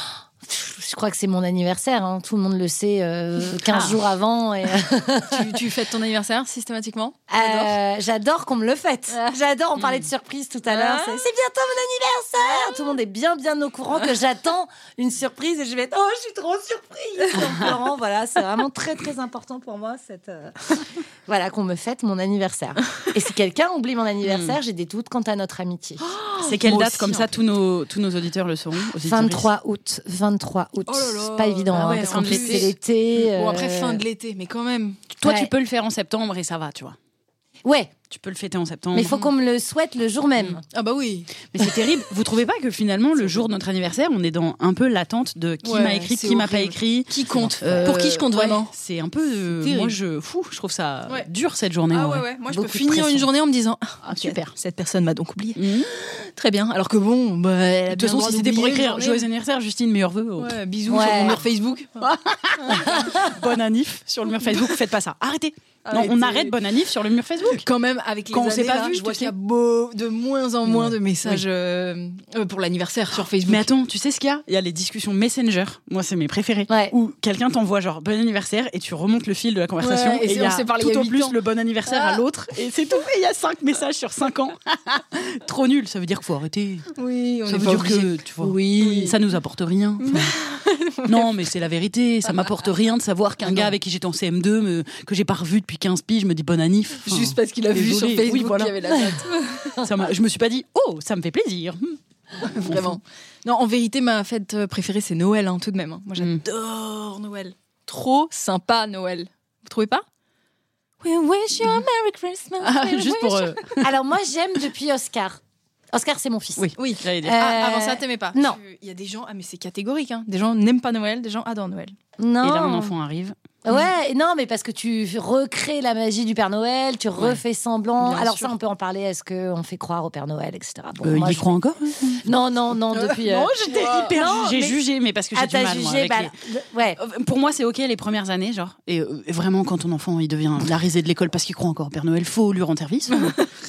[SPEAKER 3] je crois que c'est mon anniversaire, hein. tout le monde le sait, euh, 15
[SPEAKER 1] Ah.
[SPEAKER 3] jours avant. Et,
[SPEAKER 2] tu, tu fêtes ton anniversaire systématiquement J'adore. Ah. Mm.
[SPEAKER 3] Euh, J'adore qu'on me le fête. J'adore, on parlait de surprise tout à l'heure. C'est c'est bientôt mon anniversaire. Tout le monde est bien, bien au courant que j'attends une surprise et je vais être Oh, je suis trop surprise. Donc, Florent, voilà, c'est vraiment très, très important pour moi. Cette, euh, Voilà, qu'on me fête mon anniversaire. Et si quelqu'un oublie mon
[SPEAKER 2] Mm.
[SPEAKER 3] anniversaire, j'ai des doutes quant à notre
[SPEAKER 2] Oh,
[SPEAKER 3] amitié.
[SPEAKER 1] C'est quelle
[SPEAKER 2] moi
[SPEAKER 1] date
[SPEAKER 2] aussi,
[SPEAKER 1] Comme
[SPEAKER 2] en
[SPEAKER 1] ça, tous nos, tous nos auditeurs le sauront. auditeuristes.
[SPEAKER 3] 23 août, 23 août.
[SPEAKER 2] Oh là là,
[SPEAKER 3] c'est pas évident,
[SPEAKER 2] bah
[SPEAKER 3] hein,
[SPEAKER 2] ouais,
[SPEAKER 3] parce
[SPEAKER 1] en
[SPEAKER 3] qu'en plus
[SPEAKER 1] plus,
[SPEAKER 3] c'est l'été.
[SPEAKER 2] Bon, après,
[SPEAKER 3] euh,
[SPEAKER 2] fin de l'été, mais quand même.
[SPEAKER 1] Toi,
[SPEAKER 3] Ouais.
[SPEAKER 1] tu peux le faire en septembre et ça va, tu vois.
[SPEAKER 3] Ouais,
[SPEAKER 1] Tu peux le fêter en septembre.
[SPEAKER 3] mais
[SPEAKER 2] Mm.
[SPEAKER 3] il faut qu'on me le souhaite le jour même.
[SPEAKER 2] Ah, bah oui.
[SPEAKER 1] Mais c'est terrible. Vous trouvez pas que finalement, le jour de notre anniversaire, on est dans un peu l'attente de qui
[SPEAKER 2] Ouais,
[SPEAKER 1] m'a écrit,
[SPEAKER 2] c'est
[SPEAKER 1] qui m'a pas
[SPEAKER 2] horrible.
[SPEAKER 1] écrit
[SPEAKER 2] Qui compte
[SPEAKER 1] Euh,
[SPEAKER 2] Pour qui je compte
[SPEAKER 1] ouais,
[SPEAKER 2] vraiment
[SPEAKER 1] C'est un peu. euh,
[SPEAKER 2] terrible.
[SPEAKER 1] moi, je. Fou, je trouve ça
[SPEAKER 2] Ah Ouais.
[SPEAKER 1] dur cette journée. en vrai.
[SPEAKER 2] Moi,
[SPEAKER 1] Beaucoup de
[SPEAKER 2] finir
[SPEAKER 1] pression.
[SPEAKER 2] une journée en me disant
[SPEAKER 1] Ah, super.
[SPEAKER 2] Cette personne m'a donc oublié.
[SPEAKER 1] Mhm.
[SPEAKER 2] Très bien. Alors que bon, bah, elle a
[SPEAKER 1] De toute
[SPEAKER 2] bien
[SPEAKER 1] façon,
[SPEAKER 2] le droit
[SPEAKER 1] si c'était pour
[SPEAKER 2] d'oublier une
[SPEAKER 1] écrire
[SPEAKER 2] journée.
[SPEAKER 1] Joyeux anniversaire, Justine, meilleur vœu. oh,
[SPEAKER 2] Ouais, bisous
[SPEAKER 3] Ouais.
[SPEAKER 2] sur mon mur Facebook.
[SPEAKER 1] pff, Bonne annif sur le mur Facebook. Faites pas ça. Arrêtez. Non, on
[SPEAKER 2] Arrêtez.
[SPEAKER 1] arrête bonne annif sur le mur Facebook.
[SPEAKER 2] Quand même, avec les
[SPEAKER 1] Quand on
[SPEAKER 2] années,
[SPEAKER 1] s'est pas
[SPEAKER 2] là,
[SPEAKER 1] vu,
[SPEAKER 2] je
[SPEAKER 1] tu
[SPEAKER 2] vois qu'il y a
[SPEAKER 1] sais.
[SPEAKER 2] beau- de moins en moins de messages
[SPEAKER 1] Oui.
[SPEAKER 2] euh, euh, pour l'anniversaire sur Facebook.
[SPEAKER 1] Ah, Mais attends, tu sais ce qu'il y a Il y a les discussions Messenger. Moi, c'est mes préférés.
[SPEAKER 3] Ouais.
[SPEAKER 1] Où quelqu'un t'envoie genre bon anniversaire et tu remontes le fil de la conversation
[SPEAKER 2] Ouais, et
[SPEAKER 1] et il
[SPEAKER 2] c'est-
[SPEAKER 1] y
[SPEAKER 2] on
[SPEAKER 1] a
[SPEAKER 2] s'est parlé il y
[SPEAKER 1] tout
[SPEAKER 2] a
[SPEAKER 1] au
[SPEAKER 2] huit
[SPEAKER 1] plus
[SPEAKER 2] ans. Ah.
[SPEAKER 1] le bon anniversaire à l'autre et c'est tout. Et il y a cinq messages sur cinq ans. Trop nul. Ça veut dire qu'il faut arrêter.
[SPEAKER 2] oui, on
[SPEAKER 1] Ça
[SPEAKER 2] est
[SPEAKER 1] veut
[SPEAKER 2] pas
[SPEAKER 1] dire
[SPEAKER 2] obligé.
[SPEAKER 1] que, tu vois,
[SPEAKER 2] Oui.
[SPEAKER 1] ça nous apporte rien. Enfin, non, mais c'est la vérité. Ça m'apporte rien de savoir
[SPEAKER 2] Ah
[SPEAKER 1] qu'un gars avec qui j'étais en CM2, me- que j'ai pas revu depuis 15 piges, me dit bonne annif. Enfin,
[SPEAKER 2] Juste parce qu'il a vu
[SPEAKER 1] Désolé.
[SPEAKER 2] sur Facebook
[SPEAKER 1] Oui, voilà.
[SPEAKER 2] qu'il y avait la date.
[SPEAKER 1] ça m'a- je me suis pas dit, oh, ça me fait plaisir. Hmm.
[SPEAKER 2] Vraiment. Non, en vérité, ma fête euh, préférée, c'est Noël, hein, tout de même. hein. Moi,
[SPEAKER 1] Mm.
[SPEAKER 2] j'adore Noël. Trop sympa, Noël. Vous trouvez pas We wish you a Merry Christmas.
[SPEAKER 1] Ah,
[SPEAKER 2] we
[SPEAKER 1] juste
[SPEAKER 2] wish-
[SPEAKER 1] pour. euh,
[SPEAKER 3] Alors moi j'aime depuis Oscar. Oscar c'est mon fils.
[SPEAKER 1] Oui.
[SPEAKER 2] Oui.
[SPEAKER 1] j'allais dire.
[SPEAKER 2] Ah,
[SPEAKER 3] Euh,
[SPEAKER 2] avant ça, t'aimais pas
[SPEAKER 3] non.
[SPEAKER 2] Tu- Il y a des gens, ah, mais c'est catégorique. hein. Des gens n'aiment pas Noël, des gens adorent Noël.
[SPEAKER 3] Non.
[SPEAKER 1] Et là, mon enfant arrive.
[SPEAKER 3] Ouais, non, mais parce que tu recrées la magie du Père Noël, tu refais semblant.
[SPEAKER 2] Bien
[SPEAKER 3] Alors
[SPEAKER 2] sûr.
[SPEAKER 3] ça, on peut en parler. Est-ce qu'on fait croire au Père Noël, etc. Bon,
[SPEAKER 1] Euh,
[SPEAKER 3] moi,
[SPEAKER 1] il y
[SPEAKER 3] je-
[SPEAKER 1] croit encore hein
[SPEAKER 3] Non, non, non, depuis. euh,
[SPEAKER 1] Non, j'étais hyper.
[SPEAKER 3] Non,
[SPEAKER 1] J'ai
[SPEAKER 3] mais-
[SPEAKER 1] jugé, mais parce que j'ai
[SPEAKER 3] Ah,
[SPEAKER 1] du mal.
[SPEAKER 3] t'as
[SPEAKER 1] moi,
[SPEAKER 3] jugé,
[SPEAKER 1] avec
[SPEAKER 3] bah,
[SPEAKER 1] les-
[SPEAKER 3] le- ouais.
[SPEAKER 1] Euh, Pour moi, c'est ok les premières années, genre. Et euh, vraiment, quand ton enfant, il devient la risée de l'école parce qu'il croit encore au Père Noël, faut lui rendre service.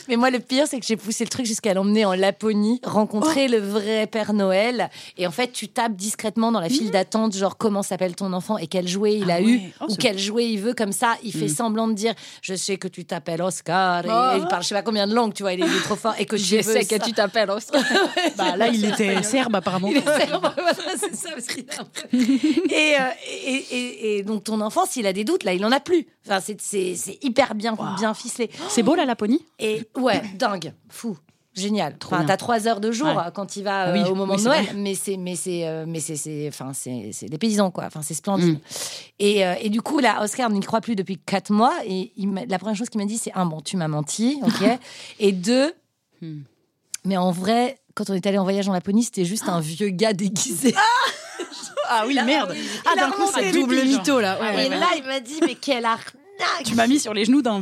[SPEAKER 3] Mais moi, le pire, c'est que j'ai poussé le truc jusqu'à l'emmener en Laponie, rencontrer
[SPEAKER 2] Oh.
[SPEAKER 3] le vrai Père Noël. Et en fait, tu tapes discrètement dans la
[SPEAKER 2] Mmh.
[SPEAKER 3] file d'attente, genre comment s'appelle ton enfant et quel jouet il
[SPEAKER 1] Ah
[SPEAKER 3] a
[SPEAKER 1] ouais.
[SPEAKER 3] eu
[SPEAKER 1] Oh,
[SPEAKER 3] ou
[SPEAKER 1] c'est-
[SPEAKER 3] quel jouet il veut. Comme ça, il fait
[SPEAKER 1] Mm.
[SPEAKER 3] semblant de dire Je sais que tu t'appelles Oscar. Et,
[SPEAKER 2] Mmh. Oh.
[SPEAKER 3] et il parle, je sais pas combien de langues, tu vois, il est, il est trop fort. Et que tu
[SPEAKER 2] Je
[SPEAKER 3] veux
[SPEAKER 2] sais
[SPEAKER 3] ça.
[SPEAKER 2] que tu t'appelles Oscar.
[SPEAKER 1] bah, là, il était serbe, apparemment.
[SPEAKER 3] Il est serbe, voilà, c'est ça, parce qu'il est un peu- et, euh, et, et- et donc ton enfant, s'il a des doutes, là, il en a plus. Enfin, c'est- c'est c'est hyper bien, bien ficelé.
[SPEAKER 1] C'est beau la Laponie
[SPEAKER 3] Et ouais, dingue, fou, génial.
[SPEAKER 1] Trop
[SPEAKER 3] Enfin,
[SPEAKER 1] bien.
[SPEAKER 3] t'as trois heures de jour
[SPEAKER 1] Ouais.
[SPEAKER 3] euh, quand il va
[SPEAKER 1] Ah
[SPEAKER 3] euh,
[SPEAKER 1] oui,
[SPEAKER 3] au moment
[SPEAKER 1] oui,
[SPEAKER 3] de
[SPEAKER 1] c'est
[SPEAKER 3] Noël,
[SPEAKER 1] vrai.
[SPEAKER 3] mais c'est mais c'est euh, mais c'est c'est enfin c'est c'est des paysans quoi. Enfin, c'est splendide. Et, euh, et du coup là, Oscar n'y croit plus depuis quatre mois et il m'a- la première chose qu'il m'a dit c'est un bon, tu m'as menti, ok. et deux, Mm.
[SPEAKER 1] Hmm.
[SPEAKER 3] mais en vrai. Quand on est allé en voyage en Laponie, c'était juste un vieux gars déguisé.
[SPEAKER 1] Ah oui, merde. Ah,
[SPEAKER 3] Il a
[SPEAKER 1] d'un coup,
[SPEAKER 3] remonté
[SPEAKER 1] c'est
[SPEAKER 3] les
[SPEAKER 1] double
[SPEAKER 3] billes.
[SPEAKER 1] mytho,
[SPEAKER 2] Ah
[SPEAKER 1] là. Ouais, ouais,
[SPEAKER 3] et
[SPEAKER 1] ouais.
[SPEAKER 3] là, il m'a dit, mais quel arnaque
[SPEAKER 1] Tu m'as mis sur les genoux d'un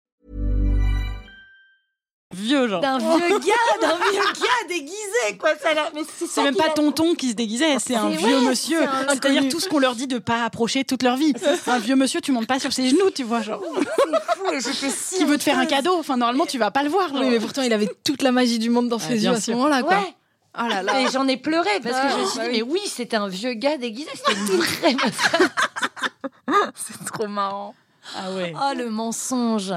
[SPEAKER 1] vieux, genre.
[SPEAKER 3] D'un vieux gars, d'un vieux gars déguisé, quoi. Ça a l'air- mais c'est ça
[SPEAKER 1] C'est même
[SPEAKER 3] qu'il
[SPEAKER 1] pas
[SPEAKER 3] a-
[SPEAKER 1] tonton qui se déguisait, c'est un
[SPEAKER 3] Oh, C'est-
[SPEAKER 1] vieux
[SPEAKER 3] ouais,
[SPEAKER 1] monsieur.
[SPEAKER 3] c'est un
[SPEAKER 1] C'est-à-dire
[SPEAKER 3] inconnu.
[SPEAKER 1] tout ce qu'on leur dit de pas approcher toute leur vie. Un vieux monsieur, tu montes pas sur ses genoux, tu vois, genre. Qui veut te faire un cadeau Enfin, normalement, tu vas pas le voir. genre.
[SPEAKER 2] Oui, mais pourtant, il avait toute la magie du monde dans ses
[SPEAKER 1] bien
[SPEAKER 2] yeux à ce
[SPEAKER 1] sûr.
[SPEAKER 2] moment-là. quoi.
[SPEAKER 3] Ouais. Ah,
[SPEAKER 2] Oh là là.
[SPEAKER 3] Mais j'en ai pleuré parce que je me suis
[SPEAKER 2] bah
[SPEAKER 3] dit, mais oui, c'était un vieux gars déguisé, c'était une vraie meuf.
[SPEAKER 2] C'est trop marrant.
[SPEAKER 1] Ah ouais.
[SPEAKER 3] Oh, le mensonge.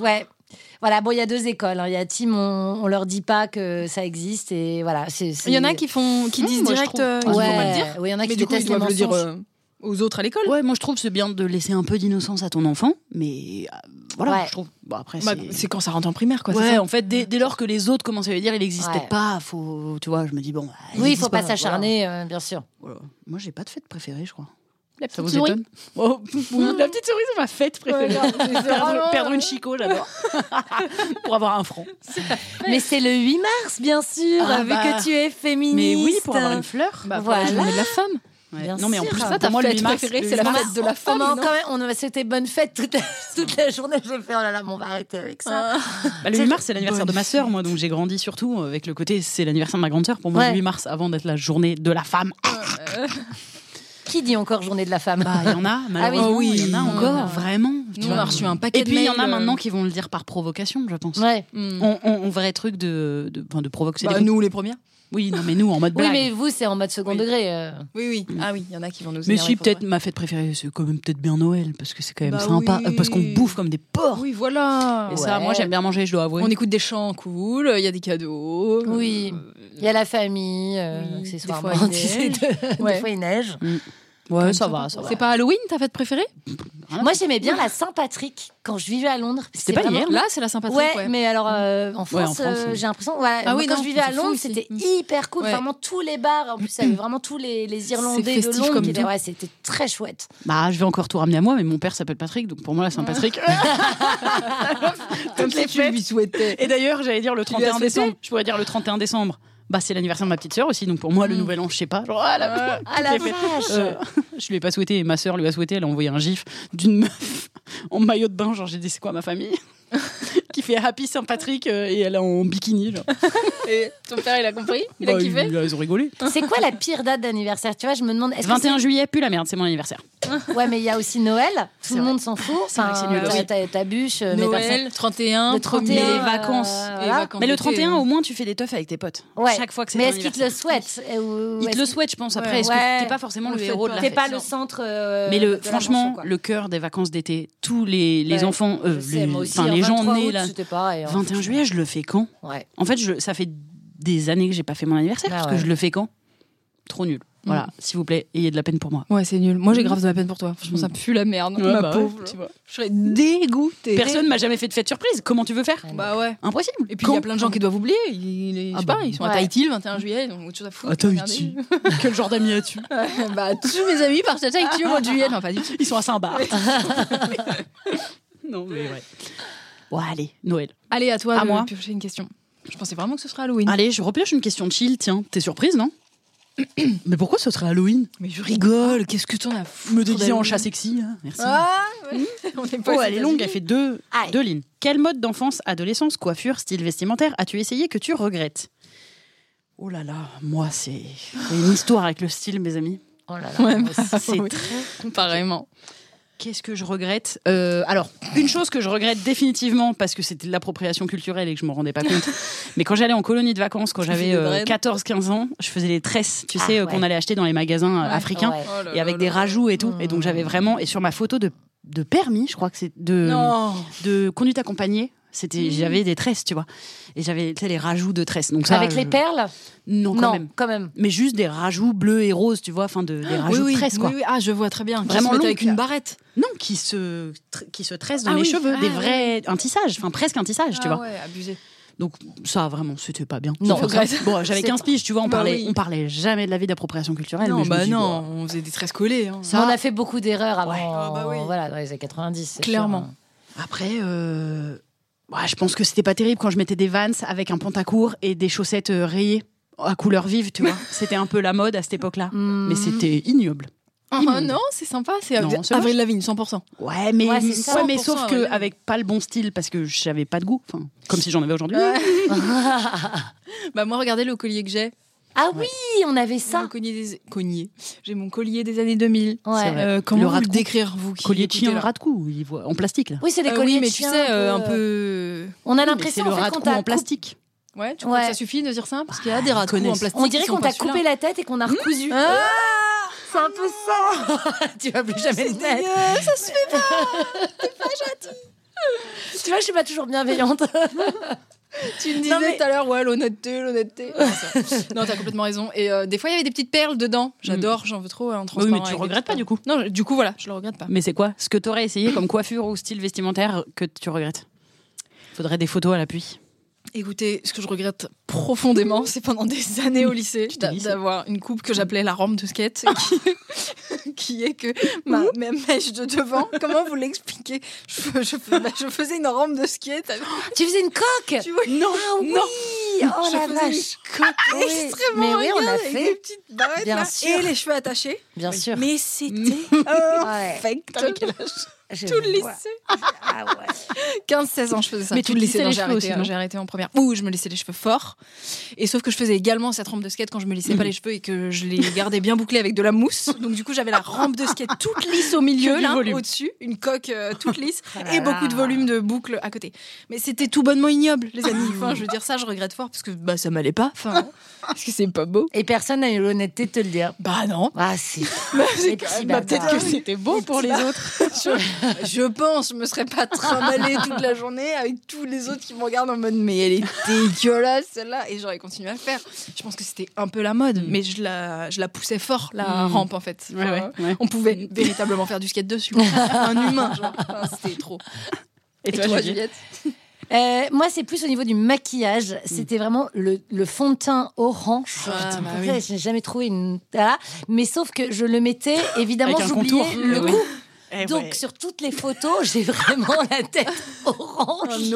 [SPEAKER 3] Ouais. Voilà, bon, il y a deux écoles. hein. Il y a Tim, on, on leur dit pas que ça existe et voilà. c'est- c'est-
[SPEAKER 2] Il y en a qui font, qui
[SPEAKER 1] Mmh,
[SPEAKER 2] disent
[SPEAKER 1] moi, je
[SPEAKER 2] direct,
[SPEAKER 1] trouve.
[SPEAKER 2] euh,
[SPEAKER 1] Ah,
[SPEAKER 2] qu'il
[SPEAKER 3] Ouais,
[SPEAKER 2] faut
[SPEAKER 1] vont
[SPEAKER 2] pas le dire.
[SPEAKER 3] ouais, il y en a
[SPEAKER 2] Mais
[SPEAKER 3] qui
[SPEAKER 2] du coup, ils
[SPEAKER 3] détestent les
[SPEAKER 2] doivent le dire
[SPEAKER 3] mensonges.
[SPEAKER 2] euh, aux autres à l'école.
[SPEAKER 1] Ouais, moi je trouve c'est bien de laisser un peu d'innocence à ton enfant, mais euh, voilà,
[SPEAKER 3] Ouais.
[SPEAKER 1] je trouve. Bon, après,
[SPEAKER 2] Bah,
[SPEAKER 1] c'est-
[SPEAKER 2] c'est quand ça rentre en primaire, quoi. c'est
[SPEAKER 1] ouais,
[SPEAKER 2] ça
[SPEAKER 1] en fait, dès, dès lors que les autres commencent à lui dire il n'existait
[SPEAKER 3] Ouais.
[SPEAKER 1] pas, faut, tu vois, je me dis bon. bah,
[SPEAKER 2] euh,
[SPEAKER 1] il
[SPEAKER 3] Oui, il
[SPEAKER 1] existe
[SPEAKER 3] faut pas
[SPEAKER 1] voilà.
[SPEAKER 3] s'acharner, euh, bien sûr.
[SPEAKER 1] Voilà. Moi, j'ai pas de fête préférée, je crois.
[SPEAKER 2] La
[SPEAKER 1] Ça
[SPEAKER 2] petite
[SPEAKER 1] vous
[SPEAKER 2] souris.
[SPEAKER 1] étonne Oh, La petite souris, c'est ma fête préférée.
[SPEAKER 2] Ah
[SPEAKER 1] perdre, perdre une chico, j'adore. Pour avoir un franc.
[SPEAKER 3] Mais c'est le 8 mars, bien sûr,
[SPEAKER 1] Ah
[SPEAKER 3] vu
[SPEAKER 1] bah.
[SPEAKER 3] que tu es féministe.
[SPEAKER 1] Mais oui, pour avoir une fleur.
[SPEAKER 2] Bah,
[SPEAKER 3] Voilà.
[SPEAKER 2] voilà. la journée de la femme.
[SPEAKER 1] Ouais.
[SPEAKER 3] bien
[SPEAKER 1] Non, mais en
[SPEAKER 3] sûr.
[SPEAKER 1] plus,
[SPEAKER 3] Ça,
[SPEAKER 1] pour
[SPEAKER 2] ta
[SPEAKER 1] moi, le
[SPEAKER 2] fête
[SPEAKER 1] 8 mars,
[SPEAKER 2] préférée,
[SPEAKER 1] le
[SPEAKER 2] c'est la
[SPEAKER 1] 8 mars,
[SPEAKER 2] fête de la
[SPEAKER 3] Oh,
[SPEAKER 2] femme.
[SPEAKER 3] mais
[SPEAKER 2] non
[SPEAKER 3] quand même, on a souhaité bonne fête toute la, toute la journée. J'ai fait, oh là là, mais on va arrêter avec ça.
[SPEAKER 1] Bah, le 8 mars, c'est l'anniversaire de ma sœur, moi, donc j'ai grandi surtout avec le côté c'est l'anniversaire de ma grande sœur. Pour moi, le
[SPEAKER 3] Ouais.
[SPEAKER 1] 8 mars, avant d'être la journée de la femme,
[SPEAKER 3] Qui dit encore journée de la femme
[SPEAKER 1] bah, il y en a, malheureusement.
[SPEAKER 2] oui.
[SPEAKER 1] il y en a
[SPEAKER 2] Ah oui.
[SPEAKER 1] encore,
[SPEAKER 2] Non, non.
[SPEAKER 1] vraiment. tu
[SPEAKER 2] Nous, on
[SPEAKER 1] vois.
[SPEAKER 2] a reçu un paquet
[SPEAKER 1] Et
[SPEAKER 2] de
[SPEAKER 1] puis, il y en a
[SPEAKER 2] mails, euh,
[SPEAKER 1] maintenant qui vont le dire par provocation, je pense.
[SPEAKER 3] Ouais.
[SPEAKER 2] hmm.
[SPEAKER 1] On, on- on vrai truc de, de, enfin, de provoquer.
[SPEAKER 2] Bah,
[SPEAKER 1] des-
[SPEAKER 2] nous, les premières.
[SPEAKER 1] Oui, non, mais nous, en mode
[SPEAKER 3] Oui,
[SPEAKER 1] blague.
[SPEAKER 3] mais vous, c'est en mode second
[SPEAKER 2] Oui.
[SPEAKER 3] degré. euh.
[SPEAKER 2] Oui, oui. Ah oui, il y en a qui vont nous
[SPEAKER 1] Mais
[SPEAKER 2] énerver
[SPEAKER 1] si,
[SPEAKER 2] pour
[SPEAKER 1] peut-être
[SPEAKER 2] vrai.
[SPEAKER 1] ma fête préférée, c'est quand même peut-être bien Noël, parce que c'est quand même
[SPEAKER 2] Bah
[SPEAKER 1] sympa,
[SPEAKER 2] oui.
[SPEAKER 1] euh, parce qu'on bouffe comme des porcs.
[SPEAKER 2] Oh. Oui, voilà.
[SPEAKER 1] Et ça,
[SPEAKER 3] Ouais.
[SPEAKER 1] moi j'aime bien manger, je dois avouer.
[SPEAKER 2] On écoute des chants cool, il y a des cadeaux.
[SPEAKER 3] Oui. Il y a la famille,
[SPEAKER 2] Euh,
[SPEAKER 3] euh,
[SPEAKER 2] Oui,
[SPEAKER 3] accessoirement.
[SPEAKER 2] des fois, il
[SPEAKER 3] Tu sais,
[SPEAKER 2] neige.
[SPEAKER 3] de-
[SPEAKER 2] Ouais.
[SPEAKER 3] Des fois, il neige.
[SPEAKER 1] Ouais, ça va, ça va.
[SPEAKER 2] C'est pas Halloween ta fête préférée Ah,
[SPEAKER 3] Moi, j'aimais bien la Saint-Patrick quand je vivais à Londres.
[SPEAKER 1] C'était pas
[SPEAKER 3] vraiment-
[SPEAKER 1] hier
[SPEAKER 2] Là, c'est la Saint-Patrick.
[SPEAKER 3] Ouais,
[SPEAKER 2] ouais.
[SPEAKER 3] mais alors euh, en France,
[SPEAKER 1] en France,
[SPEAKER 3] euh,
[SPEAKER 1] oui.
[SPEAKER 3] j'ai l'impression. Ouais,
[SPEAKER 2] Ah
[SPEAKER 3] moi,
[SPEAKER 2] oui,
[SPEAKER 3] quand
[SPEAKER 2] non,
[SPEAKER 3] je vivais à
[SPEAKER 2] c'est fou
[SPEAKER 3] Londres,
[SPEAKER 2] aussi.
[SPEAKER 3] c'était
[SPEAKER 2] Mm.
[SPEAKER 3] hyper cool.
[SPEAKER 2] Ouais.
[SPEAKER 3] Vraiment tous les bars. En plus, il y avait vraiment tous les, les Irlandais de
[SPEAKER 2] festif
[SPEAKER 3] Londres.
[SPEAKER 2] comme
[SPEAKER 3] qui étaient-
[SPEAKER 2] tout.
[SPEAKER 3] ouais, c'était très chouette.
[SPEAKER 1] Bah, je vais encore tout ramener à moi, mais mon père s'appelle Patrick, donc pour moi, la Saint-Patrick.
[SPEAKER 2] Comme si tu lui souhaitais.
[SPEAKER 1] Et d'ailleurs, j'allais dire le
[SPEAKER 2] lui as
[SPEAKER 1] 31
[SPEAKER 2] souhaité
[SPEAKER 1] décembre. Je pourrais dire le 31 décembre. Bah, c'est l'anniversaire de ma petite sœur aussi, donc pour moi, le nouvel an, je sais pas. Genre, ah, la...
[SPEAKER 3] Ah la
[SPEAKER 1] Tout est fait.
[SPEAKER 3] vache
[SPEAKER 1] Euh, je lui ai pas souhaité, et ma sœur lui a souhaité, elle a envoyé un gif d'une meuf en maillot de bain, genre j'ai dit c'est quoi ma famille qui fait Happy Saint-Patrick euh, et elle est en bikini. Genre.
[SPEAKER 2] Et ton père, il a compris Il a
[SPEAKER 1] Bah,
[SPEAKER 2] kiffé
[SPEAKER 1] ils, ils ont rigolé.
[SPEAKER 3] C'est quoi la pire date d'anniversaire Tu vois, je me demande. est-ce que
[SPEAKER 1] 21 juillet, pue la merde, c'est mon anniversaire.
[SPEAKER 3] c'est- Ouais, mais il y a aussi Noël. Tout le monde s'en fout.
[SPEAKER 1] C'est vrai que c'est nul
[SPEAKER 3] Enfin,
[SPEAKER 1] aussi.
[SPEAKER 3] t'as- t'as bûche. euh, mais personne-
[SPEAKER 2] Noël, 31,
[SPEAKER 3] Le 31,
[SPEAKER 1] les
[SPEAKER 3] euh,
[SPEAKER 1] vacances.
[SPEAKER 2] Les
[SPEAKER 3] voilà.
[SPEAKER 2] vacances
[SPEAKER 1] Mais le
[SPEAKER 2] d'été,
[SPEAKER 1] 31,
[SPEAKER 2] euh.
[SPEAKER 1] au moins, tu fais des teufs avec tes potes.
[SPEAKER 3] Ouais.
[SPEAKER 1] Chaque fois que c'est
[SPEAKER 3] Mais
[SPEAKER 1] ton
[SPEAKER 3] est-ce qu'ils te le souhaitent Eh, ou-
[SPEAKER 1] Ils
[SPEAKER 3] est-ce
[SPEAKER 1] te le souhaitent, je pense. Après,
[SPEAKER 2] Ouais.
[SPEAKER 1] est-ce
[SPEAKER 3] Ouais.
[SPEAKER 1] que t'es pas forcément
[SPEAKER 2] On
[SPEAKER 1] le
[SPEAKER 2] le
[SPEAKER 1] héros
[SPEAKER 2] fait
[SPEAKER 1] de la
[SPEAKER 2] pas.
[SPEAKER 3] T'es
[SPEAKER 1] fête
[SPEAKER 3] pas le centre. euh,
[SPEAKER 1] Mais le,
[SPEAKER 3] de la mention,
[SPEAKER 1] franchement,
[SPEAKER 3] quoi.
[SPEAKER 1] le cœur des vacances d'été, tous les, les
[SPEAKER 3] Ouais.
[SPEAKER 1] enfants, euh,
[SPEAKER 3] Je sais,
[SPEAKER 1] les,
[SPEAKER 3] moi aussi,
[SPEAKER 1] enfin,
[SPEAKER 3] hein,
[SPEAKER 1] les gens
[SPEAKER 3] 23
[SPEAKER 1] nés
[SPEAKER 3] août,
[SPEAKER 1] là.
[SPEAKER 3] C'était pareil. hein.
[SPEAKER 1] 21 juillet, je le fais quand
[SPEAKER 3] Ouais.
[SPEAKER 1] En fait, je, ça fait des années que j'ai pas fait mon anniversaire
[SPEAKER 2] Bah
[SPEAKER 3] Ah
[SPEAKER 1] parce
[SPEAKER 3] ouais.
[SPEAKER 1] que je le fais quand Trop nul.
[SPEAKER 2] Mm.
[SPEAKER 1] Voilà, s'il vous plaît, ayez de la peine pour moi.
[SPEAKER 2] Ouais, c'est nul. Moi, j'ai grave de la peine pour toi. Franchement, ça pue la merde.
[SPEAKER 1] Mhm. Ouais,
[SPEAKER 2] Ma
[SPEAKER 1] bah ouais,
[SPEAKER 2] pauvre.
[SPEAKER 1] tu vois.
[SPEAKER 2] Je serais dégoûtée.
[SPEAKER 1] Personne m'a jamais fait de fête surprise. Comment tu veux faire
[SPEAKER 2] Bah ouais.
[SPEAKER 1] Impossible.
[SPEAKER 2] Et puis, il y a plein de gens qui doivent oublier. Ils, ils- je
[SPEAKER 1] Ah
[SPEAKER 2] sais
[SPEAKER 1] bah.
[SPEAKER 2] pas, ils sont à
[SPEAKER 3] Ouais.
[SPEAKER 2] Tahiti le 21 juillet, ils ont autre chose à foutre.
[SPEAKER 1] À Tahiti. Quel genre d'amis as-tu
[SPEAKER 2] Regardez. bah, tous mes amis partent à Tahiti au mois de juillet. Non, pas du tout.
[SPEAKER 1] Ils sont à Saint-Barth. non, mais ouais. Bon, allez, Noël.
[SPEAKER 2] Allez, à toi
[SPEAKER 1] À
[SPEAKER 2] de
[SPEAKER 1] moi. Ah,
[SPEAKER 2] piocher une question. Je pensais vraiment que ce serait Halloween.
[SPEAKER 1] Allez, je repioche une question de chill, tiens. T'es surprise, non Mais pourquoi ce serait Halloween
[SPEAKER 2] Mais je rigole, qu'est-ce que t'en as foutu
[SPEAKER 1] Me déguiser en chat sexy, hein. merci.
[SPEAKER 2] Ah, ouais. On est pas
[SPEAKER 1] Oh,
[SPEAKER 2] aux
[SPEAKER 1] elle est longue, elle
[SPEAKER 2] États-Unis.
[SPEAKER 1] fait deux,
[SPEAKER 3] Aïe.
[SPEAKER 1] deux lignes. Quel mode d'enfance, adolescence, coiffure, style vestimentaire as-tu essayé que tu regrettes Oh là là, moi, c'est c'est une histoire avec le style, mes amis.
[SPEAKER 3] Oh là là.
[SPEAKER 2] Ouais,
[SPEAKER 3] moi aussi.
[SPEAKER 1] C'est
[SPEAKER 2] Oui. Comparément.
[SPEAKER 1] Qu'est-ce que je regrette Euh, Alors, une chose que je regrette définitivement, parce que c'était de l'appropriation culturelle et que je m'en rendais pas compte, mais quand j'allais en colonie de vacances, quand
[SPEAKER 2] Tu faisais
[SPEAKER 1] j'avais euh,
[SPEAKER 2] des braids.
[SPEAKER 1] 14-15 ans, je faisais les tresses, tu
[SPEAKER 3] Ah,
[SPEAKER 1] sais, euh,
[SPEAKER 3] ouais.
[SPEAKER 1] qu'on allait acheter dans les magasins euh,
[SPEAKER 2] Ouais.
[SPEAKER 1] africains,
[SPEAKER 3] Ouais. Mmh.
[SPEAKER 1] et avec des rajouts et tout. Et donc j'avais vraiment, et sur ma photo de, de permis, je crois que c'est de...
[SPEAKER 2] Non.
[SPEAKER 1] de conduite accompagnée. C'était,
[SPEAKER 2] Mhm.
[SPEAKER 1] j'avais des tresses, tu vois, et j'avais tu sais, les rajouts de tresses. Donc ça,
[SPEAKER 3] Avec
[SPEAKER 1] je-
[SPEAKER 3] les perles
[SPEAKER 1] Non, quand
[SPEAKER 3] Non,
[SPEAKER 1] même.
[SPEAKER 3] quand même.
[SPEAKER 1] Mais juste des rajouts bleus et roses, tu vois, enfin de, des rajouts de tresses quoi.
[SPEAKER 2] Ah, oui, oui. Ah, je vois très bien. Qui
[SPEAKER 1] Vraiment
[SPEAKER 2] se mettent
[SPEAKER 1] longue.
[SPEAKER 2] avec une barrette.
[SPEAKER 1] Non, qui se tr- qui se tressent dans
[SPEAKER 2] Ah
[SPEAKER 1] les
[SPEAKER 2] oui.
[SPEAKER 1] cheveux, des
[SPEAKER 2] Ah,
[SPEAKER 1] vrais un tissage, enfin presque un tissage, tu vois.
[SPEAKER 2] Ouais, abusé.
[SPEAKER 1] Donc ça vraiment, c'était pas bien.
[SPEAKER 3] Non,
[SPEAKER 1] Faut faire ça.
[SPEAKER 2] regrette.
[SPEAKER 1] bon, j'avais
[SPEAKER 3] C'est
[SPEAKER 1] 15 piges, tu vois, on
[SPEAKER 2] Bah
[SPEAKER 1] parlait
[SPEAKER 2] oui.
[SPEAKER 1] on parlait jamais de la vie d'appropriation culturelle. mais
[SPEAKER 2] Non,
[SPEAKER 1] je me
[SPEAKER 2] bah
[SPEAKER 1] dis,
[SPEAKER 2] non,
[SPEAKER 1] bon,
[SPEAKER 2] on faisait des tresses collées. hein.
[SPEAKER 1] Ça-
[SPEAKER 3] on a fait beaucoup d'erreurs avant.
[SPEAKER 1] Ouais.
[SPEAKER 2] Ah bah oui.
[SPEAKER 3] Voilà, dans les années 90. c'est
[SPEAKER 2] Clairement.
[SPEAKER 3] sûr.
[SPEAKER 1] Après, euh, ouais, je pense que c'était pas terrible quand je mettais des vans avec un pantacourt et des chaussettes euh, rayées à couleur vive, tu vois. c'était un peu la mode à cette époque-là.
[SPEAKER 2] Hmm.
[SPEAKER 1] Mais c'était ignoble.
[SPEAKER 2] Ah
[SPEAKER 1] Immonde.
[SPEAKER 2] non, c'est sympa. C'est
[SPEAKER 1] Non,
[SPEAKER 2] Avril
[SPEAKER 1] c'est moche.
[SPEAKER 2] Avril Lavigne, 100%.
[SPEAKER 1] Ouais, mais,
[SPEAKER 3] Ouais, c'est ça.
[SPEAKER 1] ouais, mais sauf
[SPEAKER 2] 100%,
[SPEAKER 1] que
[SPEAKER 2] ouais.
[SPEAKER 1] avec pas le bon style parce que j'avais pas de goût. Enfin, comme si j'en avais aujourd'hui.
[SPEAKER 2] Bah moi, regardez le collier que j'ai.
[SPEAKER 3] Ah oui, on avait ça.
[SPEAKER 2] Mon collier des collier. J'ai mon collier des années 2000.
[SPEAKER 3] Ouais.
[SPEAKER 1] c'est vrai.
[SPEAKER 2] Euh, comment
[SPEAKER 1] Le
[SPEAKER 2] le
[SPEAKER 1] rat de
[SPEAKER 2] vous le
[SPEAKER 1] cou.
[SPEAKER 2] décrire vous qui
[SPEAKER 1] Collier de
[SPEAKER 2] écoutez,
[SPEAKER 1] chien,
[SPEAKER 2] là
[SPEAKER 1] rat de cou, il voit- en plastique là.
[SPEAKER 3] Oui, c'est des
[SPEAKER 2] Euh,
[SPEAKER 3] colliers
[SPEAKER 2] oui, mais
[SPEAKER 3] de
[SPEAKER 2] tu
[SPEAKER 3] chien
[SPEAKER 2] sais, euh,
[SPEAKER 3] euh,
[SPEAKER 2] un peu.
[SPEAKER 3] On a
[SPEAKER 1] Oui, mais
[SPEAKER 3] l'impression
[SPEAKER 1] c'est le
[SPEAKER 3] en fait
[SPEAKER 1] rat de
[SPEAKER 3] qu'on
[SPEAKER 1] cou
[SPEAKER 3] t'a
[SPEAKER 1] en plastique.
[SPEAKER 2] Ouais, tu crois
[SPEAKER 3] Ouais.
[SPEAKER 2] que ça suffit de dire ça Parce qu'il y a des rats de cou en
[SPEAKER 1] connaissent.
[SPEAKER 2] plastique.
[SPEAKER 3] On dirait
[SPEAKER 2] qui sont
[SPEAKER 3] qu'on
[SPEAKER 2] pas
[SPEAKER 3] t'a coupé
[SPEAKER 2] celui-là.
[SPEAKER 3] la tête et qu'on a recousu.
[SPEAKER 2] Ah,
[SPEAKER 3] c'est un peu ça. tu vas plus jamais le mettre.
[SPEAKER 2] dégueu, ça se fait.
[SPEAKER 3] Tu vois, je suis pas toujours bienveillante.
[SPEAKER 2] Tu me
[SPEAKER 3] Non, mais-
[SPEAKER 2] disais tout à l'heure, ouais, l'honnêteté, l'honnêteté. Non, c'est- non, t'as complètement raison. Et euh, des fois, il y avait des petites perles dedans. J'adore, j'en veux trop. hein, en
[SPEAKER 1] Oui,
[SPEAKER 2] transparent
[SPEAKER 1] mais tu
[SPEAKER 2] avec des
[SPEAKER 1] regrettes pas
[SPEAKER 2] petites
[SPEAKER 1] du coup.
[SPEAKER 2] perles. Non, du coup, voilà, je le regrette pas.
[SPEAKER 1] Mais c'est quoi Ce que t'aurais essayé comme coiffure ou style vestimentaire que tu regrettes Faudrait des photos à l'appui.
[SPEAKER 2] Écoutez, ce que je regrette profondément, c'est pendant des années au lycée
[SPEAKER 1] t'es
[SPEAKER 2] d'a-
[SPEAKER 1] lycée.
[SPEAKER 2] d'avoir une coupe
[SPEAKER 3] Mm.
[SPEAKER 2] que j'appelais la rampe de skate,
[SPEAKER 3] Ah.
[SPEAKER 2] qui, qui est que ma, ma mèche de devant, comment vous l'expliquez je, fais- je fais- bah, je faisais une rampe de skate. avec-
[SPEAKER 3] tu faisais une coque.
[SPEAKER 2] Tu vois
[SPEAKER 3] Non, ah, oui.
[SPEAKER 2] non.
[SPEAKER 3] Oh
[SPEAKER 2] je
[SPEAKER 3] la
[SPEAKER 2] faisais une
[SPEAKER 3] vache.
[SPEAKER 2] coque
[SPEAKER 3] Oui,
[SPEAKER 2] Ah, extrêmement
[SPEAKER 3] mais oui, on a
[SPEAKER 2] ringarde avec
[SPEAKER 3] fait.
[SPEAKER 2] des petites barrettes
[SPEAKER 3] Bien
[SPEAKER 2] là,
[SPEAKER 3] sûr.
[SPEAKER 2] et les cheveux attachés.
[SPEAKER 3] Bien sûr.
[SPEAKER 2] Mais c'était
[SPEAKER 3] Ouais.
[SPEAKER 2] perfect.
[SPEAKER 3] Je
[SPEAKER 2] Tout le lycée.
[SPEAKER 3] vois. Ah ouais.
[SPEAKER 2] 15-16 ans, je faisais ça.
[SPEAKER 1] Mais tu
[SPEAKER 2] Tout le
[SPEAKER 1] te lissais
[SPEAKER 2] lycée, non,
[SPEAKER 1] les
[SPEAKER 2] j'ai
[SPEAKER 1] cheveux
[SPEAKER 2] arrêté,
[SPEAKER 1] aussi,
[SPEAKER 2] hein,
[SPEAKER 1] non
[SPEAKER 2] j'ai arrêté en première. Ouh, je me laissais les cheveux forts. Et sauf que je faisais également cette rampe de skate quand je me lissais pas les cheveux et que je les gardais bien bouclés avec de la mousse. Donc du coup, j'avais la rampe de skate toute lisse au
[SPEAKER 1] Que
[SPEAKER 2] milieu,
[SPEAKER 1] du
[SPEAKER 2] là,
[SPEAKER 1] volume.
[SPEAKER 2] au-dessus, une coque euh, toute lisse
[SPEAKER 3] Oh là
[SPEAKER 2] et
[SPEAKER 3] là.
[SPEAKER 2] beaucoup de volume de boucles à côté. Mais c'était tout bonnement ignoble, les amis. Enfin, je veux dire ça, je regrette fort parce que bah ça m'allait pas. Enfin, parce que c'est pas beau.
[SPEAKER 3] Et personne n'a eu l'honnêteté de te le dire.
[SPEAKER 2] Bah non.
[SPEAKER 3] Ah si. Les petits
[SPEAKER 2] Bah,
[SPEAKER 3] bâtards.
[SPEAKER 2] peut-être que c'était beau pour les autres. je, je pense, je me serais pas trimballée toute la journée avec tous les autres qui me regardent en mode mais elle est dégueulasse celle-là et j'aurais continué à le faire. Je pense que c'était un peu la mode, mais je la, je la poussais fort la
[SPEAKER 1] Mm.
[SPEAKER 2] rampe en fait.
[SPEAKER 1] Ouais,
[SPEAKER 2] Enfin,
[SPEAKER 3] Oh.
[SPEAKER 1] ouais, ouais.
[SPEAKER 2] On pouvait véritablement faire du skate dessus. un humain, genre. Enfin, c'était trop.
[SPEAKER 1] Et toi, Juliette
[SPEAKER 3] Euh, moi, c'est plus au niveau du maquillage. C'était vraiment le, le fond de teint orange.
[SPEAKER 2] Ah,
[SPEAKER 3] Putain,
[SPEAKER 2] bah
[SPEAKER 3] pour vrai,
[SPEAKER 2] oui.
[SPEAKER 3] J'ai jamais trouvé une. Voilà. Mais sauf que je le mettais, évidemment,
[SPEAKER 1] Avec un
[SPEAKER 3] j'oubliais
[SPEAKER 1] contour.
[SPEAKER 3] le
[SPEAKER 1] Oui.
[SPEAKER 3] cou.
[SPEAKER 5] Eh
[SPEAKER 3] Donc
[SPEAKER 5] ouais.
[SPEAKER 3] sur toutes les photos, j'ai vraiment la tête orange et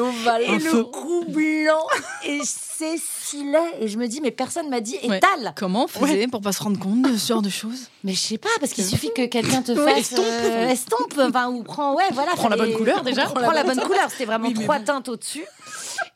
[SPEAKER 3] le cou blanc et c'est silet. Et je me dis, mais personne m'a dit
[SPEAKER 2] Ouais.
[SPEAKER 3] étale.
[SPEAKER 2] Comment on faisait pour pas se rendre compte de ce genre de choses
[SPEAKER 3] Mais je sais pas, parce qu'il suffit que quelqu'un te fasse
[SPEAKER 2] estompe.
[SPEAKER 3] euh, estompe, enfin, ou prends, ouais, voilà.
[SPEAKER 2] Prends la
[SPEAKER 3] fallait-
[SPEAKER 2] bonne couleur, déjà.
[SPEAKER 3] Prends la bonne couleur, c'était vraiment trois teintes au-dessus.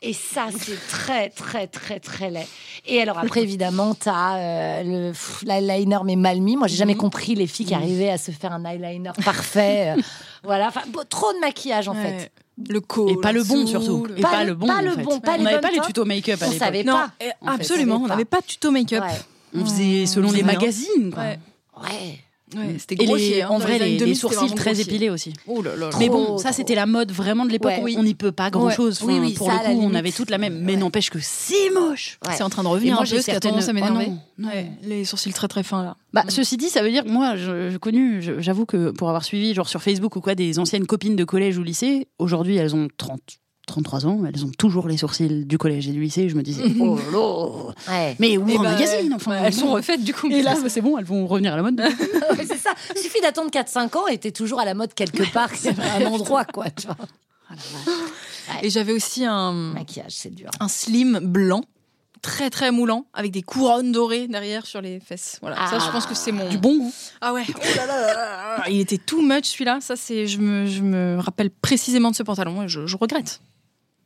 [SPEAKER 3] Et ça, c'est très, très, très, très laid. Et alors après, évidemment, t'as euh, le pff, l'eyeliner mais mal mis. Moi, j'ai jamais
[SPEAKER 2] Mhm.
[SPEAKER 3] compris les filles qui arrivaient à se faire un eyeliner parfait. Euh, voilà, enfin, bon, trop de maquillage en fait.
[SPEAKER 2] Le col.
[SPEAKER 1] Et pas le bon,
[SPEAKER 2] dessous,
[SPEAKER 1] surtout. Et
[SPEAKER 2] le-
[SPEAKER 3] Oh, Pas
[SPEAKER 1] pas,
[SPEAKER 3] le-
[SPEAKER 1] le bon.
[SPEAKER 3] pas
[SPEAKER 1] en
[SPEAKER 3] le
[SPEAKER 1] fait.
[SPEAKER 3] bon, pas les
[SPEAKER 1] On n'avait
[SPEAKER 3] bonnes
[SPEAKER 1] pas les
[SPEAKER 3] teintes.
[SPEAKER 1] tutos make-up à
[SPEAKER 3] On
[SPEAKER 1] l'époque.
[SPEAKER 3] savait
[SPEAKER 2] Non,
[SPEAKER 3] pas.
[SPEAKER 2] eh,
[SPEAKER 1] en fait,
[SPEAKER 2] absolument,
[SPEAKER 3] on
[SPEAKER 2] on
[SPEAKER 3] savait
[SPEAKER 2] n'avait pas de tuto make-up.
[SPEAKER 3] Ouais,
[SPEAKER 1] On faisait selon
[SPEAKER 2] On
[SPEAKER 1] les
[SPEAKER 2] faisait rien.
[SPEAKER 1] magazines. quoi.
[SPEAKER 2] Ouais.
[SPEAKER 3] ouais.
[SPEAKER 2] Ouais, c'était
[SPEAKER 1] Et
[SPEAKER 2] grossier.
[SPEAKER 1] les,
[SPEAKER 2] hein,
[SPEAKER 1] en
[SPEAKER 2] dans
[SPEAKER 1] vrai,
[SPEAKER 2] années
[SPEAKER 1] les,
[SPEAKER 2] 2000,
[SPEAKER 1] les
[SPEAKER 2] c'était
[SPEAKER 1] sourcils
[SPEAKER 2] vraiment
[SPEAKER 1] très
[SPEAKER 2] grossier.
[SPEAKER 1] épilés aussi.
[SPEAKER 2] Oh là là.
[SPEAKER 1] mais bon,
[SPEAKER 3] Trop,
[SPEAKER 1] ça
[SPEAKER 3] trop.
[SPEAKER 1] c'était la mode vraiment de l'époque.
[SPEAKER 3] Ouais.
[SPEAKER 1] Oui, On n'y peut pas grand chose.
[SPEAKER 3] Ouais. Oui, oui,
[SPEAKER 1] pour
[SPEAKER 3] ça, à
[SPEAKER 1] le
[SPEAKER 3] la
[SPEAKER 1] coup, on
[SPEAKER 3] limite.
[SPEAKER 1] avait toutes la même. Mais
[SPEAKER 3] Ouais.
[SPEAKER 1] n'empêche que c'est moche.
[SPEAKER 3] Ouais.
[SPEAKER 2] C'est en train de revenir
[SPEAKER 1] Et moi,
[SPEAKER 2] un
[SPEAKER 1] j'ai
[SPEAKER 2] peu, ce qui a
[SPEAKER 1] certaines-
[SPEAKER 2] tendance à
[SPEAKER 1] Oh
[SPEAKER 2] m'énerver.
[SPEAKER 1] non. Ouais.
[SPEAKER 2] Les sourcils très très fins là.
[SPEAKER 1] Bah, Ceci dit, ça veut dire que moi, je, je connu, je- j'avoue que pour avoir suivi genre sur Facebook ou quoi des anciennes copines de collège ou lycée, aujourd'hui elles ont 30, 33 ans, elles ont toujours les sourcils du collège et du lycée. Je me disais, oh là là.
[SPEAKER 3] Ouais.
[SPEAKER 1] Mais où
[SPEAKER 2] Et
[SPEAKER 1] en
[SPEAKER 2] bah,
[SPEAKER 1] magazine enfin,
[SPEAKER 2] Elles sont
[SPEAKER 1] bon.
[SPEAKER 2] refaites du coup.
[SPEAKER 1] Et là, bah, c'est bon, elles vont revenir à la mode.
[SPEAKER 3] Ouais, c'est ça. Il suffit d'attendre 4-5 ans et t'es toujours à la mode quelque part, c'est un endroit, quoi. Tu vois.
[SPEAKER 2] Et j'avais aussi un,
[SPEAKER 3] Maquillage, c'est dur.
[SPEAKER 2] un slim blanc, très très moulant, avec des couronnes dorées derrière sur les fesses. Voilà, ça je pense que c'est mon.
[SPEAKER 1] Du bon goût.
[SPEAKER 2] Ah ouais. Oh là là là là là. Il était too much celui-là. Ça c'est, je me, je me rappelle précisément de ce pantalon et je, je regrette.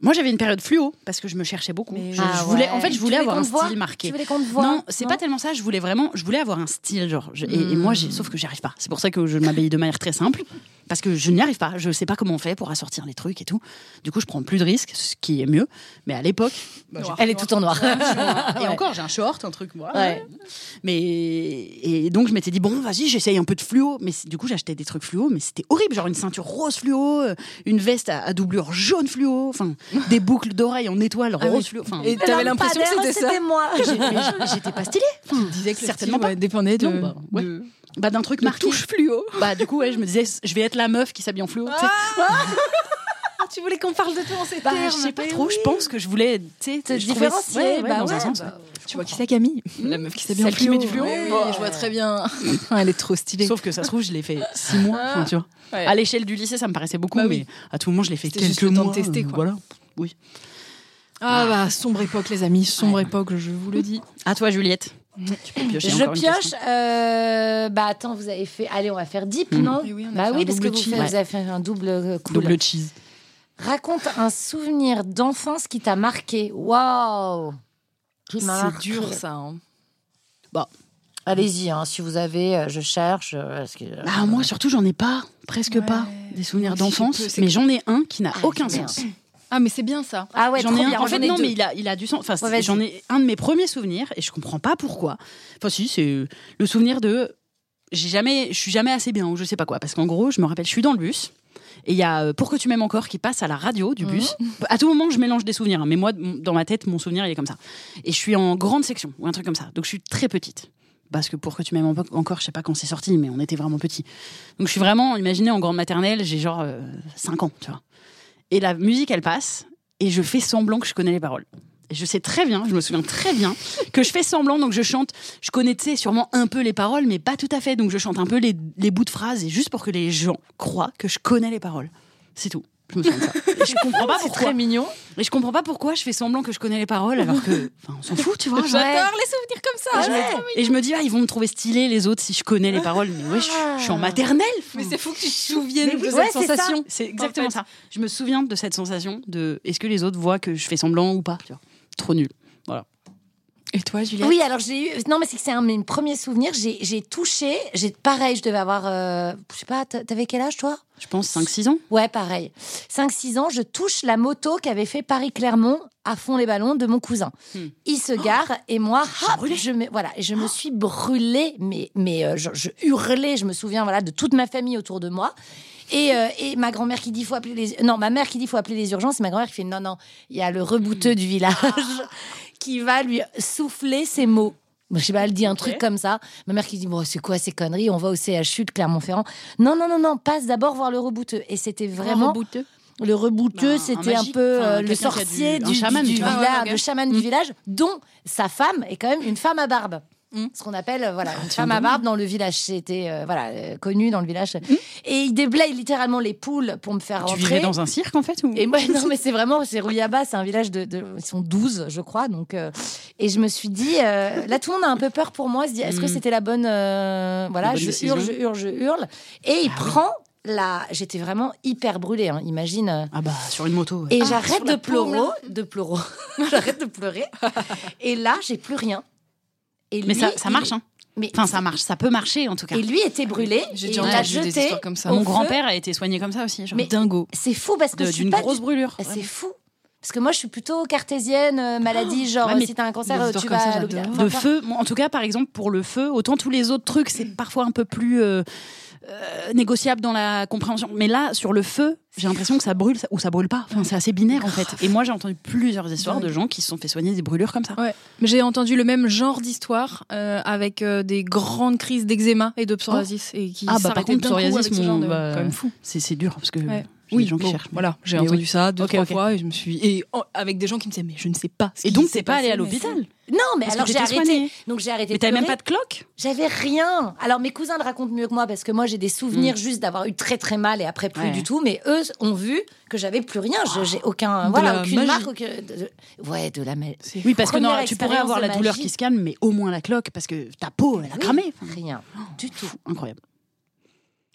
[SPEAKER 1] Moi, j'avais une période fluo parce que je me cherchais beaucoup.
[SPEAKER 2] Mais
[SPEAKER 1] Je-
[SPEAKER 3] Ah
[SPEAKER 1] je voulais,
[SPEAKER 3] ouais.
[SPEAKER 1] en fait, je
[SPEAKER 3] Tu
[SPEAKER 1] voulais
[SPEAKER 3] voulais
[SPEAKER 1] avoir
[SPEAKER 3] qu'on
[SPEAKER 1] un
[SPEAKER 3] te voie
[SPEAKER 1] style marqué.
[SPEAKER 3] Tu voulais qu'on te voie
[SPEAKER 1] Non, c'est pas tellement ça. Je voulais vraiment, je voulais avoir un style, genre. je- et,
[SPEAKER 3] Hmm.
[SPEAKER 1] et moi, j'ai- sauf que j'y arrive pas. C'est pour ça que je m'habille de manière très simple, parce que je n'y arrive pas. Je sais pas comment on fait pour assortir les trucs et tout. Du coup, je prends plus de risques, ce qui est mieux. Mais à l'époque,
[SPEAKER 3] Elle est tout en noir.
[SPEAKER 1] et encore, j'ai un short, un truc. Voilà.
[SPEAKER 3] Ah Ouais.
[SPEAKER 1] Mais et donc, je m'étais dit bon, vas-y, j'essaye un peu de fluo. Mais c'est- du coup, j'achetais des trucs fluo, mais c'était horrible, genre une ceinture rose fluo, euh, une veste à, à doublure jaune fluo, enfin des boucles d'oreilles en étoile
[SPEAKER 3] Ah
[SPEAKER 1] rose fluo. Enfin,
[SPEAKER 2] Et t'avais l'impression que c'était ça.
[SPEAKER 3] moi.
[SPEAKER 1] j'ai- mais j'étais pas stylée. Enfin, certainement pas.
[SPEAKER 2] dépendait de.
[SPEAKER 1] Non, bah, ouais.
[SPEAKER 2] de-
[SPEAKER 1] Bah, d'un truc marqué. touche fluo. Bah, du coup, ouais, je me disais, je vais être la meuf qui s'habille en fluo. tu sais.
[SPEAKER 3] Ah, tu voulais qu'on parle de toi en ces
[SPEAKER 1] Bah, je sais pas trop, je pense que je voulais, tu sais,
[SPEAKER 3] Te
[SPEAKER 1] je trouvais-
[SPEAKER 3] différencier,
[SPEAKER 1] ouais, ouais,
[SPEAKER 3] bah
[SPEAKER 1] dans un
[SPEAKER 3] ouais,
[SPEAKER 1] sens.
[SPEAKER 3] bah,
[SPEAKER 2] Tu vois qui c'est Camille La meuf Hmm. qui s'habille en
[SPEAKER 1] Celle qui met du
[SPEAKER 2] fluo.
[SPEAKER 1] fluo
[SPEAKER 2] Oui,
[SPEAKER 1] Bah,
[SPEAKER 2] Je vois très bien. Elle est trop stylée.
[SPEAKER 1] Sauf que ça se trouve, je l'ai fait six mois, enfin, tu vois.
[SPEAKER 2] Ouais.
[SPEAKER 1] À l'échelle du lycée, ça me paraissait beaucoup,
[SPEAKER 2] Bah oui.
[SPEAKER 1] mais à tout moment, je l'ai fait
[SPEAKER 2] C'était
[SPEAKER 1] quelques
[SPEAKER 2] juste le temps de
[SPEAKER 1] mois.
[SPEAKER 2] tester, quoi.
[SPEAKER 1] Voilà. Oui.
[SPEAKER 2] Ah bah sombre époque les amis, sombre époque, je vous le dis.
[SPEAKER 1] À toi, Juliette. Tu peux piocher
[SPEAKER 3] Je
[SPEAKER 1] encore une
[SPEAKER 3] pioche.
[SPEAKER 1] question.
[SPEAKER 3] euh, bah attends, vous avez fait. Allez, on va faire deep, non
[SPEAKER 2] Oui, oui, on a
[SPEAKER 3] Bah
[SPEAKER 2] fait
[SPEAKER 3] oui,
[SPEAKER 2] un
[SPEAKER 3] parce que
[SPEAKER 2] double
[SPEAKER 3] vous,
[SPEAKER 2] cheese.
[SPEAKER 3] faites- vous avez fait un double euh, cool.
[SPEAKER 1] Double cheese.
[SPEAKER 3] Raconte un souvenir d'enfance qui t'a marqué. Waouh Qui marque.
[SPEAKER 2] ça. hein.
[SPEAKER 3] Allez-y, hein, si vous avez, euh, je cherche. euh, parce que-
[SPEAKER 1] Ah, moi, surtout, j'en ai pas, presque pas, des souvenirs
[SPEAKER 2] Je sais
[SPEAKER 1] d'enfance,
[SPEAKER 2] peu, c'est-
[SPEAKER 1] mais j'en ai un qui n'a
[SPEAKER 3] Ah,
[SPEAKER 1] aucun
[SPEAKER 3] merde.
[SPEAKER 1] sens.
[SPEAKER 2] Ah mais c'est bien ça.
[SPEAKER 3] Ah ouais,
[SPEAKER 1] j'en
[SPEAKER 3] trop
[SPEAKER 1] ai un.
[SPEAKER 3] bien,
[SPEAKER 1] En fait,
[SPEAKER 3] ai
[SPEAKER 1] non,
[SPEAKER 3] deux.
[SPEAKER 1] mais il a, il a du sens. Enfin,
[SPEAKER 3] Ouais,
[SPEAKER 1] c'est-
[SPEAKER 3] vas-y.
[SPEAKER 1] j'en ai un de mes premiers souvenirs et je comprends pas pourquoi. Enfin, si, c'est euh, le souvenir de. J'ai jamais, je suis jamais assez bien ou je sais pas quoi. Parce qu'en gros, je me rappelle, je suis dans le bus et il y a euh, Pour que tu m'aimes encore qui passe à la radio du bus.
[SPEAKER 3] Mmh.
[SPEAKER 1] À tout moment, je mélange des souvenirs, hein, mais moi, m- dans ma tête, mon souvenir, il est comme ça. Et je suis en grande section ou un truc comme ça. Donc, je suis très petite. Parce que pour que tu m'aimes en- encore, je sais pas quand c'est sorti, mais on était vraiment petits. Donc je suis vraiment, imaginez, en grande maternelle, j'ai genre 5 ans, tu vois. Et la musique, elle passe, et je fais semblant que je connais les paroles. Et je sais très bien, je me souviens très bien que je fais semblant, donc je chante. Je connais, tu sais, sûrement un peu les paroles, mais pas tout à fait. Donc je chante un peu les, les bouts de phrases, et juste pour que les gens croient que je connais les paroles. C'est tout. Je me souviens de ça. Et je comprends pas pourquoi.
[SPEAKER 2] mignon.
[SPEAKER 1] Et je comprends pas pourquoi je fais semblant que je connais les paroles, alors que, enfin, on s'en fout, tu vois. genre.
[SPEAKER 2] J'adore les souvenirs comme ça.
[SPEAKER 1] Et je me dis, ah, ils vont me trouver stylé les autres si je connais les paroles. Mais ouais, je, je suis en maternelle.
[SPEAKER 2] Mais c'est fou que tu te souviennes
[SPEAKER 3] Mais
[SPEAKER 2] de
[SPEAKER 3] oui,
[SPEAKER 2] cette
[SPEAKER 3] ouais, c'est ça.
[SPEAKER 2] sensation.
[SPEAKER 1] C'est exactement
[SPEAKER 2] En fait.
[SPEAKER 1] ça. Je me souviens de cette sensation de est-ce que les autres voient que je fais semblant ou pas tu vois. Trop nul. Voilà.
[SPEAKER 2] Et toi Juliette
[SPEAKER 3] Oui, alors j'ai eu. Non, mais c'est que c'est un de mes premiers souvenirs. J'ai j'ai touché. J'ai pareil. Je devais avoir. euh, je sais pas. t'a- T'avais quel âge toi
[SPEAKER 1] Je pense 5-6 ans.
[SPEAKER 3] Ouais, pareil. 5-6 ans, je touche la moto qu'avait fait Paris-Clermont à fond les ballons de mon cousin.
[SPEAKER 1] Hmm.
[SPEAKER 3] Il se gare et moi, hop,
[SPEAKER 1] brûlé. Oh.
[SPEAKER 3] je me, voilà, et je me suis brûlée, mais, mais euh, je, je hurlais, je me souviens voilà de toute ma famille autour de moi. Et, euh, et ma grand-mère qui dit faut appeler les non ma mère qui dit faut appeler les urgences et ma grand-mère qui fait non non il y a le
[SPEAKER 1] Hmm.
[SPEAKER 3] rebouteux du village qui va lui souffler ces mots je sais pas elle dit un truc comme ça ma mère qui dit bon c'est quoi ces conneries on va au CHU de Clermont-Ferrand non non non non passe d'abord voir le rebouteux et c'était vraiment le rebouteux,
[SPEAKER 1] Bah, un
[SPEAKER 3] c'était un,
[SPEAKER 1] magique,
[SPEAKER 3] peu euh,
[SPEAKER 1] enfin, quelqu'un
[SPEAKER 3] le
[SPEAKER 1] qui a du-
[SPEAKER 3] sorcier
[SPEAKER 1] un
[SPEAKER 3] du, du-
[SPEAKER 1] chaman,
[SPEAKER 3] du
[SPEAKER 1] tu vois.
[SPEAKER 3] village,
[SPEAKER 2] Ouais, ouais,
[SPEAKER 3] le chaman du village, dont sa femme est quand même une femme à barbe.
[SPEAKER 1] Mm.
[SPEAKER 3] ce qu'on appelle euh,
[SPEAKER 1] Ah,
[SPEAKER 3] voilà une femme à barbe dans le village. C'était euh, voilà euh, connu dans le village. Et il déblaye littéralement les poules pour me faire
[SPEAKER 1] Mm. Tu
[SPEAKER 3] rentrer.
[SPEAKER 1] vivais dans un cirque en fait ou...
[SPEAKER 3] Et moi, non, mais c'est vraiment, c'est Ruyaba, c'est un village de, de- Ils sont 12, je crois. Donc, euh, et je me suis dit, euh, là, tout le monde a un peu peur pour moi. Se dit, est-ce que
[SPEAKER 1] Mm.
[SPEAKER 3] c'était la bonne. euh, voilà,
[SPEAKER 1] La bonne
[SPEAKER 3] je
[SPEAKER 1] décision. Ah
[SPEAKER 3] hurle, je hurle, je hurle. Et il prend la. J'étais vraiment hyper brûlée, hein, imagine. euh,
[SPEAKER 1] Ah bah sur une moto. ouais.
[SPEAKER 3] et
[SPEAKER 2] Ah, sur
[SPEAKER 3] j'arrête
[SPEAKER 2] la
[SPEAKER 3] de pleurer, de pleurer. j'arrête de pleurer. Et là, j'ai plus rien. Et
[SPEAKER 1] mais
[SPEAKER 3] lui,
[SPEAKER 1] ça, ça
[SPEAKER 3] il-
[SPEAKER 1] marche, hein.
[SPEAKER 3] Mais
[SPEAKER 1] Enfin, ça marche, ça peut marcher en tout cas.
[SPEAKER 3] Et lui était brûlé.
[SPEAKER 2] J'ai
[SPEAKER 3] et
[SPEAKER 2] déjà
[SPEAKER 3] on l'a
[SPEAKER 2] entendu des
[SPEAKER 3] jeté.
[SPEAKER 2] histoires comme ça.
[SPEAKER 3] au
[SPEAKER 1] Mon
[SPEAKER 3] feu.
[SPEAKER 1] grand-père a été soigné comme ça aussi. Genre.
[SPEAKER 3] Mais-
[SPEAKER 2] Dingo.
[SPEAKER 3] C'est fou parce que
[SPEAKER 1] De-
[SPEAKER 3] je suis
[SPEAKER 1] d'une
[SPEAKER 3] pas
[SPEAKER 1] grosse
[SPEAKER 3] du-
[SPEAKER 1] brûlure.
[SPEAKER 3] Ah, C'est fou. Parce que moi, je suis plutôt cartésienne, euh, maladie, genre
[SPEAKER 1] Oh. Ouais, mais
[SPEAKER 3] euh, si t'as un cancer,
[SPEAKER 2] des
[SPEAKER 3] euh,
[SPEAKER 2] histoires
[SPEAKER 3] tu
[SPEAKER 2] comme
[SPEAKER 3] vas
[SPEAKER 2] ça,
[SPEAKER 3] à l'hôpital.
[SPEAKER 2] j'adore.
[SPEAKER 3] Enfin,
[SPEAKER 1] de
[SPEAKER 3] pas-
[SPEAKER 1] feu, moi, en tout cas, par exemple, pour le feu, autant tous les autres trucs, c'est parfois un peu plus euh, euh, négociable dans la compréhension. Mais là, sur le feu, j'ai l'impression que ça brûle ça- ou ça brûle pas. Enfin, c'est assez binaire en fait. Et moi, j'ai entendu plusieurs histoires de gens qui se sont fait soigner des brûlures comme ça.
[SPEAKER 2] Ouais. J'ai entendu le même genre d'histoire euh, avec euh, des grandes crises d'eczéma et de psoriasis et qui
[SPEAKER 1] Ah, bah, par
[SPEAKER 2] s'arrêtaient
[SPEAKER 1] contre,
[SPEAKER 2] d'un coup
[SPEAKER 1] psoriasis,
[SPEAKER 2] avec ce genre
[SPEAKER 1] mon-
[SPEAKER 2] de-
[SPEAKER 1] bah,
[SPEAKER 2] quand même fou.
[SPEAKER 1] C'est c'est dur hein, parce que
[SPEAKER 2] Ouais.
[SPEAKER 1] j'ai des gens
[SPEAKER 2] bon,
[SPEAKER 1] qui cherchent.
[SPEAKER 2] Voilà, j'ai
[SPEAKER 1] Mais
[SPEAKER 2] entendu
[SPEAKER 1] oui.
[SPEAKER 2] ça deux
[SPEAKER 1] Ok,
[SPEAKER 2] trois
[SPEAKER 1] ok.
[SPEAKER 2] fois et je me suis et en- avec des gens qui me disaient mais je ne sais pas. Ce
[SPEAKER 1] Et
[SPEAKER 2] qui
[SPEAKER 1] donc,
[SPEAKER 2] s'est
[SPEAKER 1] t'es pas allé
[SPEAKER 2] passé,
[SPEAKER 1] à
[SPEAKER 2] mais
[SPEAKER 1] l'hôpital.
[SPEAKER 2] c'est-
[SPEAKER 3] Non, mais
[SPEAKER 1] Parce que
[SPEAKER 3] alors j'ai
[SPEAKER 1] t'étais soignée.
[SPEAKER 3] arrêté. Donc j'ai arrêté.
[SPEAKER 1] Mais
[SPEAKER 3] de
[SPEAKER 1] t'avais même
[SPEAKER 3] pleurer.
[SPEAKER 1] pas de cloque
[SPEAKER 3] J'avais rien. Alors mes cousins le racontent mieux que moi parce que moi j'ai des
[SPEAKER 2] Mm.
[SPEAKER 3] souvenirs juste d'avoir eu très très mal et après plus
[SPEAKER 1] Ouais.
[SPEAKER 3] du tout. Mais eux ont vu que j'avais plus rien. Je- J'ai aucun,
[SPEAKER 2] De
[SPEAKER 3] voilà,
[SPEAKER 2] la
[SPEAKER 3] aucune
[SPEAKER 2] magie. Mm.
[SPEAKER 3] marque. aucun- de- de- ouais, de la magie.
[SPEAKER 1] Oui, parce que
[SPEAKER 3] Première
[SPEAKER 1] non, tu pourrais
[SPEAKER 3] expérience
[SPEAKER 1] avoir
[SPEAKER 3] de
[SPEAKER 1] la douleur
[SPEAKER 3] magie.
[SPEAKER 1] qui se calme, mais au moins la cloque parce que ta peau, elle a
[SPEAKER 3] Oui.
[SPEAKER 1] cramé. Enfin,
[SPEAKER 3] Rien du tout.
[SPEAKER 1] incroyable.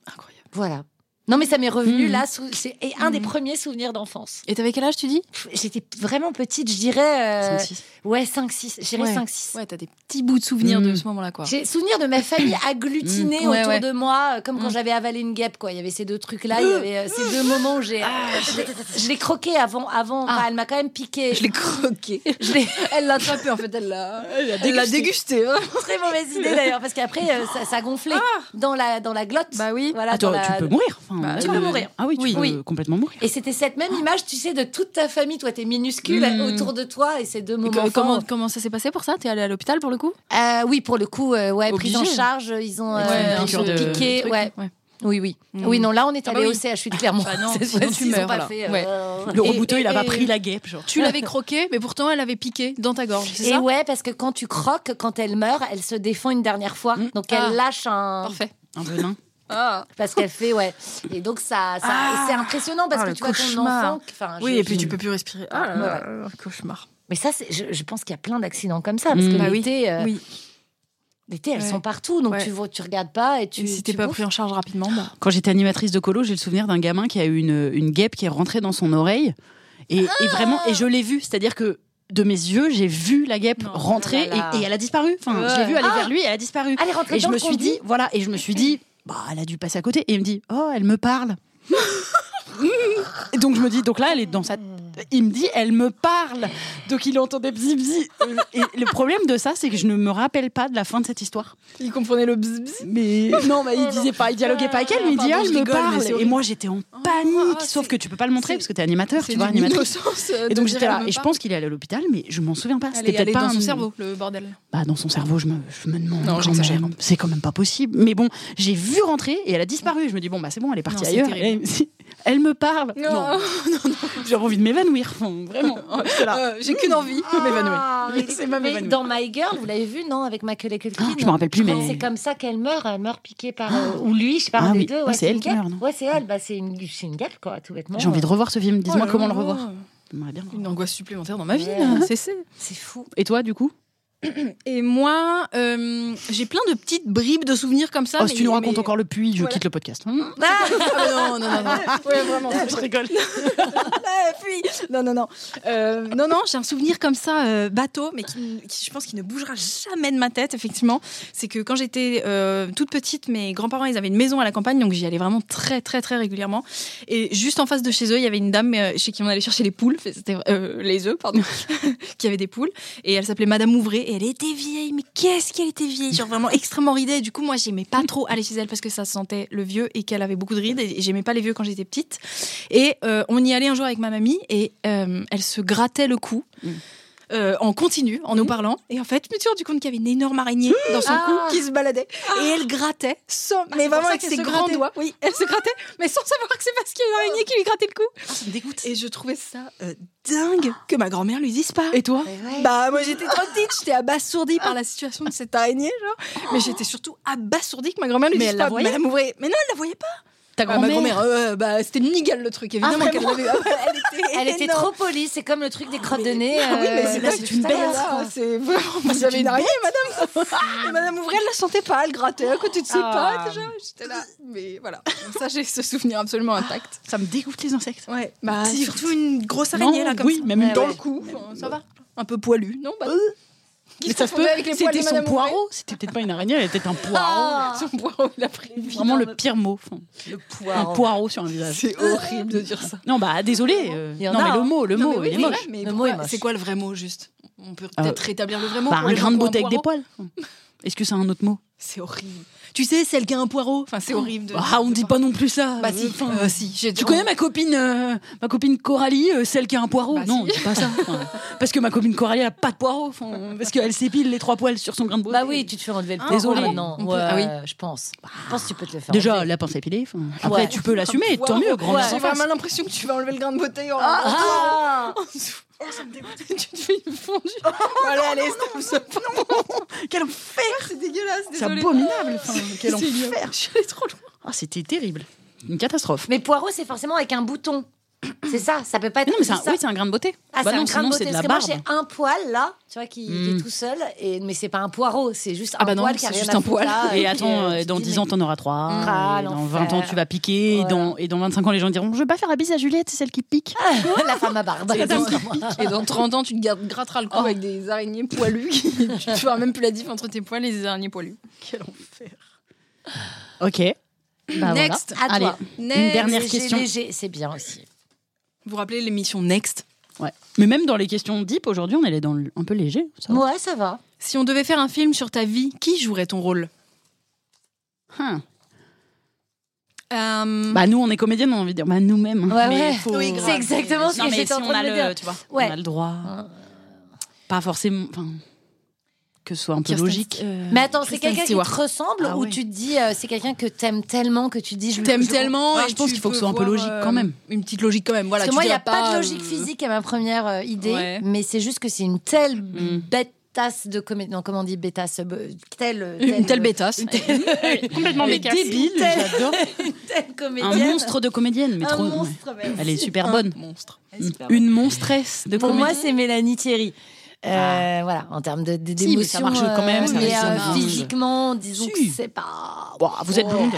[SPEAKER 2] Incroyable.
[SPEAKER 3] Voilà. Non mais ça m'est revenu
[SPEAKER 2] Mm.
[SPEAKER 1] Mhm.
[SPEAKER 3] là. sous- C'est et un des premiers souvenirs d'enfance.
[SPEAKER 2] Et t'avais quel âge tu dis
[SPEAKER 3] Pff, J'étais vraiment petite, je dirais. euh,
[SPEAKER 1] 56.
[SPEAKER 3] Ouais, 5-6. J'irais
[SPEAKER 2] Ouais.
[SPEAKER 3] 5-6.
[SPEAKER 2] Ouais, t'as des petits bouts de souvenirs
[SPEAKER 1] Mm.
[SPEAKER 2] de ce moment-là quoi.
[SPEAKER 3] J'ai souvenir de ma famille agglutinée
[SPEAKER 2] Mm. Ouais,
[SPEAKER 3] autour
[SPEAKER 2] ouais.
[SPEAKER 3] de moi, euh, comme quand
[SPEAKER 2] Mm.
[SPEAKER 3] j'avais avalé une guêpe. Quoi. Il y avait ces deux trucs-là, il y avait euh, ces deux moments où j'ai. euh, je- je l'ai croqué avant. avant
[SPEAKER 2] Ah.
[SPEAKER 3] Enfin, elle m'a quand même piqué.
[SPEAKER 2] Je l'ai croqué.
[SPEAKER 3] Je l'ai-
[SPEAKER 2] Elle l'a attrapé en fait, elle l'a elle l'a dégusté. hein.
[SPEAKER 3] Très mauvaise idée d'ailleurs, parce qu'après, euh, ça, ça gonflait dans, la, dans la glotte.
[SPEAKER 2] Bah oui.
[SPEAKER 3] Voilà,
[SPEAKER 1] Attends,
[SPEAKER 3] dans la-
[SPEAKER 1] tu peux mourir. enfin,
[SPEAKER 2] Bah,
[SPEAKER 1] ouais.
[SPEAKER 3] euh, tu peux mourir.
[SPEAKER 1] Ah oui, tu
[SPEAKER 2] Oui.
[SPEAKER 1] peux
[SPEAKER 3] Oui.
[SPEAKER 1] complètement mourir.
[SPEAKER 3] Et c'était cette même image, tu sais, de toute ta famille. Toi, t'es minuscule
[SPEAKER 1] Mm.
[SPEAKER 3] autour de toi et ces deux
[SPEAKER 2] Et
[SPEAKER 3] moments.
[SPEAKER 2] co-
[SPEAKER 3] forts.
[SPEAKER 2] comment, comment ça s'est passé pour ça T'es allée à l'hôpital pour le coup
[SPEAKER 3] Euh, oui, pour le coup, euh, ouais, prise en
[SPEAKER 2] Obligé.
[SPEAKER 3] charge, ils ont
[SPEAKER 2] Ouais,
[SPEAKER 3] euh,
[SPEAKER 2] un
[SPEAKER 3] ils ont
[SPEAKER 2] truc de-
[SPEAKER 3] piqué.
[SPEAKER 2] truc,
[SPEAKER 3] Ouais. Oui, oui.
[SPEAKER 2] Mm.
[SPEAKER 3] Oui, non, là, on est
[SPEAKER 2] Ah
[SPEAKER 3] allé
[SPEAKER 2] bah
[SPEAKER 3] au
[SPEAKER 2] oui.
[SPEAKER 3] CHU de Clermont.
[SPEAKER 2] Ah bah non,
[SPEAKER 3] Cette
[SPEAKER 2] sinon
[SPEAKER 3] fois-ci,
[SPEAKER 2] tu
[SPEAKER 3] ils ont
[SPEAKER 2] meurs,
[SPEAKER 3] pas
[SPEAKER 2] là.
[SPEAKER 3] fait, euh,
[SPEAKER 2] Ouais.
[SPEAKER 1] Le
[SPEAKER 2] Et-
[SPEAKER 1] rebouteux,
[SPEAKER 2] et-
[SPEAKER 1] il a pas
[SPEAKER 2] et-
[SPEAKER 1] pris la guêpe. Genre.
[SPEAKER 2] Tu l'avais croqué, mais pourtant elle avait piqué dans ta gorge, c'est
[SPEAKER 3] Et
[SPEAKER 2] ça
[SPEAKER 3] ouais, parce que quand tu croques, quand elle meurt, elle se défend une dernière fois.
[SPEAKER 1] Mm.
[SPEAKER 3] Donc
[SPEAKER 2] Ah.
[SPEAKER 3] elle lâche un.
[SPEAKER 2] Parfait.
[SPEAKER 1] Un venin.
[SPEAKER 3] Parce qu'elle fait, ouais. Et donc ça, ça
[SPEAKER 2] Ah.
[SPEAKER 3] et c'est impressionnant parce
[SPEAKER 2] Ah,
[SPEAKER 3] que
[SPEAKER 2] le
[SPEAKER 3] tu vois ton
[SPEAKER 2] cauchemar.
[SPEAKER 3] enfant. qui- enfin,
[SPEAKER 2] Oui,
[SPEAKER 3] je-
[SPEAKER 2] et puis tu peux plus respirer. Ah là là,
[SPEAKER 3] Ouais.
[SPEAKER 2] là, cauchemar.
[SPEAKER 3] Mais ça, c'est- je, je pense qu'il y a plein d'accidents comme ça. Parce que
[SPEAKER 1] Mm. Bah oui.
[SPEAKER 3] l'été, euh,
[SPEAKER 2] Mmh. oui.
[SPEAKER 3] l'été, elles
[SPEAKER 2] Ouais.
[SPEAKER 3] sont partout. Donc
[SPEAKER 2] Ouais.
[SPEAKER 3] tu, vois, tu regardes pas et tu.
[SPEAKER 2] Et si
[SPEAKER 3] tu
[SPEAKER 2] t'es pas
[SPEAKER 3] bouffes.
[SPEAKER 2] pris en charge rapidement, bah.
[SPEAKER 1] Quand j'étais animatrice de colo, j'ai le souvenir d'un gamin qui a eu une, une guêpe qui est rentrée dans son oreille. Et, et vraiment, et je l'ai vue. C'est-à-dire que de mes yeux, j'ai vu la guêpe
[SPEAKER 2] Non,
[SPEAKER 1] rentrer
[SPEAKER 3] oh là là.
[SPEAKER 1] Et, et elle a disparu. Enfin, je l'ai vue aller vers lui et Ah elle a disparu.
[SPEAKER 3] Allez, rentrez
[SPEAKER 1] et je
[SPEAKER 3] dans
[SPEAKER 1] me
[SPEAKER 3] le
[SPEAKER 1] suis
[SPEAKER 3] conduit.
[SPEAKER 1] dit, voilà, et je me suis dit, bah, elle a dû passer à côté. Et il me dit, oh, elle me parle. Et donc je me dis, donc là, elle est dans sa. Il me dit, elle me parle. Donc il entendait bzi bzi. Et le problème de ça, c'est que je ne me rappelle pas de la fin de cette histoire.
[SPEAKER 2] Il comprenait le bzz bzz.
[SPEAKER 1] Mais non, mais il disait pas, il dialoguait pas avec elle, mais il dit
[SPEAKER 2] Pardon,
[SPEAKER 1] ah,
[SPEAKER 2] je
[SPEAKER 1] elle me
[SPEAKER 2] rigole, mais
[SPEAKER 1] parle.
[SPEAKER 2] c'est
[SPEAKER 1] Et
[SPEAKER 2] horrible.
[SPEAKER 1] moi j'étais en
[SPEAKER 2] ah,
[SPEAKER 1] panique,
[SPEAKER 2] c'est-
[SPEAKER 1] sauf que tu peux pas le montrer
[SPEAKER 2] c'est-
[SPEAKER 1] parce que t'es animateur,
[SPEAKER 2] C'est
[SPEAKER 1] tu vois,
[SPEAKER 2] d'une
[SPEAKER 1] animatrice.
[SPEAKER 2] innocence, euh,
[SPEAKER 1] Et donc
[SPEAKER 2] de
[SPEAKER 1] j'étais
[SPEAKER 2] dire,
[SPEAKER 1] là,
[SPEAKER 2] elle me
[SPEAKER 1] et je
[SPEAKER 2] parle.
[SPEAKER 1] pense qu'il est allé à l'hôpital, mais je m'en souviens pas.
[SPEAKER 2] Elle
[SPEAKER 1] C'était
[SPEAKER 2] est allée
[SPEAKER 1] peut-être pas
[SPEAKER 2] dans
[SPEAKER 1] un-
[SPEAKER 2] son cerveau, le bordel.
[SPEAKER 1] Bah dans son cerveau, je me, je me demande.
[SPEAKER 2] Non,
[SPEAKER 1] quand
[SPEAKER 2] j'exagère.
[SPEAKER 1] même. C'est quand même pas possible. Mais bon, j'ai vu rentrer et elle a disparu. Je me dis bon bah c'est bon, elle est partie
[SPEAKER 2] Non, c'est
[SPEAKER 1] ailleurs.
[SPEAKER 2] terrible.
[SPEAKER 1] Et elle- Elle me parle.
[SPEAKER 2] Non.
[SPEAKER 1] j'ai envie de m'évanouir. Enfin, vraiment. C'est là.
[SPEAKER 2] Euh, J'ai qu'une envie, m'évanouir.
[SPEAKER 3] Ah, mais-
[SPEAKER 1] Mmh. C'est ma
[SPEAKER 3] mais
[SPEAKER 1] m'évanouir.
[SPEAKER 3] dans My Girl, vous l'avez vu, non Avec Macaulay Culkin.
[SPEAKER 1] Ah, Je me rappelle plus,
[SPEAKER 3] Quand
[SPEAKER 1] mais-
[SPEAKER 3] C'est comme ça qu'elle meurt. Elle meurt piquée par. euh, ou lui, je sais pas,
[SPEAKER 1] Ah
[SPEAKER 3] un des
[SPEAKER 1] oui.
[SPEAKER 3] deux.
[SPEAKER 1] Ah,
[SPEAKER 3] Ouais,
[SPEAKER 1] c'est elle
[SPEAKER 3] une
[SPEAKER 1] qui
[SPEAKER 3] guêpe.
[SPEAKER 1] meurt, non
[SPEAKER 3] Ouais, c'est elle. Bah, c'est une, c'est une guêpe, quoi, tout bêtement.
[SPEAKER 1] J'ai envie de revoir ce film. Dis-moi
[SPEAKER 2] Ah. Oh là
[SPEAKER 1] comment le
[SPEAKER 2] là.
[SPEAKER 1] revoir. J'aimerais bien. le revoir.
[SPEAKER 2] Une angoisse supplé dans ma vie,
[SPEAKER 3] Ouais.
[SPEAKER 2] là, c'est c'est.
[SPEAKER 3] C'est fou.
[SPEAKER 1] Et toi du coup
[SPEAKER 2] Et moi, euh, j'ai plein de petites bribes de souvenirs comme ça.
[SPEAKER 1] Oh, Si
[SPEAKER 2] mais-
[SPEAKER 1] tu nous racontes
[SPEAKER 2] mais-
[SPEAKER 1] encore le puits, je
[SPEAKER 2] Voilà.
[SPEAKER 1] quitte le podcast. Hum,
[SPEAKER 2] Ah, bah non, non, non, non. Ouais, vraiment.
[SPEAKER 1] Je rigole.
[SPEAKER 2] Ah, puis- Non, non, non. Euh, non, non, j'ai un souvenir comme ça, euh, bateau, mais qui, qui- je pense qu'il ne bougera jamais de ma tête, effectivement. C'est que quand j'étais euh, toute petite, mes grands-parents, ils avaient une maison à la campagne, donc j'y allais vraiment très, très, très régulièrement. Et juste en face de chez eux, il y avait une dame euh, chez qui on allait chercher les poules, c'était euh, les œufs, pardon, qui avait des poules. Et elle s'appelait Madame Ouvré, et elle était vieille, mais qu'est-ce qu'elle était vieille, genre vraiment extrêmement ridée. Et du coup, moi, j'aimais pas trop aller chez elle parce que ça sentait le vieux et qu'elle avait beaucoup de rides, et j'aimais pas les vieux quand j'étais petite. Et euh, on y allait un jour avec ma mamie et euh, elle se grattait le cou. euh, en continu, en nous parlant. Et en fait, je me suis rendu compte qu'il y avait une énorme araignée dans son
[SPEAKER 3] Ah.
[SPEAKER 2] cou qui se baladait. Et elle grattait, sans, mais
[SPEAKER 1] c'est pour
[SPEAKER 2] vraiment
[SPEAKER 1] ça
[SPEAKER 2] avec
[SPEAKER 1] qu'elle
[SPEAKER 2] ses
[SPEAKER 1] se
[SPEAKER 2] grands
[SPEAKER 1] grattait.
[SPEAKER 2] doigts. Oui, elle se grattait, mais sans savoir que c'est parce qu'il y a une araignée qui lui grattait le cou.
[SPEAKER 1] ça me dégoûte.
[SPEAKER 2] Et je trouvais ça euh, dingue que ma grand-mère lui dise pas.
[SPEAKER 1] Et toi
[SPEAKER 2] Bah moi j'étais trop petite, j'étais abasourdie par la situation de cette araignée, genre. Mais j'étais surtout abasourdie que ma grand-mère lui
[SPEAKER 1] Mais
[SPEAKER 2] dise
[SPEAKER 1] elle la
[SPEAKER 2] pas.
[SPEAKER 1] voyait
[SPEAKER 2] m'ouvrait. Mais non, elle la voyait pas.
[SPEAKER 1] Ta
[SPEAKER 2] Bah, ma grand-mère, euh, bah c'était une nigale le truc, évidemment
[SPEAKER 3] Ah,
[SPEAKER 2] qu'elle
[SPEAKER 3] vraiment
[SPEAKER 2] l'avait. Ah, ouais, Elle était,
[SPEAKER 3] Elle était
[SPEAKER 2] énorme.
[SPEAKER 3] trop polie, c'est comme le truc des crottes de nez.
[SPEAKER 2] Ah oui, mais
[SPEAKER 3] euh,
[SPEAKER 2] c'est
[SPEAKER 3] là,
[SPEAKER 2] là, c'est une
[SPEAKER 3] putain,
[SPEAKER 2] belle
[SPEAKER 3] quoi.
[SPEAKER 2] Ah, C'est vraiment. Vous avez une araignée, madame. Et madame ouvrait, elle la sentait pas, elle grattait à côté de ses
[SPEAKER 1] Ah.
[SPEAKER 2] pattes, genre. J'étais là. Mais voilà. Ça, j'ai ce souvenir absolument intact.
[SPEAKER 1] Ça me dégoûte les insectes.
[SPEAKER 2] Ouais. Bah,
[SPEAKER 1] Si,
[SPEAKER 2] surtout une grosse araignée,
[SPEAKER 1] Non,
[SPEAKER 2] là, comme
[SPEAKER 1] oui,
[SPEAKER 2] ça.
[SPEAKER 1] même
[SPEAKER 3] Ouais,
[SPEAKER 1] dans
[SPEAKER 3] ouais.
[SPEAKER 2] le cou. enfin, Ça va. Un peu poilu, non bah,
[SPEAKER 1] Mais ça se peut. C'était son poireau. C'était peut-être pas une araignée, elle était un poireau.
[SPEAKER 3] Ah,
[SPEAKER 2] Son poireau, il a pris une
[SPEAKER 1] Vraiment le pire mot. Enfin,
[SPEAKER 3] le
[SPEAKER 1] un
[SPEAKER 3] poireau.
[SPEAKER 1] poireau sur un visage.
[SPEAKER 2] C'est horrible de dire ça.
[SPEAKER 1] Non, bah désolé. euh,
[SPEAKER 3] Il y en
[SPEAKER 1] non,
[SPEAKER 3] a,
[SPEAKER 1] mais le
[SPEAKER 3] hein.
[SPEAKER 1] mot, le mot,
[SPEAKER 2] Non, mais oui,
[SPEAKER 1] il est
[SPEAKER 2] mais
[SPEAKER 1] moche.
[SPEAKER 2] ouais, mais
[SPEAKER 3] Le mot
[SPEAKER 2] pourquoi-
[SPEAKER 3] est moche.
[SPEAKER 2] C'est quoi le vrai mot, juste On peut
[SPEAKER 1] Euh,
[SPEAKER 2] peut-être rétablir le vrai mot.
[SPEAKER 1] Bah,
[SPEAKER 2] pour
[SPEAKER 1] un
[SPEAKER 2] les
[SPEAKER 1] grain de
[SPEAKER 2] gens qui ont
[SPEAKER 1] beauté avec des
[SPEAKER 2] poireau.
[SPEAKER 1] poils. Est-ce que c'est un autre mot
[SPEAKER 2] C'est horrible. Tu sais, celle qui a un poireau. Enfin, c'est horrible. de-
[SPEAKER 1] Ah, on
[SPEAKER 2] de
[SPEAKER 1] dit pas non plus ça.
[SPEAKER 2] Bah si,
[SPEAKER 1] Enfin,
[SPEAKER 2] euh, si. j'ai-
[SPEAKER 1] Tu connais ma copine, euh, ma copine Coralie, euh, celle qui a un poireau
[SPEAKER 2] Bah,
[SPEAKER 1] Non,
[SPEAKER 2] si.
[SPEAKER 1] c'est pas ça. Enfin, parce que ma copine Coralie elle a pas de poireau, enfin, parce qu'elle s'épile les trois poils sur son grain de beauté.
[SPEAKER 3] Bah oui, tu te fais enlever le
[SPEAKER 2] Ah,
[SPEAKER 3] poireau
[SPEAKER 1] désolé.
[SPEAKER 3] maintenant.
[SPEAKER 2] On peut-
[SPEAKER 3] Ouais,
[SPEAKER 2] ah oui.
[SPEAKER 3] Je pense. Je pense que tu peux te le faire.
[SPEAKER 1] Déjà,
[SPEAKER 3] enlever.
[SPEAKER 1] la pince à épiler. enfin, Après,
[SPEAKER 3] Ouais.
[SPEAKER 1] tu peux l'assumer,
[SPEAKER 2] Wow,
[SPEAKER 1] tant mieux, grandis
[SPEAKER 3] Ouais.
[SPEAKER 1] en
[SPEAKER 2] J'ai
[SPEAKER 1] face.
[SPEAKER 2] vraiment l'impression que tu vas enlever le grain de beauté. en-
[SPEAKER 3] Ah
[SPEAKER 2] en dessous. tu te fais une fondue. Voilà, allez, stop, stop.
[SPEAKER 1] Quel enfer
[SPEAKER 2] C'est dégueulasse,
[SPEAKER 1] C'est
[SPEAKER 2] désolé.
[SPEAKER 1] abominable. enfin, Quel
[SPEAKER 2] C'est ignoble.
[SPEAKER 1] enfer
[SPEAKER 2] Je suis allée trop loin.
[SPEAKER 1] Ah, C'était terrible. Une catastrophe.
[SPEAKER 3] Mais poireau, c'est forcément avec un bouton. C'est ça, ça peut pas être.
[SPEAKER 1] Non, mais c'est un,
[SPEAKER 3] plus ça.
[SPEAKER 1] oui, c'est un grain de beauté.
[SPEAKER 3] Ah,
[SPEAKER 1] bah
[SPEAKER 3] c'est
[SPEAKER 1] non,
[SPEAKER 3] un grain de
[SPEAKER 1] sinon,
[SPEAKER 3] beauté.
[SPEAKER 1] c'est de
[SPEAKER 3] parce
[SPEAKER 1] la
[SPEAKER 3] que moi,
[SPEAKER 1] barbe.
[SPEAKER 3] j'ai un poil là, tu vois, qui, qui
[SPEAKER 1] Hmm.
[SPEAKER 3] est tout seul. Et, mais c'est pas un poireau, c'est juste un
[SPEAKER 2] Ah bah non,
[SPEAKER 3] poil qui a
[SPEAKER 2] c'est
[SPEAKER 3] rien
[SPEAKER 2] juste
[SPEAKER 3] à
[SPEAKER 2] un
[SPEAKER 3] foutre
[SPEAKER 2] poil.
[SPEAKER 3] là,
[SPEAKER 1] Et
[SPEAKER 3] euh,
[SPEAKER 1] attends,
[SPEAKER 3] tu
[SPEAKER 1] euh,
[SPEAKER 3] te
[SPEAKER 1] dans
[SPEAKER 3] dis,
[SPEAKER 1] 10
[SPEAKER 3] mais-
[SPEAKER 1] ans, t'en auras 3.
[SPEAKER 3] Ah,
[SPEAKER 1] dans
[SPEAKER 3] l'enfer.
[SPEAKER 1] 20 ans, tu vas piquer. Et,
[SPEAKER 3] Voilà.
[SPEAKER 1] dans, et dans 25 ans, les gens diront Je vais pas faire la bise à Juliette, c'est celle qui pique.
[SPEAKER 3] La femme à barbe.
[SPEAKER 2] Et dans,
[SPEAKER 1] Bah
[SPEAKER 2] et dans 30 ans, tu te gardes- gratteras le cou avec des araignées poilues. qui- tu ne feras même plus la diff entre tes poils et les araignées poilues.
[SPEAKER 1] Quel enfer. Ok. Bah,
[SPEAKER 2] Next.
[SPEAKER 1] voilà.
[SPEAKER 3] Ah. À toi.
[SPEAKER 1] Allez.
[SPEAKER 2] Next.
[SPEAKER 1] Une dernière
[SPEAKER 3] Léger,
[SPEAKER 1] question.
[SPEAKER 3] léger, c'est bien aussi.
[SPEAKER 2] Vous vous rappelez l'émission Next
[SPEAKER 1] Ouais. Mais même dans les questions deep, aujourd'hui, on est dans le- un peu léger. ça va.
[SPEAKER 3] Ouais, ça va.
[SPEAKER 2] Si on devait faire un film sur ta vie, qui jouerait ton rôle
[SPEAKER 1] Hein.
[SPEAKER 2] Euh,
[SPEAKER 1] Bah, nous, on est comédienne, on a envie de dire bah, nous-mêmes.
[SPEAKER 3] Ouais,
[SPEAKER 1] Mais
[SPEAKER 3] ouais.
[SPEAKER 1] faut-
[SPEAKER 2] Oui, grave.
[SPEAKER 3] C'est exactement ce
[SPEAKER 1] Non,
[SPEAKER 3] que
[SPEAKER 1] mais
[SPEAKER 3] j'étais
[SPEAKER 1] si
[SPEAKER 3] en
[SPEAKER 1] on
[SPEAKER 3] train
[SPEAKER 1] a
[SPEAKER 3] de me
[SPEAKER 1] le,
[SPEAKER 3] dire.
[SPEAKER 1] tu vois,
[SPEAKER 3] Ouais.
[SPEAKER 1] on a le droit.
[SPEAKER 3] Euh.
[SPEAKER 1] Pas forcément. Enfin, que ce soit un peu
[SPEAKER 2] Kirsten-
[SPEAKER 1] logique.
[SPEAKER 2] euh,
[SPEAKER 3] Mais attends, c'est
[SPEAKER 2] Kristen
[SPEAKER 3] quelqu'un qui
[SPEAKER 2] Stewart.
[SPEAKER 3] te ressemble
[SPEAKER 1] Ah
[SPEAKER 3] ou
[SPEAKER 1] ouais.
[SPEAKER 3] tu te dis euh, c'est quelqu'un que t'aimes tellement que tu te dis je le-
[SPEAKER 2] T'aimes
[SPEAKER 3] je-
[SPEAKER 2] tellement.
[SPEAKER 1] Ouais,
[SPEAKER 2] et
[SPEAKER 1] je pense
[SPEAKER 2] tu
[SPEAKER 1] qu'il faut que ce
[SPEAKER 2] peux
[SPEAKER 1] soit un peu
[SPEAKER 2] voir,
[SPEAKER 1] logique
[SPEAKER 2] euh,
[SPEAKER 1] quand même.
[SPEAKER 2] Une petite logique quand même. Voilà,
[SPEAKER 3] Parce que
[SPEAKER 2] tu
[SPEAKER 3] moi, il n'y a
[SPEAKER 2] diras
[SPEAKER 3] pas, de
[SPEAKER 2] euh,
[SPEAKER 3] logique physique à ma première euh, idée,
[SPEAKER 2] Ouais.
[SPEAKER 3] mais c'est juste que c'est une telle
[SPEAKER 1] Mm.
[SPEAKER 3] bêtasse de comédie. Non, comment on dit bêtasse euh, telle,
[SPEAKER 2] Une telle bêtasse.
[SPEAKER 1] Complètement
[SPEAKER 2] dégueulasse.
[SPEAKER 1] débile, Eh j'adore.
[SPEAKER 3] telle
[SPEAKER 1] Un
[SPEAKER 3] comédienne.
[SPEAKER 1] monstre de comédienne, mais
[SPEAKER 3] Un
[SPEAKER 1] trop. ouais.
[SPEAKER 3] monstre, même.
[SPEAKER 1] Elle est super bonne.
[SPEAKER 2] Monstre.
[SPEAKER 3] Elle est super bonne.
[SPEAKER 1] Une monstresse de
[SPEAKER 3] Pour moi,
[SPEAKER 1] comédienne. Ah.
[SPEAKER 3] c'est Mélanie Thierry. Euh, Voilà, en termes de, de,
[SPEAKER 1] Si, mais ça
[SPEAKER 3] d'émotion,
[SPEAKER 1] marche quand même, ça
[SPEAKER 3] mais,
[SPEAKER 1] reste
[SPEAKER 3] euh,
[SPEAKER 1] un monde.
[SPEAKER 3] physiquement, disons
[SPEAKER 1] Si.
[SPEAKER 3] que c'est pas. Oh,
[SPEAKER 1] Ouah, vous êtes blonde.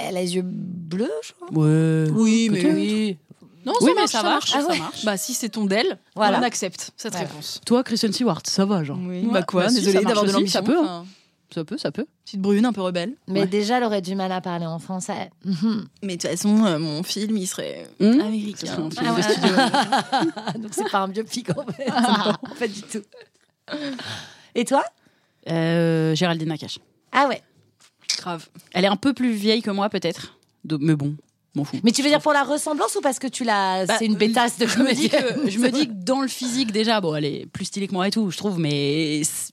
[SPEAKER 3] Elle a les yeux bleus, je crois.
[SPEAKER 1] Ouais.
[SPEAKER 2] Oui, mais
[SPEAKER 1] Peut-être.
[SPEAKER 2] oui. Non,
[SPEAKER 1] Oui, mais
[SPEAKER 2] ça marche,
[SPEAKER 1] ça
[SPEAKER 2] ça marche.
[SPEAKER 1] marche,
[SPEAKER 3] ça
[SPEAKER 2] Bah, si c'est ton DEL,
[SPEAKER 3] Voilà.
[SPEAKER 2] on accepte cette
[SPEAKER 3] Voilà.
[SPEAKER 2] réponse.
[SPEAKER 1] Toi, Kristen Stewart, ça va, genre.
[SPEAKER 2] Bah quoi,
[SPEAKER 1] si,
[SPEAKER 2] désolé
[SPEAKER 1] ça marche
[SPEAKER 2] d'avoir de
[SPEAKER 1] aussi,
[SPEAKER 2] l'ambition.
[SPEAKER 1] Ça peut, hein.
[SPEAKER 2] enfin,
[SPEAKER 1] ça peut, ça peut.
[SPEAKER 2] petite brune un peu rebelle.
[SPEAKER 3] Mais
[SPEAKER 1] Ouais.
[SPEAKER 3] déjà, elle aurait du mal à parler en français.
[SPEAKER 2] Mais de toute façon, euh, mon film, il serait
[SPEAKER 1] Hum, ce serait
[SPEAKER 2] américain.
[SPEAKER 1] un film de
[SPEAKER 3] ouais.
[SPEAKER 1] studio.
[SPEAKER 3] Donc, c'est pas un biopic en fait. Non, pas du tout. Et toi
[SPEAKER 1] Euh, Géraldine Nakache.
[SPEAKER 3] Ah ouais.
[SPEAKER 2] Grave.
[SPEAKER 1] Elle est un peu plus vieille que moi, peut-être. De- Mais bon, m'en fous.
[SPEAKER 3] Mais tu veux dire pour la ressemblance ou parce que tu l'as.
[SPEAKER 1] Bah,
[SPEAKER 3] c'est une bêtasse de
[SPEAKER 1] je me dis
[SPEAKER 3] comédie
[SPEAKER 1] que je me dis que dans le physique déjà bon elle est plus stylée que moi et tout je trouve mais c'est-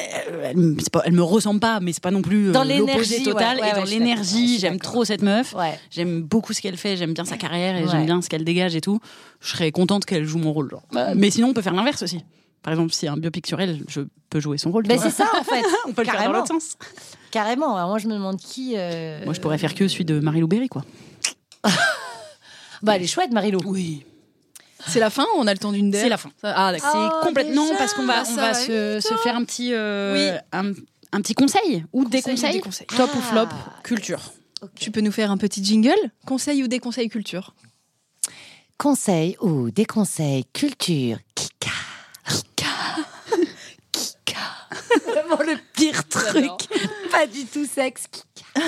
[SPEAKER 1] euh, elle, me- c'est pas- elle me ressemble pas mais c'est pas non plus euh,
[SPEAKER 3] Dans
[SPEAKER 1] l'opposé
[SPEAKER 3] l'énergie,
[SPEAKER 1] total
[SPEAKER 3] ouais, ouais,
[SPEAKER 1] et
[SPEAKER 3] ouais,
[SPEAKER 1] dans
[SPEAKER 3] je suis d'accord, ouais, je
[SPEAKER 1] l'énergie
[SPEAKER 3] suis
[SPEAKER 1] j'aime
[SPEAKER 3] d'accord.
[SPEAKER 1] trop cette meuf
[SPEAKER 3] Ouais.
[SPEAKER 1] j'aime beaucoup ce qu'elle fait j'aime bien sa carrière et
[SPEAKER 3] Ouais.
[SPEAKER 1] j'aime bien ce qu'elle dégage et tout je serais contente qu'elle joue mon rôle genre.
[SPEAKER 2] Bah,
[SPEAKER 1] mais sinon on peut faire l'inverse aussi par exemple si un biopic sur elle je peux jouer son rôle tu
[SPEAKER 2] Bah,
[SPEAKER 3] Ben,
[SPEAKER 1] vois.
[SPEAKER 3] c'est ça en fait.
[SPEAKER 1] on peut le faire dans
[SPEAKER 3] carrément.
[SPEAKER 1] l'autre sens
[SPEAKER 3] Carrément. Alors, moi, je me demande qui. euh,
[SPEAKER 1] moi je pourrais faire que celui de Marie-Lou Berry quoi
[SPEAKER 3] Bah, elle est chouette, Marilou.
[SPEAKER 1] oui
[SPEAKER 2] Ah, C'est la fin ou on a le temps d'une DEL
[SPEAKER 1] c'est la fin
[SPEAKER 2] Ah, d'accord.
[SPEAKER 1] C'est
[SPEAKER 3] Oh,
[SPEAKER 1] complètement
[SPEAKER 3] déjà,
[SPEAKER 1] parce qu'on va,
[SPEAKER 2] ça
[SPEAKER 1] on va
[SPEAKER 2] va
[SPEAKER 1] se, se faire un petit, euh,
[SPEAKER 2] Oui.
[SPEAKER 1] un, un petit conseil ou des
[SPEAKER 2] Conseil ou
[SPEAKER 1] conseils,
[SPEAKER 2] des conseils.
[SPEAKER 1] top ou
[SPEAKER 3] Ah.
[SPEAKER 1] flop, culture.
[SPEAKER 3] Ok.
[SPEAKER 2] Tu peux nous faire un petit jingle Conseil ou déconseil culture
[SPEAKER 3] Conseil ou des conseils culture Kika. Kika. Vraiment le pire truc.
[SPEAKER 2] J'adore.
[SPEAKER 3] Pas du tout sexe. Kika.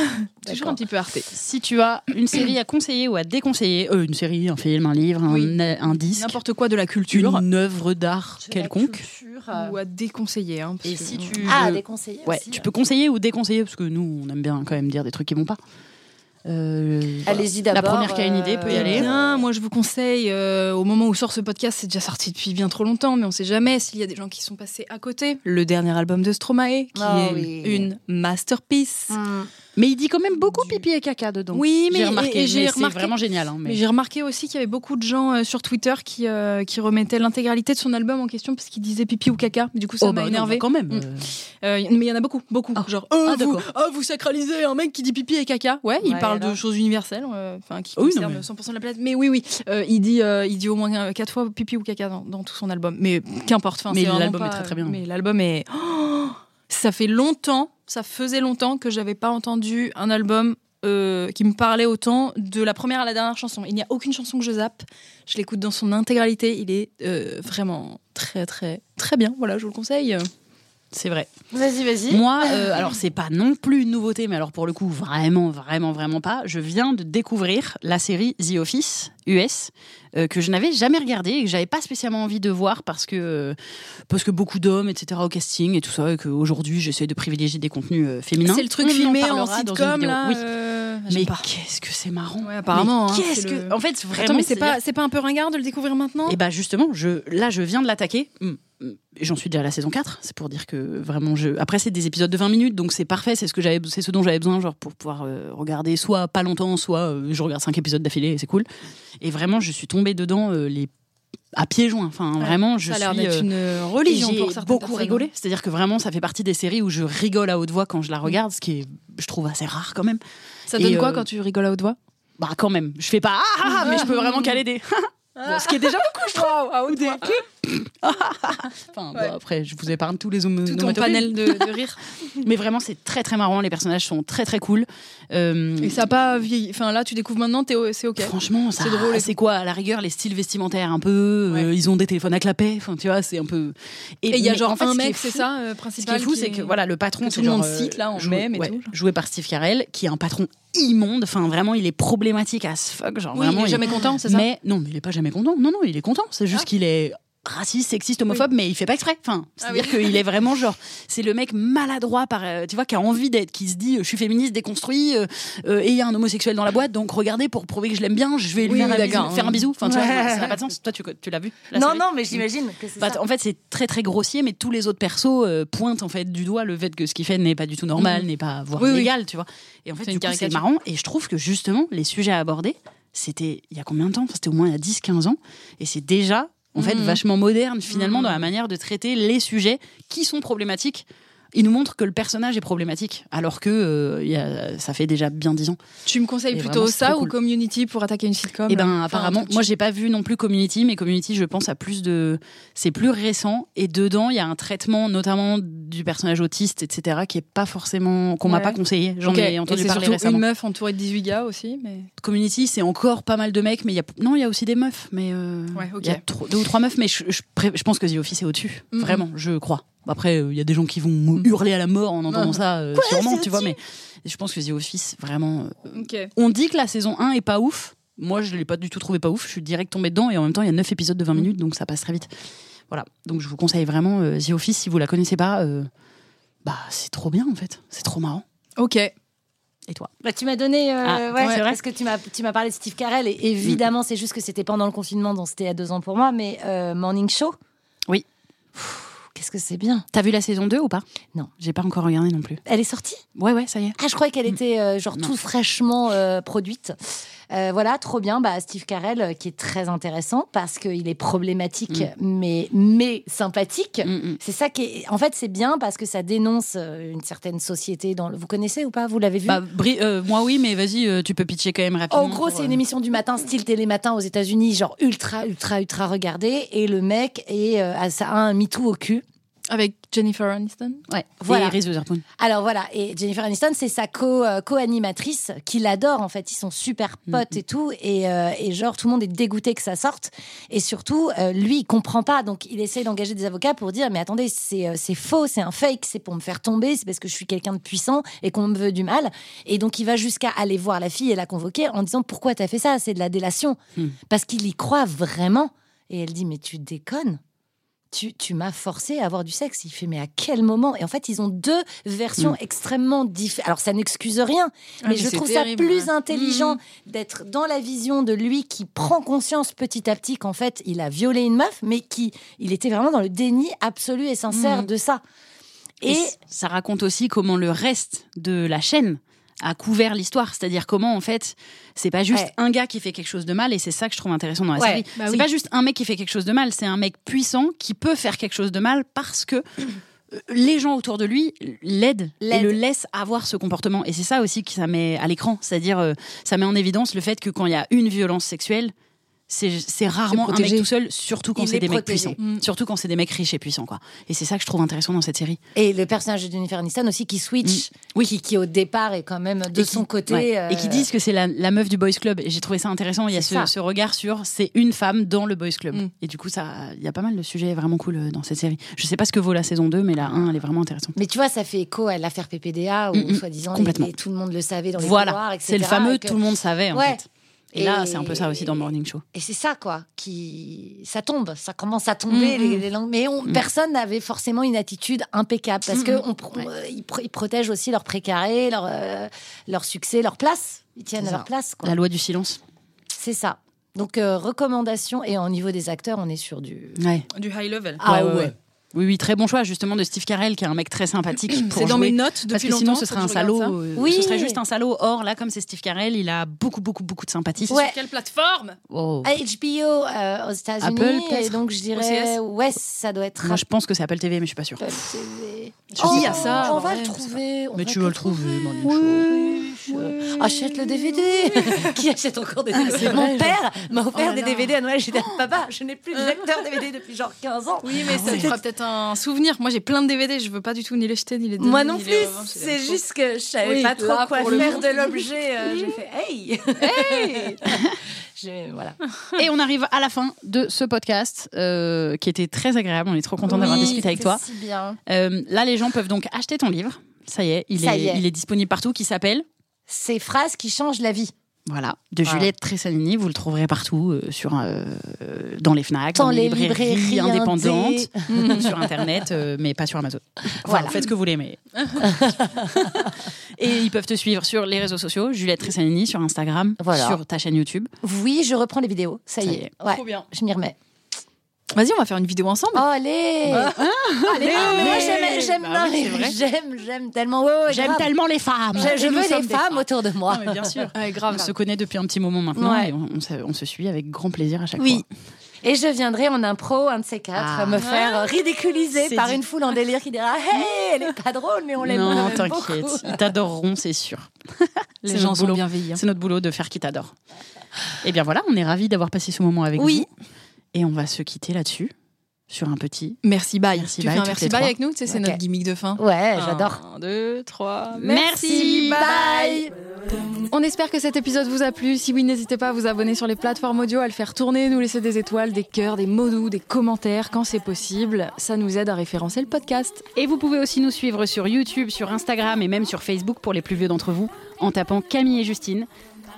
[SPEAKER 2] Toujours un petit peu arte.
[SPEAKER 1] Si tu as une série à conseiller ou à déconseiller, euh, une série, un film, un livre, un,
[SPEAKER 2] Oui.
[SPEAKER 1] un disque,
[SPEAKER 2] N'importe quoi de la culture.
[SPEAKER 1] une œuvre d'art quelconque.
[SPEAKER 2] Ou à déconseiller. hein, parce
[SPEAKER 1] Et
[SPEAKER 2] que-
[SPEAKER 1] si tu,
[SPEAKER 3] Ah, des conseillers
[SPEAKER 1] Euh, ouais,
[SPEAKER 3] aussi.
[SPEAKER 1] tu peux conseiller ou déconseiller parce que nous on aime bien quand même dire des trucs qui vont pas.
[SPEAKER 5] Euh,
[SPEAKER 3] Allez-y
[SPEAKER 5] La
[SPEAKER 3] d'abord.
[SPEAKER 5] première qui a une idée peut y
[SPEAKER 3] euh,
[SPEAKER 5] aller.
[SPEAKER 2] Eh Bien, moi je vous conseille, euh, au moment où sort ce podcast, c'est déjà sorti depuis bien trop longtemps, mais on sait jamais s'il y a des gens qui sont passés à côté. Le dernier album de Stromae, qui
[SPEAKER 3] Ah
[SPEAKER 2] est
[SPEAKER 3] oui.
[SPEAKER 2] une masterpiece.
[SPEAKER 1] Mm.
[SPEAKER 3] hmm.
[SPEAKER 5] Mais il dit quand même beaucoup pipi et caca dedans.
[SPEAKER 2] Oui,
[SPEAKER 1] Ah,
[SPEAKER 2] mais
[SPEAKER 1] J'ai remarqué,
[SPEAKER 2] et- et
[SPEAKER 1] mais
[SPEAKER 2] j'ai
[SPEAKER 1] c'est
[SPEAKER 2] remarqué-
[SPEAKER 1] vraiment génial. hein, mais-
[SPEAKER 2] mais j'ai remarqué aussi qu'il y avait beaucoup de gens euh, sur Twitter qui, euh, qui remettaient l'intégralité de son album en question parce qu'il disait pipi ou caca. Du coup, ça
[SPEAKER 1] Oh, bah
[SPEAKER 2] m'a
[SPEAKER 1] non,
[SPEAKER 2] énervé.
[SPEAKER 1] bah quand même.
[SPEAKER 2] Mm.
[SPEAKER 1] euh,
[SPEAKER 2] Euh, y- mais il y en a beaucoup, beaucoup.
[SPEAKER 1] Ah.
[SPEAKER 2] Genre, oh,
[SPEAKER 1] Ah,
[SPEAKER 2] vous,
[SPEAKER 1] d'accord.
[SPEAKER 2] oh, vous sacralisez un mec qui dit pipi et caca. Ouais, il
[SPEAKER 3] Ouais,
[SPEAKER 2] parle
[SPEAKER 3] alors.
[SPEAKER 2] de choses universelles, euh, enfin, qui
[SPEAKER 1] Oui, non,
[SPEAKER 2] concernent
[SPEAKER 1] mais-
[SPEAKER 2] 100% de la planète. Mais oui, oui, euh, il, dit, euh, il dit au moins euh, quatre fois pipi ou caca dans, dans tout son album. Mais qu'importe. enfin,
[SPEAKER 1] Mais
[SPEAKER 2] c'est vraiment
[SPEAKER 1] l'album est
[SPEAKER 2] pas-
[SPEAKER 1] très, très bien.
[SPEAKER 2] Mais l'album est. Oh ça fait longtemps, ça faisait longtemps que j'avais pas entendu un album. euh, qui me parlait autant de la première à la dernière chanson. Il n'y a aucune chanson que je zappe. Je l'écoute dans son intégralité. Il est euh, vraiment très très très bien. Voilà, je vous le conseille.
[SPEAKER 1] c'est vrai.
[SPEAKER 3] Vas-y, vas-y.
[SPEAKER 1] Moi, euh, alors c'est pas non plus une nouveauté, mais alors pour le coup, vraiment, vraiment, vraiment pas. Je viens de découvrir la série The Office US euh, que je n'avais jamais regardée et que j'avais pas spécialement envie de voir parce que euh, parce que beaucoup d'hommes, etc. au casting et tout ça, et qu'aujourd'hui j'essaie de privilégier des contenus euh, féminins.
[SPEAKER 2] C'est le truc
[SPEAKER 1] On en
[SPEAKER 2] filmé en
[SPEAKER 1] parlera dans une
[SPEAKER 2] sitcom
[SPEAKER 1] vidéo.
[SPEAKER 2] là.
[SPEAKER 1] Oui.
[SPEAKER 2] euh, j'aime
[SPEAKER 1] Mais
[SPEAKER 2] pas.
[SPEAKER 1] qu'est-ce que c'est marrant.
[SPEAKER 2] Ouais, apparemment,
[SPEAKER 1] Mais
[SPEAKER 2] hein,
[SPEAKER 1] qu'est-ce
[SPEAKER 2] c'est
[SPEAKER 1] que
[SPEAKER 2] le-
[SPEAKER 1] en fait vraiment
[SPEAKER 2] Attends, mais c'est
[SPEAKER 1] c'est-
[SPEAKER 2] pas, c'est pas un peu ringard de le découvrir maintenant
[SPEAKER 1] Et bah justement, je, là, je viens de l'attaquer. Hmm, hmm. J'en suis déjà à la saison 4. C'est pour dire que vraiment, je. Après, c'est des épisodes de 20 minutes, donc c'est parfait. C'est ce, que j'avais- c'est ce dont j'avais besoin, genre pour pouvoir euh, regarder soit pas longtemps, soit euh, je regarde 5 épisodes d'affilée et c'est cool. Et vraiment, je suis tombée dedans euh, les... à pieds joints. Enfin, vraiment, je
[SPEAKER 2] Ça a l'air
[SPEAKER 1] suis.
[SPEAKER 2] d'être
[SPEAKER 1] euh,
[SPEAKER 2] une religion
[SPEAKER 1] et j'ai
[SPEAKER 2] pour certaines
[SPEAKER 1] beaucoup
[SPEAKER 2] personnes. hein.
[SPEAKER 1] rigolé. C'est-à-dire que vraiment, ça fait partie des séries où je rigole à haute voix quand je la regarde, ce qui est, je trouve, assez rare quand même.
[SPEAKER 2] Ça
[SPEAKER 1] Et,
[SPEAKER 2] donne quoi
[SPEAKER 1] euh,
[SPEAKER 2] quand tu rigoles à haute voix
[SPEAKER 1] Bah, quand même. Je fais pas ah, ah, ah mais je peux vraiment caler des. Bon, ce qui est déjà beaucoup, je trouve. Ou des- Enfin, bon,
[SPEAKER 2] Ouais.
[SPEAKER 1] après, je vous épargne tous les hommes.
[SPEAKER 2] Tout ton panel de, de rire.
[SPEAKER 1] Mais vraiment, c'est très très marrant. Les personnages sont très très cool. Euh,
[SPEAKER 2] Et ça a pas vieilli. Enfin là, tu découvres maintenant, t'es o- c'est ok.
[SPEAKER 1] Franchement, ça-
[SPEAKER 2] C'est drôle et
[SPEAKER 1] C'est quoi, à la rigueur, les styles vestimentaires un peu. euh, ils ont des téléphones à clapet. Enfin, tu vois, c'est un peu.
[SPEAKER 2] Et il y a
[SPEAKER 1] mais
[SPEAKER 2] genre
[SPEAKER 1] en fait,
[SPEAKER 2] un
[SPEAKER 1] ce qui est
[SPEAKER 2] mec, c'est
[SPEAKER 1] fou-
[SPEAKER 2] ça, euh,
[SPEAKER 1] Ce qui est
[SPEAKER 2] principal.
[SPEAKER 1] fou, c'est que voilà, le patron,
[SPEAKER 2] que
[SPEAKER 1] c'est
[SPEAKER 2] tout le monde
[SPEAKER 1] genre, euh,
[SPEAKER 2] cite, là, en
[SPEAKER 1] joué,
[SPEAKER 2] mème et
[SPEAKER 1] ouais,
[SPEAKER 2] tout, genre.
[SPEAKER 1] joué par Steve Carell, qui est un patron immonde. Enfin, vraiment, il est problématique à ce fuck. Genre,
[SPEAKER 2] Oui, il
[SPEAKER 1] vraiment,
[SPEAKER 2] est jamais content, c'est ça
[SPEAKER 1] Mais non, mais il est pas jamais content. Non, non, il est content. C'est juste
[SPEAKER 2] Ah.
[SPEAKER 1] qu'il est raciste, sexiste, homophobe, mais il fait pas exprès. Enfin, c'est-à-dire qu'il est vraiment genre, c'est le mec maladroit, par, euh, tu vois, qui a envie d'être, qui se dit, euh, je suis féministe, déconstruit, euh, euh, et il y a un homosexuel dans la boîte, donc regardez pour prouver que je l'aime bien, je vais lui
[SPEAKER 2] Oui,
[SPEAKER 1] faire, un
[SPEAKER 2] d'accord,
[SPEAKER 1] bisou, faire
[SPEAKER 2] hein.
[SPEAKER 1] un bisou. Enfin, tu vois,
[SPEAKER 3] Ouais.
[SPEAKER 1] ça n'a pas de sens. Toi, tu, tu l'as vu la
[SPEAKER 3] Non,
[SPEAKER 1] série
[SPEAKER 3] non, mais j'imagine que c'est
[SPEAKER 1] bah,
[SPEAKER 3] ça.
[SPEAKER 1] en fait, c'est très très grossier, mais tous les autres persos euh, pointent en fait du doigt le fait que ce qu'il fait n'est pas du tout normal,
[SPEAKER 2] Mhm.
[SPEAKER 1] n'est pas voire
[SPEAKER 2] Oui, oui.
[SPEAKER 1] légal, tu vois. Mm-hmm. Et en fait,
[SPEAKER 2] C'est
[SPEAKER 1] du
[SPEAKER 2] une
[SPEAKER 1] coup, c'est
[SPEAKER 2] caricature.
[SPEAKER 1] marrant. Et je trouve que justement, les sujets à aborder, c'était il y a combien de temps Enfin, C'était au moins il y a 10-15 ans. Et c'est déjà en fait
[SPEAKER 2] Mhm.
[SPEAKER 1] vachement moderne finalement
[SPEAKER 2] Mhm.
[SPEAKER 1] dans la manière de traiter les sujets qui sont problématiques. Il nous montre que le personnage est problématique, alors que euh, il y a- ça fait déjà bien 10 ans.
[SPEAKER 2] Tu me conseilles
[SPEAKER 1] Et
[SPEAKER 2] plutôt
[SPEAKER 1] vraiment, c'est
[SPEAKER 2] ça
[SPEAKER 1] trop
[SPEAKER 2] ou
[SPEAKER 1] cool.
[SPEAKER 2] Community pour attaquer une sitcom
[SPEAKER 1] Et ben
[SPEAKER 2] Enfin, un
[SPEAKER 1] apparemment,
[SPEAKER 2] truc-
[SPEAKER 1] moi j'ai pas vu non plus Community, mais Community, je pense à plus de, c'est plus récent et dedans il y a un traitement notamment du personnage autiste, etc. qui est pas forcément qu'on m'a
[SPEAKER 2] Ouais.
[SPEAKER 1] pas conseillé. J'en
[SPEAKER 2] Ok,
[SPEAKER 1] ai
[SPEAKER 2] et
[SPEAKER 1] entendu
[SPEAKER 2] c'est
[SPEAKER 1] parler
[SPEAKER 2] surtout
[SPEAKER 1] récemment.
[SPEAKER 2] Une meuf entourée de 18 gars aussi, mais.
[SPEAKER 1] Community, c'est encore pas mal de mecs, mais il y a non il y a aussi des meufs, mais euh, il
[SPEAKER 2] Ouais, ok.
[SPEAKER 1] y a tro- deux ou trois meufs, mais je, je pré- je pense que The Office est au-dessus,
[SPEAKER 2] Mhm.
[SPEAKER 1] vraiment, je crois. Après euh, il y a des gens qui vont
[SPEAKER 2] Mm.
[SPEAKER 1] me hurler à la mort en entendant
[SPEAKER 2] Mhm.
[SPEAKER 1] ça, euh, sûrement, tu vois, mais je pense que The Office vraiment euh,
[SPEAKER 2] Ok.
[SPEAKER 1] on dit que la saison 1 est pas ouf. Moi, je l'ai pas du tout trouvé pas ouf. Je suis direct tombée dedans et en même temps, il y a 9 épisodes de 20 minutes, donc ça passe très vite. Voilà. Donc, je vous conseille vraiment euh, The Office si vous la connaissez pas. euh, bah, c'est trop bien en fait. C'est trop marrant.
[SPEAKER 2] Ok.
[SPEAKER 1] Et toi
[SPEAKER 3] Bah, tu m'as donné, euh,
[SPEAKER 1] Ah,
[SPEAKER 3] ouais,
[SPEAKER 1] ouais, c'est vrai.
[SPEAKER 3] parce que tu m'as, tu m'as parlé de Steve Carell et évidemment c'est juste que c'était pendant le confinement, donc c'était il y a deux ans pour moi, mais euh, Morning Show.
[SPEAKER 1] Oui.
[SPEAKER 3] Pff, Qu'est-ce que c'est bien.
[SPEAKER 1] T'as vu la saison 2 ou pas
[SPEAKER 3] Non.
[SPEAKER 1] J'ai pas encore regardé non plus.
[SPEAKER 3] Elle est sortie
[SPEAKER 1] Ouais, ouais, ça y est.
[SPEAKER 3] Ah, je croyais qu'elle était euh, genre
[SPEAKER 1] Mm. Non.
[SPEAKER 3] tout fraîchement euh, produite. Euh, voilà, trop bien. Bah, Steve Carell, euh, qui est très intéressant parce qu'il est problématique, mais, mais sympathique.
[SPEAKER 1] Mm, mm.
[SPEAKER 3] C'est ça qui est. En fait, c'est bien parce que ça dénonce euh, une certaine société. Dans le... Vous connaissez ou pas Vous l'avez vu
[SPEAKER 1] Bah, Bri- euh, moi, oui, mais vas-y, euh, tu peux pitcher quand même
[SPEAKER 2] Oh,
[SPEAKER 1] rapidement.
[SPEAKER 2] Mmh,
[SPEAKER 3] En gros,
[SPEAKER 1] pour,
[SPEAKER 3] c'est
[SPEAKER 1] euh,
[SPEAKER 3] une émission du matin, style télématin aux États-Unis, genre ultra, ultra, ultra regardée. Et le mec est, euh, a ça a un MeToo au cul.
[SPEAKER 2] Avec Jennifer Aniston
[SPEAKER 1] Ouais,
[SPEAKER 3] Voilà.
[SPEAKER 1] et Reese Witherspoon.
[SPEAKER 3] Alors voilà, et Jennifer Aniston, c'est sa co- euh, co-animatrice qui l'adore en fait. Ils sont super potes et tout. Et, euh, et genre, tout le monde est dégoûté que ça sorte. Et surtout, euh, lui, il comprend pas. Donc, il essaye d'engager des avocats pour dire Mais attendez, c'est euh, c'est faux, c'est un fake, c'est pour me faire tomber, c'est parce que je suis quelqu'un de puissant et qu'on me veut du mal. Et donc, il va jusqu'à aller voir la fille et la convoquer en disant Pourquoi t'as fait
[SPEAKER 5] Hmm.
[SPEAKER 3] ça C'est de la délation. Parce qu'il y croit vraiment. Et elle dit Mais tu déconnes tu, tu m'as forcé à avoir du sexe. Il fait, mais à quel moment Et en fait, ils ont deux versions extrêmement différentes. Alors, ça n'excuse rien, mais
[SPEAKER 5] Hmm. Ah, mais
[SPEAKER 3] je
[SPEAKER 5] c'est
[SPEAKER 3] trouve
[SPEAKER 5] terrible,
[SPEAKER 3] ça plus
[SPEAKER 5] ouais. Hmm.
[SPEAKER 3] intelligent d'être dans la vision de lui qui prend conscience petit à petit qu'en fait, il a violé une meuf, mais qui il était vraiment dans le déni absolu et sincère
[SPEAKER 5] Mhm.
[SPEAKER 3] de ça.
[SPEAKER 1] Et,
[SPEAKER 3] Et
[SPEAKER 1] ça raconte aussi comment le reste de la chaîne a couvert l'histoire, c'est-à-dire comment en fait c'est pas juste
[SPEAKER 3] Ouais.
[SPEAKER 1] un gars qui fait quelque chose de mal et c'est ça que je trouve intéressant dans la
[SPEAKER 3] Ouais,
[SPEAKER 1] série.
[SPEAKER 5] bah
[SPEAKER 1] c'est
[SPEAKER 5] oui.
[SPEAKER 1] pas juste un mec qui fait quelque chose de mal, c'est un mec puissant qui peut faire quelque chose de mal parce que euh, les gens autour de lui l'aident et
[SPEAKER 3] L'aident.
[SPEAKER 1] le laissent avoir ce comportement. Et c'est ça aussi que ça met à l'écran, c'est-à-dire euh, ça met en évidence le fait que quand il y a une violence sexuelle, c'est c'est rarement un mec
[SPEAKER 3] protégé.
[SPEAKER 1] tout seul, surtout quand
[SPEAKER 3] Il
[SPEAKER 1] c'est
[SPEAKER 3] est
[SPEAKER 1] des mecs
[SPEAKER 3] protégé. Mm.
[SPEAKER 1] puissants, surtout quand c'est des mecs riches et puissants quoi. Et c'est ça que je trouve intéressant dans cette série.
[SPEAKER 3] Et le personnage de Jennifer Aniston aussi qui switch,
[SPEAKER 1] Mm. Oui.
[SPEAKER 3] qui, qui au départ est quand même de
[SPEAKER 1] Et qui-
[SPEAKER 3] son côté.
[SPEAKER 1] ouais. Et qui
[SPEAKER 3] euh,
[SPEAKER 1] disent que c'est la, la meuf du Boys Club. Et j'ai trouvé ça intéressant. Il y a
[SPEAKER 3] C'est
[SPEAKER 1] ce,
[SPEAKER 3] ça.
[SPEAKER 1] ce regard sur c'est une femme dans le Boys Club.
[SPEAKER 5] Mm.
[SPEAKER 1] Et du coup, ça, il y a pas mal de sujets vraiment cool euh, dans cette série. Je sais pas ce que vaut la saison 2, mais la 1, elle est vraiment intéressante.
[SPEAKER 3] Mais tu vois, ça fait écho à l'affaire PPDA où
[SPEAKER 1] Mm, mm,
[SPEAKER 3] soi-disant les-
[SPEAKER 1] complètement.
[SPEAKER 3] les- tout le monde le savait dans les couloirs,
[SPEAKER 1] Voilà,
[SPEAKER 3] etc.
[SPEAKER 1] c'est le fameux
[SPEAKER 3] et que-
[SPEAKER 1] tout le monde savait en
[SPEAKER 3] Ouais.
[SPEAKER 1] fait. Et, là,
[SPEAKER 3] Et-
[SPEAKER 1] c'est un peu ça aussi dans Morning Show.
[SPEAKER 3] Et c'est ça quoi, qui ça tombe, ça commence à tomber
[SPEAKER 1] Mm,
[SPEAKER 3] les, les langues. Mais on- personne n'avait forcément une attitude impeccable
[SPEAKER 1] Mm,
[SPEAKER 3] parce que on pro- euh, ils, pro- ils protègent aussi leur précaré, leur euh, leur succès, leur place. Ils tiennent à leur place quoi.
[SPEAKER 1] La loi du silence.
[SPEAKER 3] C'est ça. Donc euh, recommandation et au niveau des acteurs, on est sur du
[SPEAKER 1] Ouais.
[SPEAKER 2] Du high level.
[SPEAKER 3] ah ouais.
[SPEAKER 1] Oui, oui, très bon choix justement de Steve Carell, qui est un mec très sympathique. pour
[SPEAKER 2] C'est dans
[SPEAKER 1] jouer.
[SPEAKER 2] mes notes depuis
[SPEAKER 1] Parce que
[SPEAKER 2] longtemps.
[SPEAKER 1] sinon, ce
[SPEAKER 2] faut
[SPEAKER 1] serait
[SPEAKER 2] que
[SPEAKER 1] un
[SPEAKER 2] je
[SPEAKER 1] salaud.
[SPEAKER 2] regarde ça.
[SPEAKER 1] euh,
[SPEAKER 3] Oui.
[SPEAKER 1] Ce serait juste un salaud. Or, là, comme c'est Steve Carell, il a beaucoup, beaucoup, beaucoup de sympathie. c'est
[SPEAKER 3] Ouais.
[SPEAKER 1] sûr.
[SPEAKER 2] Quelle plateforme
[SPEAKER 1] Oh.
[SPEAKER 3] À HBO euh, aux États-Unis.
[SPEAKER 1] Apple, peut-être
[SPEAKER 3] et donc je dirais ouais, ça doit être
[SPEAKER 1] Moi, je pense que c'est Apple TV, mais je suis pas sûre.
[SPEAKER 3] Apple TV.
[SPEAKER 2] Oh, dis à ça,
[SPEAKER 3] On va
[SPEAKER 2] ouais,
[SPEAKER 3] le
[SPEAKER 2] je sais
[SPEAKER 3] trouver. on
[SPEAKER 1] Mais
[SPEAKER 3] va
[SPEAKER 1] tu vas le trouver, Morning
[SPEAKER 3] Oui, je- Achète le DVD. Qui achète encore des DVD Mon père m'a offert
[SPEAKER 5] Oh là
[SPEAKER 3] des
[SPEAKER 5] là.
[SPEAKER 3] DVD à Noël. J'étais papa, je n'ai plus de lecteur DVD depuis genre 15 ans.
[SPEAKER 2] Oui, mais ça te fera peut-être un souvenir. Moi, j'ai plein de DVD, je veux pas du tout ni les jeter ni les donner.
[SPEAKER 3] Moi non
[SPEAKER 2] ni
[SPEAKER 3] plus,
[SPEAKER 2] les revendre,
[SPEAKER 3] c'est
[SPEAKER 2] trop.
[SPEAKER 3] juste que je savais
[SPEAKER 2] Oui,
[SPEAKER 3] pas trop
[SPEAKER 2] là,
[SPEAKER 3] quoi
[SPEAKER 2] pour le
[SPEAKER 3] faire
[SPEAKER 2] coup.
[SPEAKER 3] de l'objet. euh, J'ai fait hey, Je- Voilà.
[SPEAKER 1] Et on arrive à la fin de ce podcast euh, qui était très agréable. On est trop content d'avoir
[SPEAKER 3] Oui,
[SPEAKER 1] discuté avec
[SPEAKER 3] c'est
[SPEAKER 1] toi.
[SPEAKER 3] Si bien.
[SPEAKER 1] Euh, là, les gens peuvent donc acheter ton livre. Ça y est, il,
[SPEAKER 3] Ça
[SPEAKER 1] est,
[SPEAKER 3] y est.
[SPEAKER 1] il est disponible partout. Qui s'appelle
[SPEAKER 3] Ces phrases qui changent la vie.
[SPEAKER 1] Voilà, de
[SPEAKER 3] Voilà.
[SPEAKER 1] Juliette Tressalini. Vous le trouverez partout euh, sur euh, euh, dans les Fnac,
[SPEAKER 3] Dans
[SPEAKER 1] dans les
[SPEAKER 3] les
[SPEAKER 1] librairies,
[SPEAKER 3] librairies
[SPEAKER 1] indépendantes,
[SPEAKER 3] indé.
[SPEAKER 1] mm, sur Internet, euh, mais pas sur Amazon. Enfin,
[SPEAKER 3] Voilà.
[SPEAKER 1] Faites ce que vous voulez, mais. Et ils peuvent te suivre sur les réseaux sociaux, Juliette Tressalini, sur Instagram,
[SPEAKER 3] Voilà.
[SPEAKER 1] sur ta chaîne YouTube.
[SPEAKER 3] Oui, je reprends les vidéos. Ça, y
[SPEAKER 1] Ça
[SPEAKER 3] est.
[SPEAKER 1] y est.
[SPEAKER 3] Ouais,
[SPEAKER 2] Trop bien.
[SPEAKER 3] je m'y remets.
[SPEAKER 2] Vas-y, on va faire une vidéo ensemble.
[SPEAKER 3] Oh, allez Allez, non, mais moi j'aime, j'aime,
[SPEAKER 1] Ah, Bah oui,
[SPEAKER 3] non, mais
[SPEAKER 1] c'est vrai.
[SPEAKER 3] j'aime, j'aime tellement. Ouais, ouais,
[SPEAKER 1] J'aime
[SPEAKER 3] grave.
[SPEAKER 1] tellement les femmes.
[SPEAKER 3] Je, je
[SPEAKER 1] Et nous
[SPEAKER 3] veux
[SPEAKER 1] sommes
[SPEAKER 3] des
[SPEAKER 1] des
[SPEAKER 3] femmes autour de moi.
[SPEAKER 1] Ah, mais bien sûr.
[SPEAKER 2] Ouais, grave.
[SPEAKER 1] On se connaît depuis un petit moment maintenant
[SPEAKER 3] Ouais.
[SPEAKER 1] et on, on se, on se suit avec grand plaisir à chaque
[SPEAKER 3] Oui.
[SPEAKER 1] fois.
[SPEAKER 3] Et je viendrai en impro, un de ces quatre,
[SPEAKER 1] Ah.
[SPEAKER 3] me faire ridiculiser
[SPEAKER 1] C'est
[SPEAKER 3] par
[SPEAKER 1] dit.
[SPEAKER 3] une foule en délire qui dira Hey, elle est pas drôle, mais on l'aime quand
[SPEAKER 1] Non,
[SPEAKER 3] même
[SPEAKER 1] t'inquiète,
[SPEAKER 3] beaucoup.
[SPEAKER 1] ils t'adoreront, c'est sûr. C'est
[SPEAKER 5] Les
[SPEAKER 1] notre
[SPEAKER 5] gens sont
[SPEAKER 1] boulot.
[SPEAKER 5] bienveillants.
[SPEAKER 1] C'est notre boulot de faire qu'ils t'adorent. Et bien voilà, on est ravis d'avoir passé ce moment avec
[SPEAKER 3] Oui.
[SPEAKER 1] vous. Et on va se quitter là-dessus, sur un petit.
[SPEAKER 2] Merci, bye.
[SPEAKER 1] Merci,
[SPEAKER 2] tu
[SPEAKER 1] bye,
[SPEAKER 2] fais un
[SPEAKER 1] toutes les
[SPEAKER 2] merci,
[SPEAKER 1] trois.
[SPEAKER 2] bye avec nous, tu sais, c'est
[SPEAKER 3] Ok.
[SPEAKER 2] notre gimmick de fin.
[SPEAKER 3] Ouais, j'adore.
[SPEAKER 2] Un, deux, trois.
[SPEAKER 1] Merci,
[SPEAKER 3] Bye
[SPEAKER 5] On espère que cet épisode vous a plu. Si oui, n'hésitez pas à vous abonner sur les plateformes audio, à le faire tourner, nous laisser des étoiles, des cœurs, des mots doux, des commentaires quand c'est possible. Ça nous aide à référencer le podcast.
[SPEAKER 1] Et vous pouvez aussi nous suivre sur YouTube, sur Instagram et même sur Facebook pour les plus vieux d'entre vous, en tapant Camille et Justine.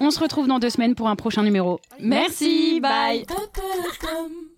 [SPEAKER 1] On se retrouve dans deux semaines pour un prochain numéro. Merci bye.
[SPEAKER 5] bye.